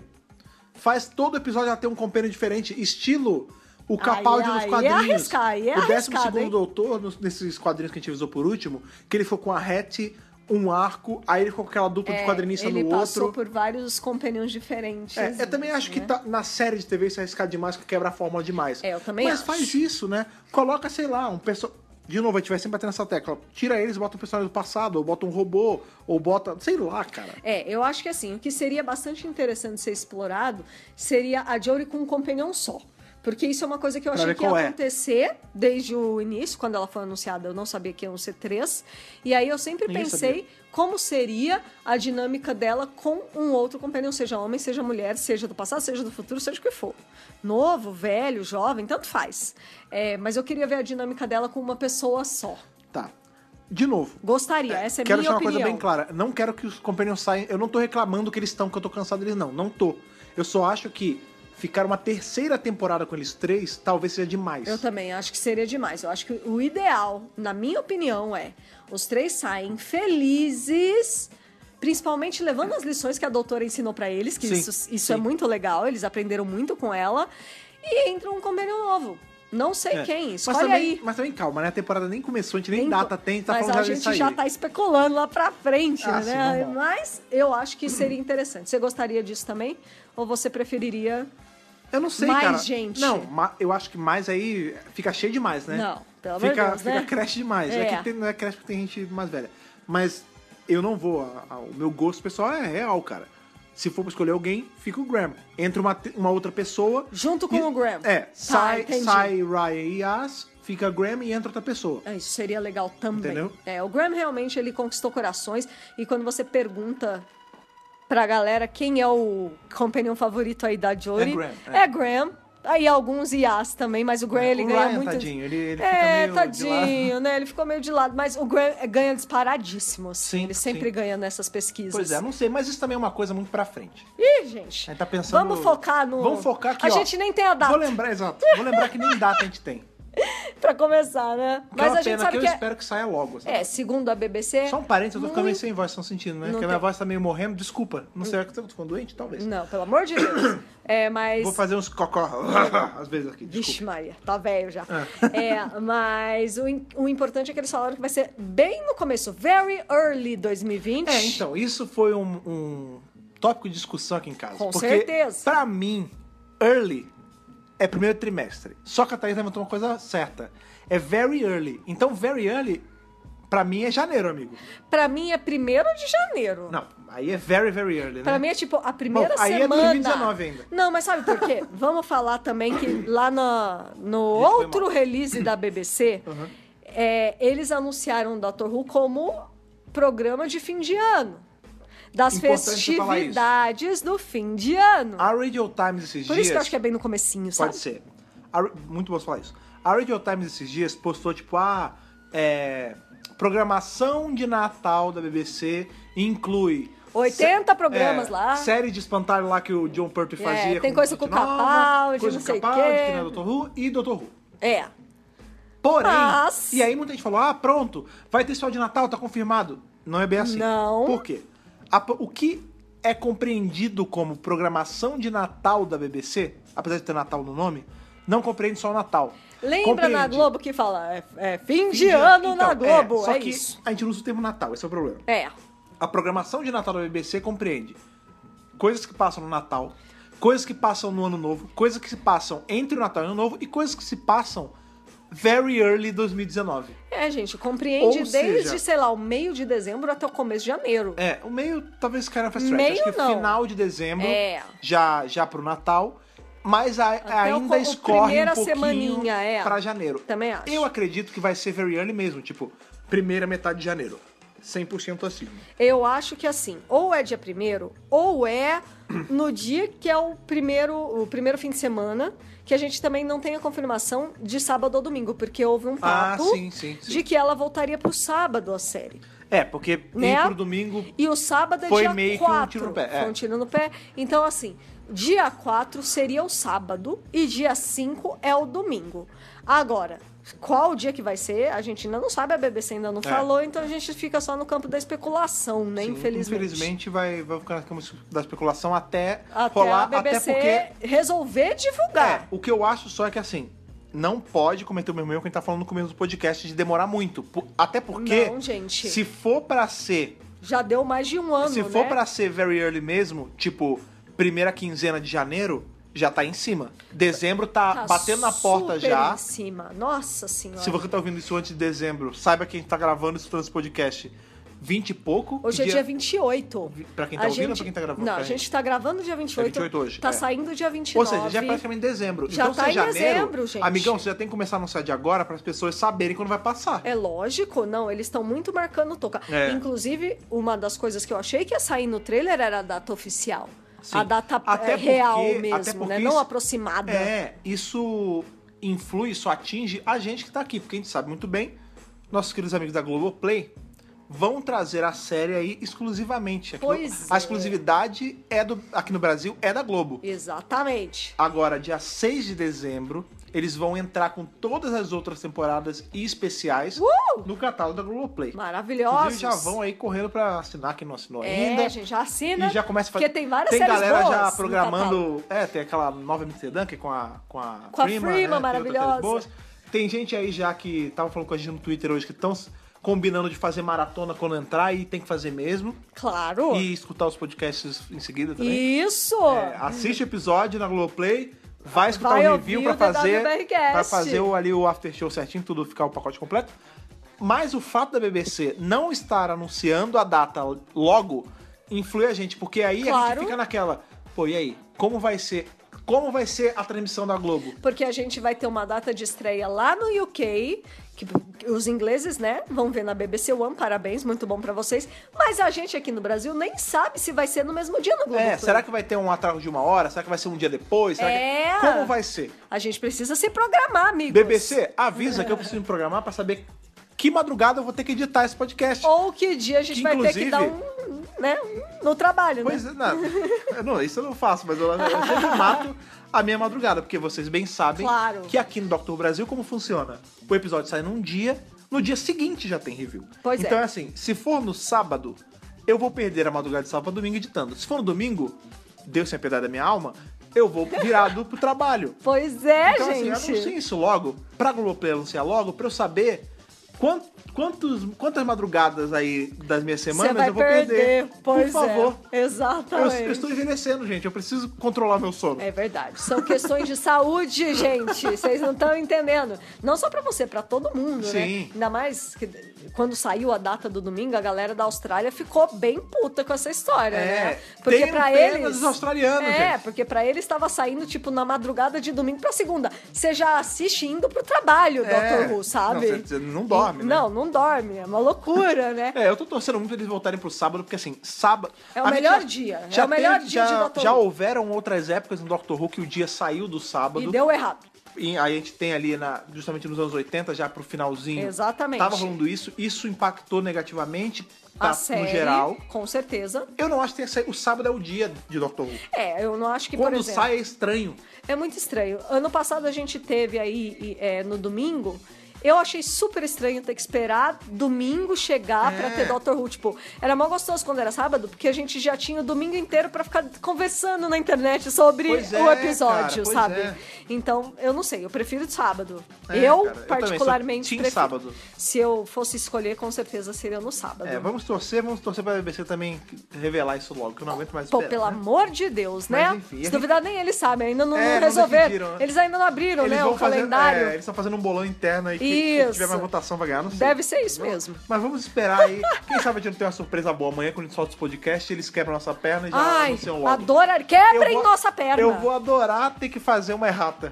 Speaker 3: Faz todo episódio ela ter um companion diferente, estilo o Capaldi
Speaker 4: Ai,
Speaker 3: nos
Speaker 4: ai,
Speaker 3: quadrinhos.
Speaker 4: é arriscar, é
Speaker 3: o décimo
Speaker 4: arriscado,
Speaker 3: segundo
Speaker 4: hein?
Speaker 3: doutor, nos- nesses quadrinhos que a gente avisou por último, que ele foi com a Hattie, um arco, aí ele ficou com aquela dupla de um quadrinista
Speaker 4: É, Ele
Speaker 3: no
Speaker 4: passou
Speaker 3: outro.
Speaker 4: por vários companheiros diferentes.
Speaker 3: É, eu também acho que tá- na série de TV isso é arriscado demais, que quebra a fórmula demais.
Speaker 4: né? É, eu também
Speaker 3: Mas
Speaker 4: acho.
Speaker 3: faz isso, né? Coloca, sei lá, um personagem. De novo, a gente vai sempre bater nessa tecla. Tira eles, bota um personagem do passado, ou bota um robô, ou bota. Sei lá, cara.
Speaker 4: É, eu acho que assim, o que seria bastante interessante ser explorado seria a Jory com um companhão só. Porque isso é uma coisa que eu
Speaker 3: Pra
Speaker 4: achei
Speaker 3: ver
Speaker 4: que ia
Speaker 3: qual é.
Speaker 4: acontecer desde o início, quando ela foi anunciada, eu não sabia que iam ser três. E aí eu sempre
Speaker 3: Ninguém
Speaker 4: pensei como seria a dinâmica dela com um outro companheiro, seja homem, seja mulher, seja do passado, seja do futuro, seja o que for. Novo, velho, jovem, tanto faz. É, mas eu queria ver a dinâmica dela com uma pessoa só.
Speaker 3: Tá. De novo.
Speaker 4: Gostaria, essa é a
Speaker 3: quero deixar
Speaker 4: minha
Speaker 3: uma
Speaker 4: opinião.
Speaker 3: coisa bem clara. Não quero que os companheiros saiam. Eu não tô reclamando que eles estão, que eu tô cansado deles, não. Não tô. Eu só acho que ficar uma terceira temporada com eles três talvez seja demais.
Speaker 4: Eu também acho que seria demais. Eu acho que o ideal, na minha opinião, é os três saem felizes, principalmente levando as lições que a doutora ensinou pra eles, que
Speaker 3: Sim,
Speaker 4: isso, isso é
Speaker 3: sim.
Speaker 4: muito legal, eles aprenderam muito com ela, e entra um companheiro novo. Não sei
Speaker 3: É.
Speaker 4: quem,
Speaker 3: mas
Speaker 4: escolhe
Speaker 3: também,
Speaker 4: aí.
Speaker 3: mas também calma, né? A temporada nem começou, a gente nem,
Speaker 4: Nem-
Speaker 3: data tem, tá
Speaker 4: mas
Speaker 3: falando
Speaker 4: a
Speaker 3: já de
Speaker 4: gente já
Speaker 3: sair.
Speaker 4: tá especulando lá pra frente,
Speaker 3: Ah, sim,
Speaker 4: né?
Speaker 3: normal.
Speaker 4: mas eu acho que seria interessante. Você gostaria disso também? Ou você preferiria
Speaker 3: Eu não sei,
Speaker 4: Mais
Speaker 3: cara.
Speaker 4: gente.
Speaker 3: Não, ma- eu acho que mais aí fica cheio demais, né?
Speaker 4: Não, pelo amor
Speaker 3: fica,
Speaker 4: de Deus,
Speaker 3: Fica
Speaker 4: né?
Speaker 3: creche demais. É,
Speaker 4: É.
Speaker 3: que tem, não é creche porque tem gente mais velha. Mas eu não vou. a- a- o meu gosto pessoal é real, cara. Se for pra escolher alguém, fica o Graham. Entra uma, te- uma outra pessoa.
Speaker 4: Junto com
Speaker 3: e-
Speaker 4: o Graham.
Speaker 3: É,
Speaker 4: Tá,
Speaker 3: sai,
Speaker 4: entendi.
Speaker 3: sai Ryan e Yas, fica Graham e entra outra pessoa.
Speaker 4: Ah, Isso seria legal também.
Speaker 3: Entendeu?
Speaker 4: É, o Graham realmente ele conquistou corações e quando você pergunta pra galera quem é o companion favorito aí da Jory,
Speaker 3: É Graham, é.
Speaker 4: É. Graham. Aí alguns IAs também, mas o Graham ele
Speaker 3: o
Speaker 4: ganha
Speaker 3: Ryan,
Speaker 4: muito.
Speaker 3: tadinho, ele- ele fica
Speaker 4: é,
Speaker 3: meio de
Speaker 4: tadinho, né? Ele ficou meio de lado, mas o Graham é, ganha disparadíssimo. Assim.
Speaker 3: Sim,
Speaker 4: ele sempre
Speaker 3: sim.
Speaker 4: ganha nessas pesquisas.
Speaker 3: Pois é, não sei, mas isso também é uma coisa muito pra frente.
Speaker 4: Ih, gente.
Speaker 3: A gente tá pensando.
Speaker 4: Vamos focar no.
Speaker 3: Vamos focar aqui.
Speaker 4: A
Speaker 3: ó.
Speaker 4: gente nem tem a data
Speaker 3: Vou lembrar, exato. Vou lembrar que nem data a gente
Speaker 4: (laughs)
Speaker 3: tem.
Speaker 4: pra começar, né?
Speaker 3: Que é
Speaker 4: Mas
Speaker 3: uma
Speaker 4: a gente
Speaker 3: pena
Speaker 4: sabe
Speaker 3: que,
Speaker 4: que
Speaker 3: eu
Speaker 4: é.
Speaker 3: espero que saia logo. assim. sabe?
Speaker 4: É, segundo a BBC.
Speaker 3: Só um parênteses, eu tô ficando meio
Speaker 4: muito
Speaker 3: sem voz, estão sentindo, né?
Speaker 4: Não
Speaker 3: Porque a
Speaker 4: tem-
Speaker 3: minha voz tá meio morrendo. Desculpa, não sei, será que eu tô ficando doente? Talvez.
Speaker 4: Não, pelo amor de Deus. É, mas.
Speaker 3: Vou fazer uns cocó (laughs) às vezes aqui,
Speaker 4: Vixe,
Speaker 3: desculpa.
Speaker 4: Maria, tá velho já. É, mas o, im- o importante é que eles falaram que vai ser bem no começo, very early 2020.
Speaker 3: É, então, isso foi um, um tópico de discussão aqui em casa.
Speaker 4: Com
Speaker 3: porque,
Speaker 4: certeza.
Speaker 3: pra mim, early é primeiro trimestre. Só que a Thaís levantou uma coisa certa. É very early. Então, very early, pra mim, é janeiro, amigo.
Speaker 4: Pra mim é 1 de janeiro.
Speaker 3: Não, aí é very, very early, né?
Speaker 4: Pra mim é tipo a primeira
Speaker 3: Bom, aí é
Speaker 4: semana. Hum.
Speaker 3: 2019 ainda.
Speaker 4: Não, mas sabe por
Speaker 3: (laughs)
Speaker 4: quê? Vamos falar também que lá na- no
Speaker 3: Ih, foi
Speaker 4: outro
Speaker 3: mal.
Speaker 4: release da BBC, é, eles anunciaram o Doctor Who como programa de fim de ano. Das
Speaker 3: Importante você falar isso.
Speaker 4: festividades do fim de ano.
Speaker 3: A Radio Times esses
Speaker 4: Por
Speaker 3: dias...
Speaker 4: isso que eu acho que é bem no comecinho, sabe?
Speaker 3: Pode ser. A- muito bom você falar isso. A Radio Times esses dias postou, tipo, a programação de Natal da BBC inclui...
Speaker 4: 80
Speaker 3: sé- é,
Speaker 4: programas lá.
Speaker 3: Série de espantalho lá que o John Pertwee
Speaker 4: É,
Speaker 3: fazia.
Speaker 4: tem coisa com o
Speaker 3: gente nova,
Speaker 4: Capaldi,
Speaker 3: coisa
Speaker 4: não
Speaker 3: com
Speaker 4: sei o
Speaker 3: Capaldi,
Speaker 4: quê.
Speaker 3: que não é Doutor Who, e Doutor Who.
Speaker 4: É.
Speaker 3: Porém,
Speaker 4: Mas-
Speaker 3: e aí muita gente falou, ah, pronto, vai ter só de Natal, tá confirmado. Não é bem assim.
Speaker 4: Não.
Speaker 3: Por quê? A pro- o que é compreendido como programação de Natal da BBC, apesar de ter Natal no nome, não compreende só o Natal.
Speaker 4: Lembra na
Speaker 3: Compreende
Speaker 4: Globo que fala é, é
Speaker 3: fim
Speaker 4: fim, de ano
Speaker 3: Então,
Speaker 4: na Globo,
Speaker 3: É,
Speaker 4: é,
Speaker 3: só que
Speaker 4: isso.
Speaker 3: a gente não usa o termo Natal, esse é o problema.
Speaker 4: É.
Speaker 3: A programação de Natal da BBC compreende coisas que passam no Natal, coisas que passam no Ano Novo, coisas que se passam entre o Natal e o Ano Novo e coisas que se passam very early 2019.
Speaker 4: É, gente, compreende
Speaker 3: Ou
Speaker 4: desde,
Speaker 3: seja-
Speaker 4: sei lá, o meio de dezembro até o começo de janeiro.
Speaker 3: É, o meio talvez cara fast track.
Speaker 4: Meio
Speaker 3: Acho que
Speaker 4: não.
Speaker 3: final de dezembro,
Speaker 4: É.
Speaker 3: já, já pro Natal. Mas a-
Speaker 4: o co-
Speaker 3: ainda
Speaker 4: o
Speaker 3: escorre um
Speaker 4: primeira
Speaker 3: pouquinho
Speaker 4: semaninha, é.
Speaker 3: pra janeiro.
Speaker 4: Também acho.
Speaker 3: Eu acredito que vai ser very early mesmo, tipo, primeira metade de janeiro. 100% assim.
Speaker 4: Eu acho que assim, ou é dia primeiro, ou é no dia que é o primeiro, o primeiro fim de semana, que a gente também não tem a confirmação de sábado ou domingo, porque houve um
Speaker 3: Ah,
Speaker 4: papo
Speaker 3: sim, sim, sim.
Speaker 4: de que ela voltaria pro sábado a série.
Speaker 3: É, porque
Speaker 4: Né?
Speaker 3: ir pro domingo
Speaker 4: E o sábado é
Speaker 3: Foi
Speaker 4: dia
Speaker 3: meio que um
Speaker 4: 4.
Speaker 3: tiro no pé, é.
Speaker 4: Foi um tiro no pé. Então, assim, dia 4 seria o sábado e dia 5 é o domingo. Agora, qual o dia que vai ser? A gente ainda não sabe, a BBC ainda não
Speaker 3: É.
Speaker 4: falou, então a gente fica só no campo da especulação, né?
Speaker 3: Sim,
Speaker 4: infelizmente.
Speaker 3: Infelizmente vai, vai ficar na cama da especulação até,
Speaker 4: Até
Speaker 3: rolar,
Speaker 4: a BBC
Speaker 3: até porque.
Speaker 4: resolver divulgar.
Speaker 3: É, o que eu acho só é que assim, não pode cometer o mesmo erro que a gente tá falando no começo do podcast de demorar muito. Po- Até porque.
Speaker 4: Não, gente.
Speaker 3: Se for pra ser.
Speaker 4: Já deu mais de um ano,
Speaker 3: se for
Speaker 4: né?
Speaker 3: pra ser very early mesmo, tipo, primeira quinzena de janeiro, já tá em cima. Dezembro tá,
Speaker 4: Tá
Speaker 3: batendo na porta
Speaker 4: super
Speaker 3: já.
Speaker 4: Em cima. Nossa senhora.
Speaker 3: Se você tá ouvindo isso antes de dezembro, saiba que a gente tá gravando isso nesse podcast 20 e pouco.
Speaker 4: Hoje é dia 28.
Speaker 3: Vi- pra quem tá
Speaker 4: A
Speaker 3: ouvindo ou pra quem tá gravando?
Speaker 4: Não,
Speaker 3: Pra
Speaker 4: a
Speaker 3: gente.
Speaker 4: gente tá gravando dia 28.
Speaker 3: 28 hoje,
Speaker 4: Tá
Speaker 3: é.
Speaker 4: saindo dia
Speaker 3: Ou
Speaker 4: 29.
Speaker 3: seja, já é praticamente dezembro.
Speaker 4: Já
Speaker 3: então,
Speaker 4: tá
Speaker 3: se é
Speaker 4: em
Speaker 3: janeiro,
Speaker 4: dezembro, gente.
Speaker 3: Amigão, você já tem que começar a anunciar de agora para as pessoas saberem quando vai passar.
Speaker 4: É lógico, não, eles estão muito marcando toca.
Speaker 3: É.
Speaker 4: Inclusive, uma das coisas que eu achei que ia sair no trailer era a data oficial.
Speaker 3: Sim.
Speaker 4: A data
Speaker 3: Até
Speaker 4: eh, real
Speaker 3: porque- até
Speaker 4: mesmo,
Speaker 3: porque
Speaker 4: né?
Speaker 3: isso-
Speaker 4: Não aproximada.
Speaker 3: É, isso influi, isso atinge a gente que tá aqui, porque a gente sabe muito bem, nossos queridos amigos da Globoplay vão trazer a série aí exclusivamente. Aqui no-
Speaker 4: Pois
Speaker 3: a
Speaker 4: é.
Speaker 3: exclusividade é do, aqui no Brasil é da Globo.
Speaker 4: Exatamente.
Speaker 3: Agora, dia 6 de dezembro, eles vão entrar com todas as outras temporadas e especiais no catálogo da Globoplay.
Speaker 4: Maravilhosos.
Speaker 3: Inclusive, já vão aí correndo pra assinar quem não assinou
Speaker 4: É,
Speaker 3: ainda.
Speaker 4: gente, já assina.
Speaker 3: E já começa a fazer.
Speaker 4: Porque tem várias
Speaker 3: Tem
Speaker 4: séries
Speaker 3: galera
Speaker 4: boas
Speaker 3: já
Speaker 4: no catálogo.
Speaker 3: programando. É, tem aquela nova Amsterdã que é com a Com a,
Speaker 4: Com a
Speaker 3: Prima,
Speaker 4: Freema,
Speaker 3: né? Tem outras
Speaker 4: maravilhosa.
Speaker 3: séries boas. Tem gente aí já que tava falando com a gente no Twitter hoje que estão combinando de fazer maratona quando entrar e tem que fazer mesmo.
Speaker 4: Claro.
Speaker 3: E escutar os podcasts em seguida também.
Speaker 4: Isso!
Speaker 3: É, assiste o episódio na Globoplay. Vai escutar
Speaker 4: Vai
Speaker 3: o
Speaker 4: ouvir
Speaker 3: review pra
Speaker 4: o
Speaker 3: fazer.
Speaker 4: DWRcast.
Speaker 3: Pra fazer o, ali o after show certinho, tudo ficar o pacote completo. Mas o fato da BBC não estar anunciando a data logo influi a gente, porque aí a gente
Speaker 4: Claro.
Speaker 3: fica naquela. Pô, e aí? Como vai ser? Como vai ser a transmissão da Globo?
Speaker 4: porque a gente vai ter uma data de estreia lá no UK, que os ingleses, né, vão ver na BBC One, parabéns, muito bom pra vocês, mas a gente aqui no Brasil nem sabe se vai ser no mesmo dia no Globo.
Speaker 3: É, será que vai ter um atraso de uma hora? Será que vai ser um dia depois? Será que-
Speaker 4: É.
Speaker 3: Como vai ser?
Speaker 4: A gente precisa se programar, amigos.
Speaker 3: BBC, avisa que eu preciso me programar pra saber que madrugada eu vou ter que editar esse podcast.
Speaker 4: Ou que dia a gente
Speaker 3: Que,
Speaker 4: vai ter
Speaker 3: inclusive-
Speaker 4: que dar um, né, um no trabalho,
Speaker 3: Pois
Speaker 4: né?
Speaker 3: é, não, eu não, isso eu não faço, mas eu, eu
Speaker 4: (laughs)
Speaker 3: sempre mato a minha madrugada, porque vocês bem sabem
Speaker 4: Claro.
Speaker 3: que aqui no Doctor Brasil, como funciona? O episódio sai num dia, no dia seguinte já tem review.
Speaker 4: Pois é.
Speaker 3: então é assim, se for no sábado, eu vou perder a madrugada de sábado pra domingo editando. Se for no domingo, Deus sem piedade da minha alma, eu vou virado pro trabalho.
Speaker 4: Pois (laughs) é,
Speaker 3: Então, assim,
Speaker 4: gente.
Speaker 3: eu anuncio isso logo, pra Globoplay anunciar logo, pra eu saber quan- quantos, quantas madrugadas aí das minhas
Speaker 4: Você
Speaker 3: semanas
Speaker 4: vai
Speaker 3: eu vou perder. Por
Speaker 4: Pois
Speaker 3: favor.
Speaker 4: é.
Speaker 3: Eu,
Speaker 4: Exatamente.
Speaker 3: eu estou envelhecendo, gente. Eu preciso controlar meu sono.
Speaker 4: É verdade. São questões de saúde, gente. Vocês não estão entendendo. Não só pra você, pra todo mundo,
Speaker 3: Sim.
Speaker 4: né? Ainda mais que quando saiu a data do domingo, a galera da Austrália ficou bem puta com essa história,
Speaker 3: É,
Speaker 4: né? Porque
Speaker 3: tenham
Speaker 4: pra
Speaker 3: pena
Speaker 4: eles
Speaker 3: dos australianos,
Speaker 4: É,
Speaker 3: gente.
Speaker 4: porque pra eles estava saindo tipo na madrugada de domingo pra segunda. Você já assiste indo pro trabalho,
Speaker 3: É.
Speaker 4: Dr. Who, sabe?
Speaker 3: Não, você- você não dorme, né?
Speaker 4: Não, não dorme. É uma loucura, né?
Speaker 3: É, eu tô torcendo muito pra eles voltarem pro sábado, porque assim, sábado.
Speaker 4: É o
Speaker 3: a gente
Speaker 4: melhor dia, é o melhor dia de
Speaker 3: já,
Speaker 4: Doctor
Speaker 3: já
Speaker 4: Who.
Speaker 3: houveram outras épocas no Doctor Who que o dia saiu do sábado.
Speaker 4: E deu errado.
Speaker 3: E aí a gente tem ali na, justamente nos anos 80, já pro finalzinho.
Speaker 4: Exatamente.
Speaker 3: Tava rolando isso, isso impactou negativamente
Speaker 4: a
Speaker 3: tá, no
Speaker 4: série,
Speaker 3: geral.
Speaker 4: com certeza.
Speaker 3: Eu não acho que tenha saído. O sábado é o dia de Doctor Who.
Speaker 4: É, eu não acho que,
Speaker 3: Quando
Speaker 4: por exemplo...
Speaker 3: sai é estranho.
Speaker 4: É muito estranho. Ano passado a gente teve aí e, é, no domingo. Eu achei super estranho ter que esperar domingo chegar pra
Speaker 3: É.
Speaker 4: ter Dr. Who. Tipo, era mó gostoso quando era sábado, porque a gente já tinha o domingo inteiro pra ficar conversando na internet sobre
Speaker 3: Pois é,
Speaker 4: o
Speaker 3: cara,
Speaker 4: episódio,
Speaker 3: pois
Speaker 4: sabe?
Speaker 3: é.
Speaker 4: Então, eu não sei, eu prefiro de sábado.
Speaker 3: É,
Speaker 4: eu,
Speaker 3: cara, eu também sou
Speaker 4: particularmente,
Speaker 3: team
Speaker 4: prefiro.
Speaker 3: sábado.
Speaker 4: Se eu fosse escolher, com certeza seria no sábado.
Speaker 3: É, vamos torcer, vamos torcer pra BBC também revelar isso logo, que eu não aguento mais
Speaker 4: Pô,
Speaker 3: esperar,
Speaker 4: pelo
Speaker 3: né?
Speaker 4: amor de Deus, né?
Speaker 3: Mas, enfim, a
Speaker 4: Se
Speaker 3: gente-
Speaker 4: duvidar, nem eles sabem, ainda não,
Speaker 3: É,
Speaker 4: não
Speaker 3: não
Speaker 4: resolveram.
Speaker 3: decidiram, né?
Speaker 4: Eles ainda não abriram, né? O
Speaker 3: é, fazendo-
Speaker 4: calendário.
Speaker 3: é, eles estão fazendo um bolão interno aí que se tiver
Speaker 4: Isso.
Speaker 3: mais votação vai ganhar, não sei.
Speaker 4: Deve ser isso mesmo.
Speaker 3: Mas vamos esperar aí. Quem sabe a gente não tem uma surpresa boa amanhã quando a gente solta os podcast, eles quebram nossa perna e já
Speaker 4: Ai,
Speaker 3: anunciam logo.
Speaker 4: adorar.
Speaker 3: Eu
Speaker 4: Quebrem
Speaker 3: vou-
Speaker 4: nossa perna.
Speaker 3: Eu vou adorar ter que fazer uma errata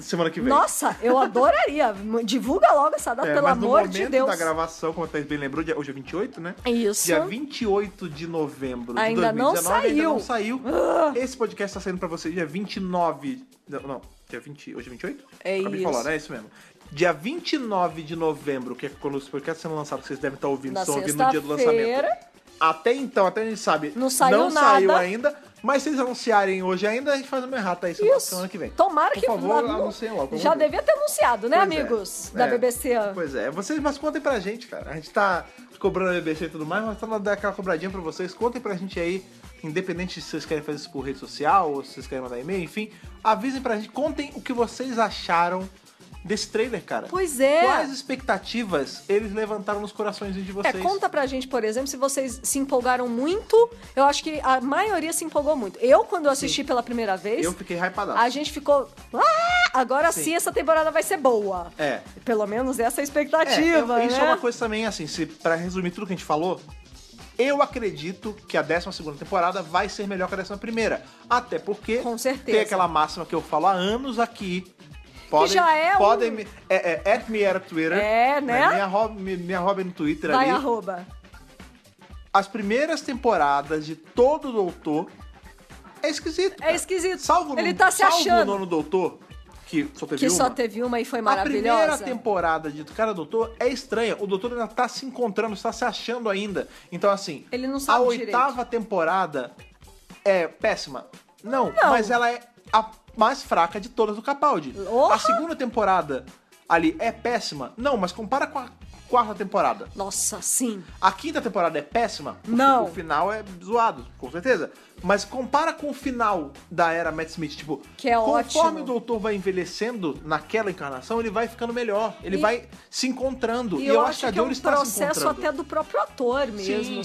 Speaker 3: semana que vem.
Speaker 4: Nossa, eu adoraria. Divulga logo essa data,
Speaker 3: É,
Speaker 4: pelo
Speaker 3: mas no
Speaker 4: amor
Speaker 3: momento
Speaker 4: de Deus.
Speaker 3: da gravação, como a Thaís bem lembrou, dia- hoje é 28, né?
Speaker 4: Isso.
Speaker 3: Dia 28 de novembro
Speaker 4: Ainda
Speaker 3: de
Speaker 4: não
Speaker 3: 2019, ainda não saiu.
Speaker 4: saiu. Ah.
Speaker 3: Esse podcast tá saindo pra você dia 29... Não, não dia 20... Hoje é 28?
Speaker 4: É
Speaker 3: Acabei de
Speaker 4: isso.
Speaker 3: falar, né? É isso mesmo. Dia 29 de novembro, que é quando os podcasts sendo lançados, vocês devem estar ouvindo,
Speaker 4: Na
Speaker 3: estão ouvindo no dia do lançamento.
Speaker 4: sexta-feira.
Speaker 3: Até então, até a gente sabe,
Speaker 4: Não saiu
Speaker 3: não saiu
Speaker 4: nada.
Speaker 3: ainda, mas se eles anunciarem hoje ainda, a gente faz uma errata aí semana,
Speaker 4: Isso.
Speaker 3: semana que vem.
Speaker 4: Tomara
Speaker 3: Por
Speaker 4: que
Speaker 3: favor,
Speaker 4: lá-
Speaker 3: anunciem logo. vamos
Speaker 4: Já
Speaker 3: ver.
Speaker 4: devia ter anunciado, né,
Speaker 3: Pois é.
Speaker 4: amigos?
Speaker 3: É.
Speaker 4: Da BBC.
Speaker 3: Pois é, vocês, mas contem pra gente, cara. A gente tá cobrando a BBC e tudo mais, mas tá dando aquela cobradinha pra vocês. Contem pra gente aí, independente se vocês querem fazer isso por rede social ou se vocês querem mandar e-mail, enfim. Avisem pra gente, contem o que vocês acharam desse trailer, cara.
Speaker 4: Pois é.
Speaker 3: Quais expectativas eles levantaram nos corações de
Speaker 4: É,
Speaker 3: vocês?
Speaker 4: conta pra gente, por exemplo, se vocês se empolgaram muito. Eu acho que a maioria se empolgou muito. Eu, quando eu assisti pela primeira vez,
Speaker 3: Eu fiquei hypadaço.
Speaker 4: a gente ficou. "Ah, agora sim. essa temporada vai ser boa.
Speaker 3: É.
Speaker 4: Pelo menos essa é
Speaker 3: É,
Speaker 4: a expectativa.
Speaker 3: eu- isso
Speaker 4: né?
Speaker 3: é uma coisa também, assim, se, pra resumir tudo que a gente falou, eu acredito que a 12 temporada vai ser melhor que a 11. Até porque.
Speaker 4: Com certeza.
Speaker 3: Tem aquela máxima que eu falo há anos aqui. Podem,
Speaker 4: já é um-
Speaker 3: podem me, é, é, at me era Twitter.
Speaker 4: É, né?
Speaker 3: Minha arroba, me, me arroba no Twitter
Speaker 4: Vai,
Speaker 3: ali.
Speaker 4: arroba.
Speaker 3: As primeiras temporadas de todo Doutor é esquisito. cara.
Speaker 4: esquisito.
Speaker 3: Salvo
Speaker 4: Ele
Speaker 3: no-
Speaker 4: tá se
Speaker 3: salvo
Speaker 4: achando.
Speaker 3: o nono Doutor, que só teve
Speaker 4: Que
Speaker 3: uma.
Speaker 4: só teve uma e foi
Speaker 3: A primeira
Speaker 4: maravilhosa.
Speaker 3: temporada de Cara Doutor é estranha. O doutor ainda tá se encontrando, tá se achando ainda. Então, assim,
Speaker 4: Ele não sabe
Speaker 3: a
Speaker 4: direito.
Speaker 3: oitava temporada é péssima. Não, mas ela é a mais fraca de todas do Capaldi.
Speaker 4: Orra!
Speaker 3: A segunda temporada ali é péssima. Não, mas compara com a quarta temporada.
Speaker 4: Nossa, sim.
Speaker 3: A quinta temporada é péssima? porque
Speaker 4: Não.
Speaker 3: O final é zoado, com certeza. Mas compara com o final da era Matt Smith, tipo,
Speaker 4: Que é
Speaker 3: conforme
Speaker 4: ótimo.
Speaker 3: o doutor vai envelhecendo naquela encarnação, ele vai ficando melhor. Ele
Speaker 4: E-
Speaker 3: vai se encontrando.
Speaker 4: E eu, acho que, é
Speaker 3: Jones
Speaker 4: um
Speaker 3: está se
Speaker 4: processo
Speaker 3: encontrando.
Speaker 4: até do próprio ator mesmo,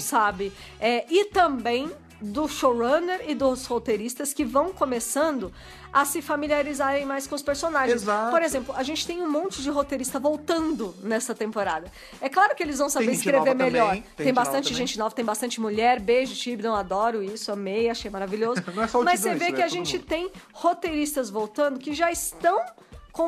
Speaker 3: Sim.
Speaker 4: sabe? É, e também do showrunner e dos roteiristas que vão começando a se familiarizarem mais com os personagens.
Speaker 3: Exato.
Speaker 4: Por exemplo, a gente tem um monte de roteirista voltando nessa temporada. É claro que eles vão saber
Speaker 3: gente
Speaker 4: escrever
Speaker 3: nova também,
Speaker 4: melhor.
Speaker 3: tem
Speaker 4: tem
Speaker 3: gente nova
Speaker 4: bastante
Speaker 3: também.
Speaker 4: gente nova, tem bastante mulher. Beijo, Tibidon, adoro isso, amei, achei maravilhoso.
Speaker 3: (laughs) Não é só o
Speaker 4: Mas
Speaker 3: Tibidon
Speaker 4: você vê
Speaker 3: isso,
Speaker 4: que
Speaker 3: né?
Speaker 4: a
Speaker 3: Todo
Speaker 4: gente
Speaker 3: mundo.
Speaker 4: tem roteiristas voltando que já estão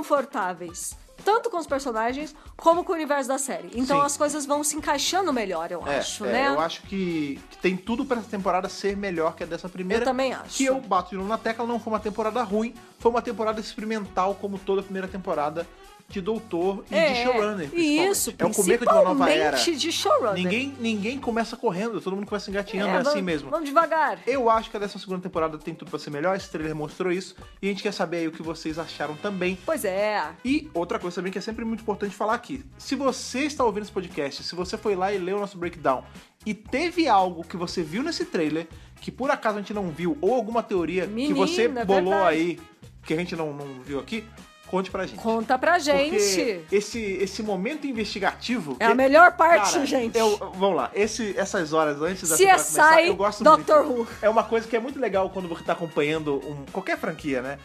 Speaker 4: confortáveis. Tanto com os personagens como com o universo da série. Então
Speaker 3: Sim.
Speaker 4: as coisas vão se encaixando melhor, eu
Speaker 3: É,
Speaker 4: acho,
Speaker 3: é,
Speaker 4: né?
Speaker 3: Eu acho que, que tem tudo pra essa temporada ser melhor que a dessa primeira.
Speaker 4: Eu também acho.
Speaker 3: Que eu bato de novo na tecla, não foi uma temporada ruim, foi uma temporada experimental, como toda a primeira temporada de Doutor e é de Showrunner.
Speaker 4: e
Speaker 3: principalmente.
Speaker 4: É, isso,
Speaker 3: é o começo de uma nova era.
Speaker 4: principalmente de showrunner.
Speaker 3: Ninguém, ninguém começa correndo, todo mundo começa
Speaker 4: é,
Speaker 3: engatinhando, é, assim
Speaker 4: vamos-
Speaker 3: mesmo.
Speaker 4: Vamos devagar.
Speaker 3: Eu acho que a 12 segunda temporada tem tudo pra ser melhor, esse trailer mostrou isso, e a gente quer saber aí o que vocês acharam também.
Speaker 4: Pois é.
Speaker 3: E outra coisa também que é sempre muito importante falar aqui, se você está ouvindo esse podcast, se você foi lá e leu o nosso breakdown, e teve algo que você viu nesse trailer, que por acaso a gente não viu, ou alguma teoria que
Speaker 4: Menina, é
Speaker 3: você bolou
Speaker 4: verdade.
Speaker 3: aí, que a gente não, não viu aqui, conte pra gente.
Speaker 4: Conta pra gente.
Speaker 3: Porque esse, esse momento investigativo...
Speaker 4: É a
Speaker 3: que-
Speaker 4: melhor parte,
Speaker 3: Cara,
Speaker 4: gente.
Speaker 3: eu- vamos lá, esse, essas horas antes da
Speaker 4: CSI
Speaker 3: temporada começar, eu gosto
Speaker 4: Doctor
Speaker 3: muito.
Speaker 4: Who.
Speaker 3: É uma coisa que é muito legal quando você tá acompanhando um- qualquer franquia, né?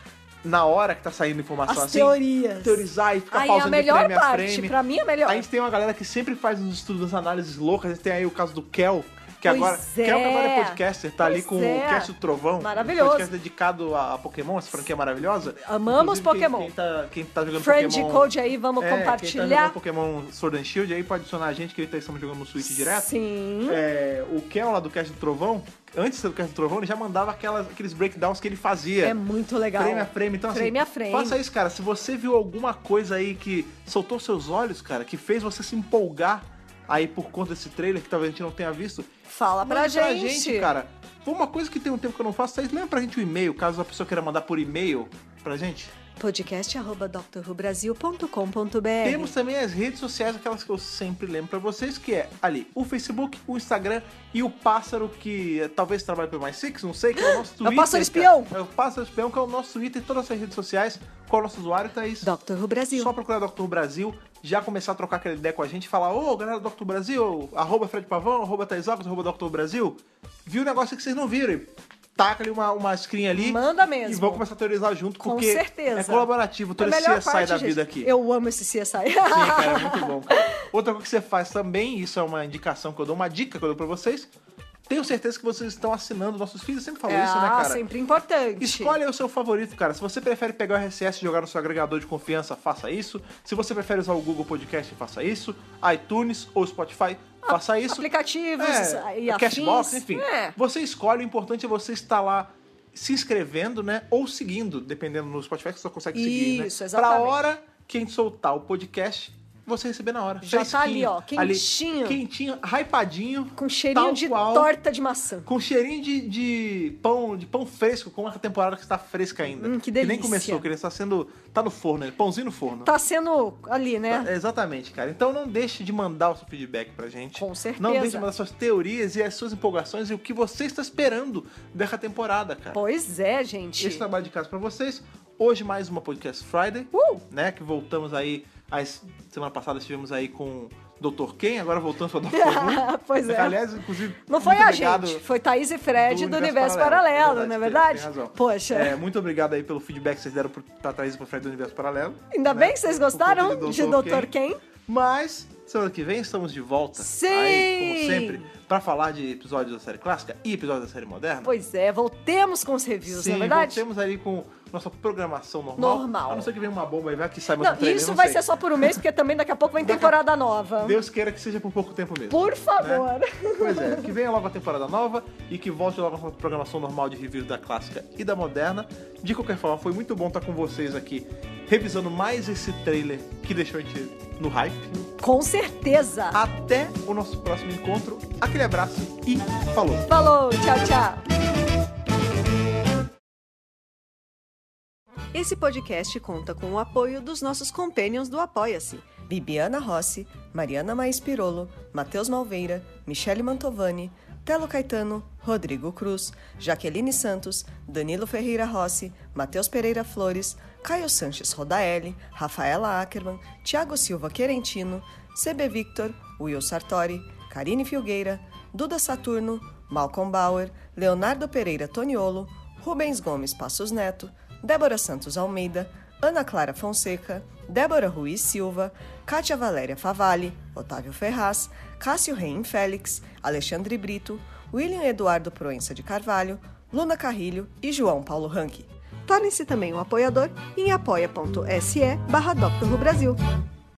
Speaker 3: Na hora que tá saindo informação
Speaker 4: As
Speaker 3: assim.
Speaker 4: teorias.
Speaker 3: Teorizar e ficar
Speaker 4: Ai, é a
Speaker 3: pausando entre
Speaker 4: melhor
Speaker 3: frame a
Speaker 4: parte,
Speaker 3: frame. Tá
Speaker 4: pra mim é a melhor.
Speaker 3: A gente tem uma galera que sempre faz uns estudos, umas análises loucas. A gente tem aí o caso do Kel, que
Speaker 4: Pois
Speaker 3: agora.
Speaker 4: é.
Speaker 3: Kel que agora é podcaster, tá ali
Speaker 4: Pois
Speaker 3: com
Speaker 4: é.
Speaker 3: o Cast do Trovão.
Speaker 4: Maravilhoso.
Speaker 3: Um podcast dedicado a a Pokémon, essa franquia maravilhosa.
Speaker 4: Amamos
Speaker 3: Inclusive, quem-
Speaker 4: Pokémon.
Speaker 3: Quem, tá, quem tá jogando
Speaker 4: Friend
Speaker 3: Pokémon.
Speaker 4: Code aí, vamos
Speaker 3: É, Quem tá
Speaker 4: compartilhar.
Speaker 3: jogando Pokémon Sword and Shield aí pode adicionar a gente, que ele tá estamos jogando no Switch direto.
Speaker 4: Sim.
Speaker 3: É, o Kel lá do Cast do Trovão, antes do Cast do Trovão, ele já mandava aquelas- aqueles breakdowns que ele fazia.
Speaker 4: É muito legal.
Speaker 3: Frame a frame, então assim,
Speaker 4: Frame a frame.
Speaker 3: faça isso, cara. Se você viu alguma coisa aí que soltou seus olhos, cara, que fez você se empolgar aí por conta desse trailer que talvez a gente não tenha visto,
Speaker 4: Fala pra
Speaker 3: Mande
Speaker 4: gente.
Speaker 3: pra gente, cara. Foi uma coisa que tem um tempo que eu não faço, Thaís, lembra pra gente o e-mail, caso a pessoa queira mandar por e-mail pra gente?
Speaker 4: podcast.drrubrasil.com.br
Speaker 3: Temos também as redes sociais, aquelas que eu sempre lembro pra vocês, que é ali o Facebook, o Instagram e o pássaro que eh, talvez trabalhe pelo Mais Six, não sei, que é o nosso Twitter.
Speaker 4: pássaro
Speaker 3: cara.
Speaker 4: espião.
Speaker 3: É o pássaro espião, que é o nosso Twitter e todas as redes sociais. Qual é o nosso usuário, Thaís?
Speaker 4: Dr. Who Brasil.
Speaker 3: Só procurar Dr. Brasil, já começar a trocar aquela ideia com a gente, falar, ô, galera do Dr. um Brasil, arroba Fred Pavão, arroba Thaís Alves, arroba Dr. Brasil. Viu o negócio que vocês não viram? taca ali uma, uma screen ali.
Speaker 4: Manda mesmo.
Speaker 3: E vamos começar a teorizar junto,
Speaker 4: Com
Speaker 3: porque
Speaker 4: certeza.
Speaker 3: é colaborativo. Todo
Speaker 4: A
Speaker 3: esse
Speaker 4: melhor
Speaker 3: CSI
Speaker 4: parte,
Speaker 3: da
Speaker 4: gente,
Speaker 3: vida aqui.
Speaker 4: Eu amo esse CSI.
Speaker 3: Sim, cara, é muito bom. cara. Outra coisa que você faz também, isso é uma indicação que eu dou, uma dica que eu dou pra vocês. Tenho certeza que vocês estão assinando nossos filhos. Eu sempre falo isso, né,
Speaker 4: (laughs) Ah,
Speaker 3: cara?
Speaker 4: sempre importante.
Speaker 3: Escolhe o seu favorito, cara. Se você prefere pegar o RSS e jogar no seu agregador de confiança, faça isso. Se você prefere usar o Google Podcast, faça isso. iTunes ou Spotify, faça isso.
Speaker 4: aplicativos
Speaker 3: É,
Speaker 4: e afins.
Speaker 3: Cashbox, enfim.
Speaker 4: É.
Speaker 3: Você escolhe, o importante é você estar lá se inscrevendo, né? Ou seguindo, dependendo no Spotify que você só consegue seguir, né?
Speaker 4: Isso, exatamente.
Speaker 3: Pra hora que a gente soltar o podcast, você receber na hora.
Speaker 4: Já tá ali, ó,
Speaker 3: Fresquinho,
Speaker 4: quentinho.
Speaker 3: Ali, quentinho, hypadinho.
Speaker 4: Com cheirinho
Speaker 3: tal
Speaker 4: de
Speaker 3: qual,
Speaker 4: torta de maçã.
Speaker 3: Com cheirinho de, de pão de pão fresco, com a temporada que está fresca ainda.
Speaker 4: Hum, que
Speaker 3: nem
Speaker 4: delícia.
Speaker 3: começou, que ele está sendo... Tá no forno, ele, pãozinho no forno.
Speaker 4: Tá sendo ali,
Speaker 3: Tá, é.
Speaker 4: né?
Speaker 3: Exatamente, cara. Então não deixe de mandar o seu feedback pra gente.
Speaker 4: Com certeza.
Speaker 3: Não deixe de mandar suas teorias e as suas empolgações e o que você está esperando dessa temporada, cara.
Speaker 4: Pois é, gente. (laughs)
Speaker 3: Esse tá trabalho de casa pra vocês. Hoje mais uma Podcast Friday,
Speaker 4: Uh!
Speaker 3: né? Que voltamos aí, as- semana passada estivemos aí com Dr. Ken, agora voltamos pra Dr.
Speaker 4: (laughs)
Speaker 3: Who.
Speaker 4: Pois é.
Speaker 3: Aliás, inclusive,
Speaker 4: Não foi
Speaker 3: muito
Speaker 4: a
Speaker 3: obrigado
Speaker 4: gente, foi Thaís e Fred do, Universo, Paralelo, não é verdade?
Speaker 3: Tem- tem razão.
Speaker 4: Poxa,
Speaker 3: É, muito obrigado aí pelo feedback que vocês deram pro- pra Thaís e pro Fred do Universo Paralelo.
Speaker 4: ainda
Speaker 3: né?
Speaker 4: bem que vocês
Speaker 3: Por conta
Speaker 4: gostaram de Dr.
Speaker 3: Ken.
Speaker 4: Ken.
Speaker 3: Mas semana que vem estamos de volta.
Speaker 4: Sim!
Speaker 3: Aí, como sempre, pra falar de episódios da série clássica e episódios da série moderna.
Speaker 4: Pois é, voltemos com os reviews,
Speaker 3: Sim,
Speaker 4: não é verdade?
Speaker 3: voltemos ali com nossa programação normal.
Speaker 4: Normal.
Speaker 3: A não ser que venha uma bomba e vai que sai mais
Speaker 4: Não,
Speaker 3: um
Speaker 4: e
Speaker 3: trailer,
Speaker 4: isso
Speaker 3: não
Speaker 4: vai
Speaker 3: sei.
Speaker 4: ser só por um mês, porque também daqui a pouco vem
Speaker 3: Daqui a-
Speaker 4: temporada nova.
Speaker 3: Deus queira que seja por pouco tempo mesmo. né?
Speaker 4: Por favor.
Speaker 3: Pois é, que venha logo a temporada nova e que volte logo a nossa programação normal de reviews da clássica e da moderna. De qualquer forma, foi muito bom estar com vocês aqui, revisando mais esse trailer que deixou a gente no hype.
Speaker 4: Com certeza.
Speaker 3: Até o nosso próximo encontro. Aquele abraço e falou!
Speaker 4: Falou, tchau, tchau.
Speaker 5: Esse podcast conta com o apoio dos nossos companions do Apoia-se: Bibiana Rossi, Mariana Maes Pirolo, Matheus Malveira, Michele Mantovani, Telo Caetano, Rodrigo Cruz, Jaqueline Santos, Danilo Ferreira Rossi, Matheus Pereira Flores, Caio Sanches Rodaelli, Rafaela Ackerman, Tiago Silva Querentino, CB Victor, Will Sartori, Karine Filgueira, Duda Saturno, Malcolm Bauer, Leonardo Pereira Toniolo, Rubens Gomes Passos Neto, Débora Santos Almeida, Ana Clara Fonseca, Débora Ruiz Silva, Kátia Valéria Favalli, Otávio Ferraz, Cássio Reim Félix, Alexandre Brito, William Eduardo Proença de Carvalho, Luna Carrilho e João Paulo Ranque. Torne-se também um apoiador em apoia.se barra Dr. Who Brasil.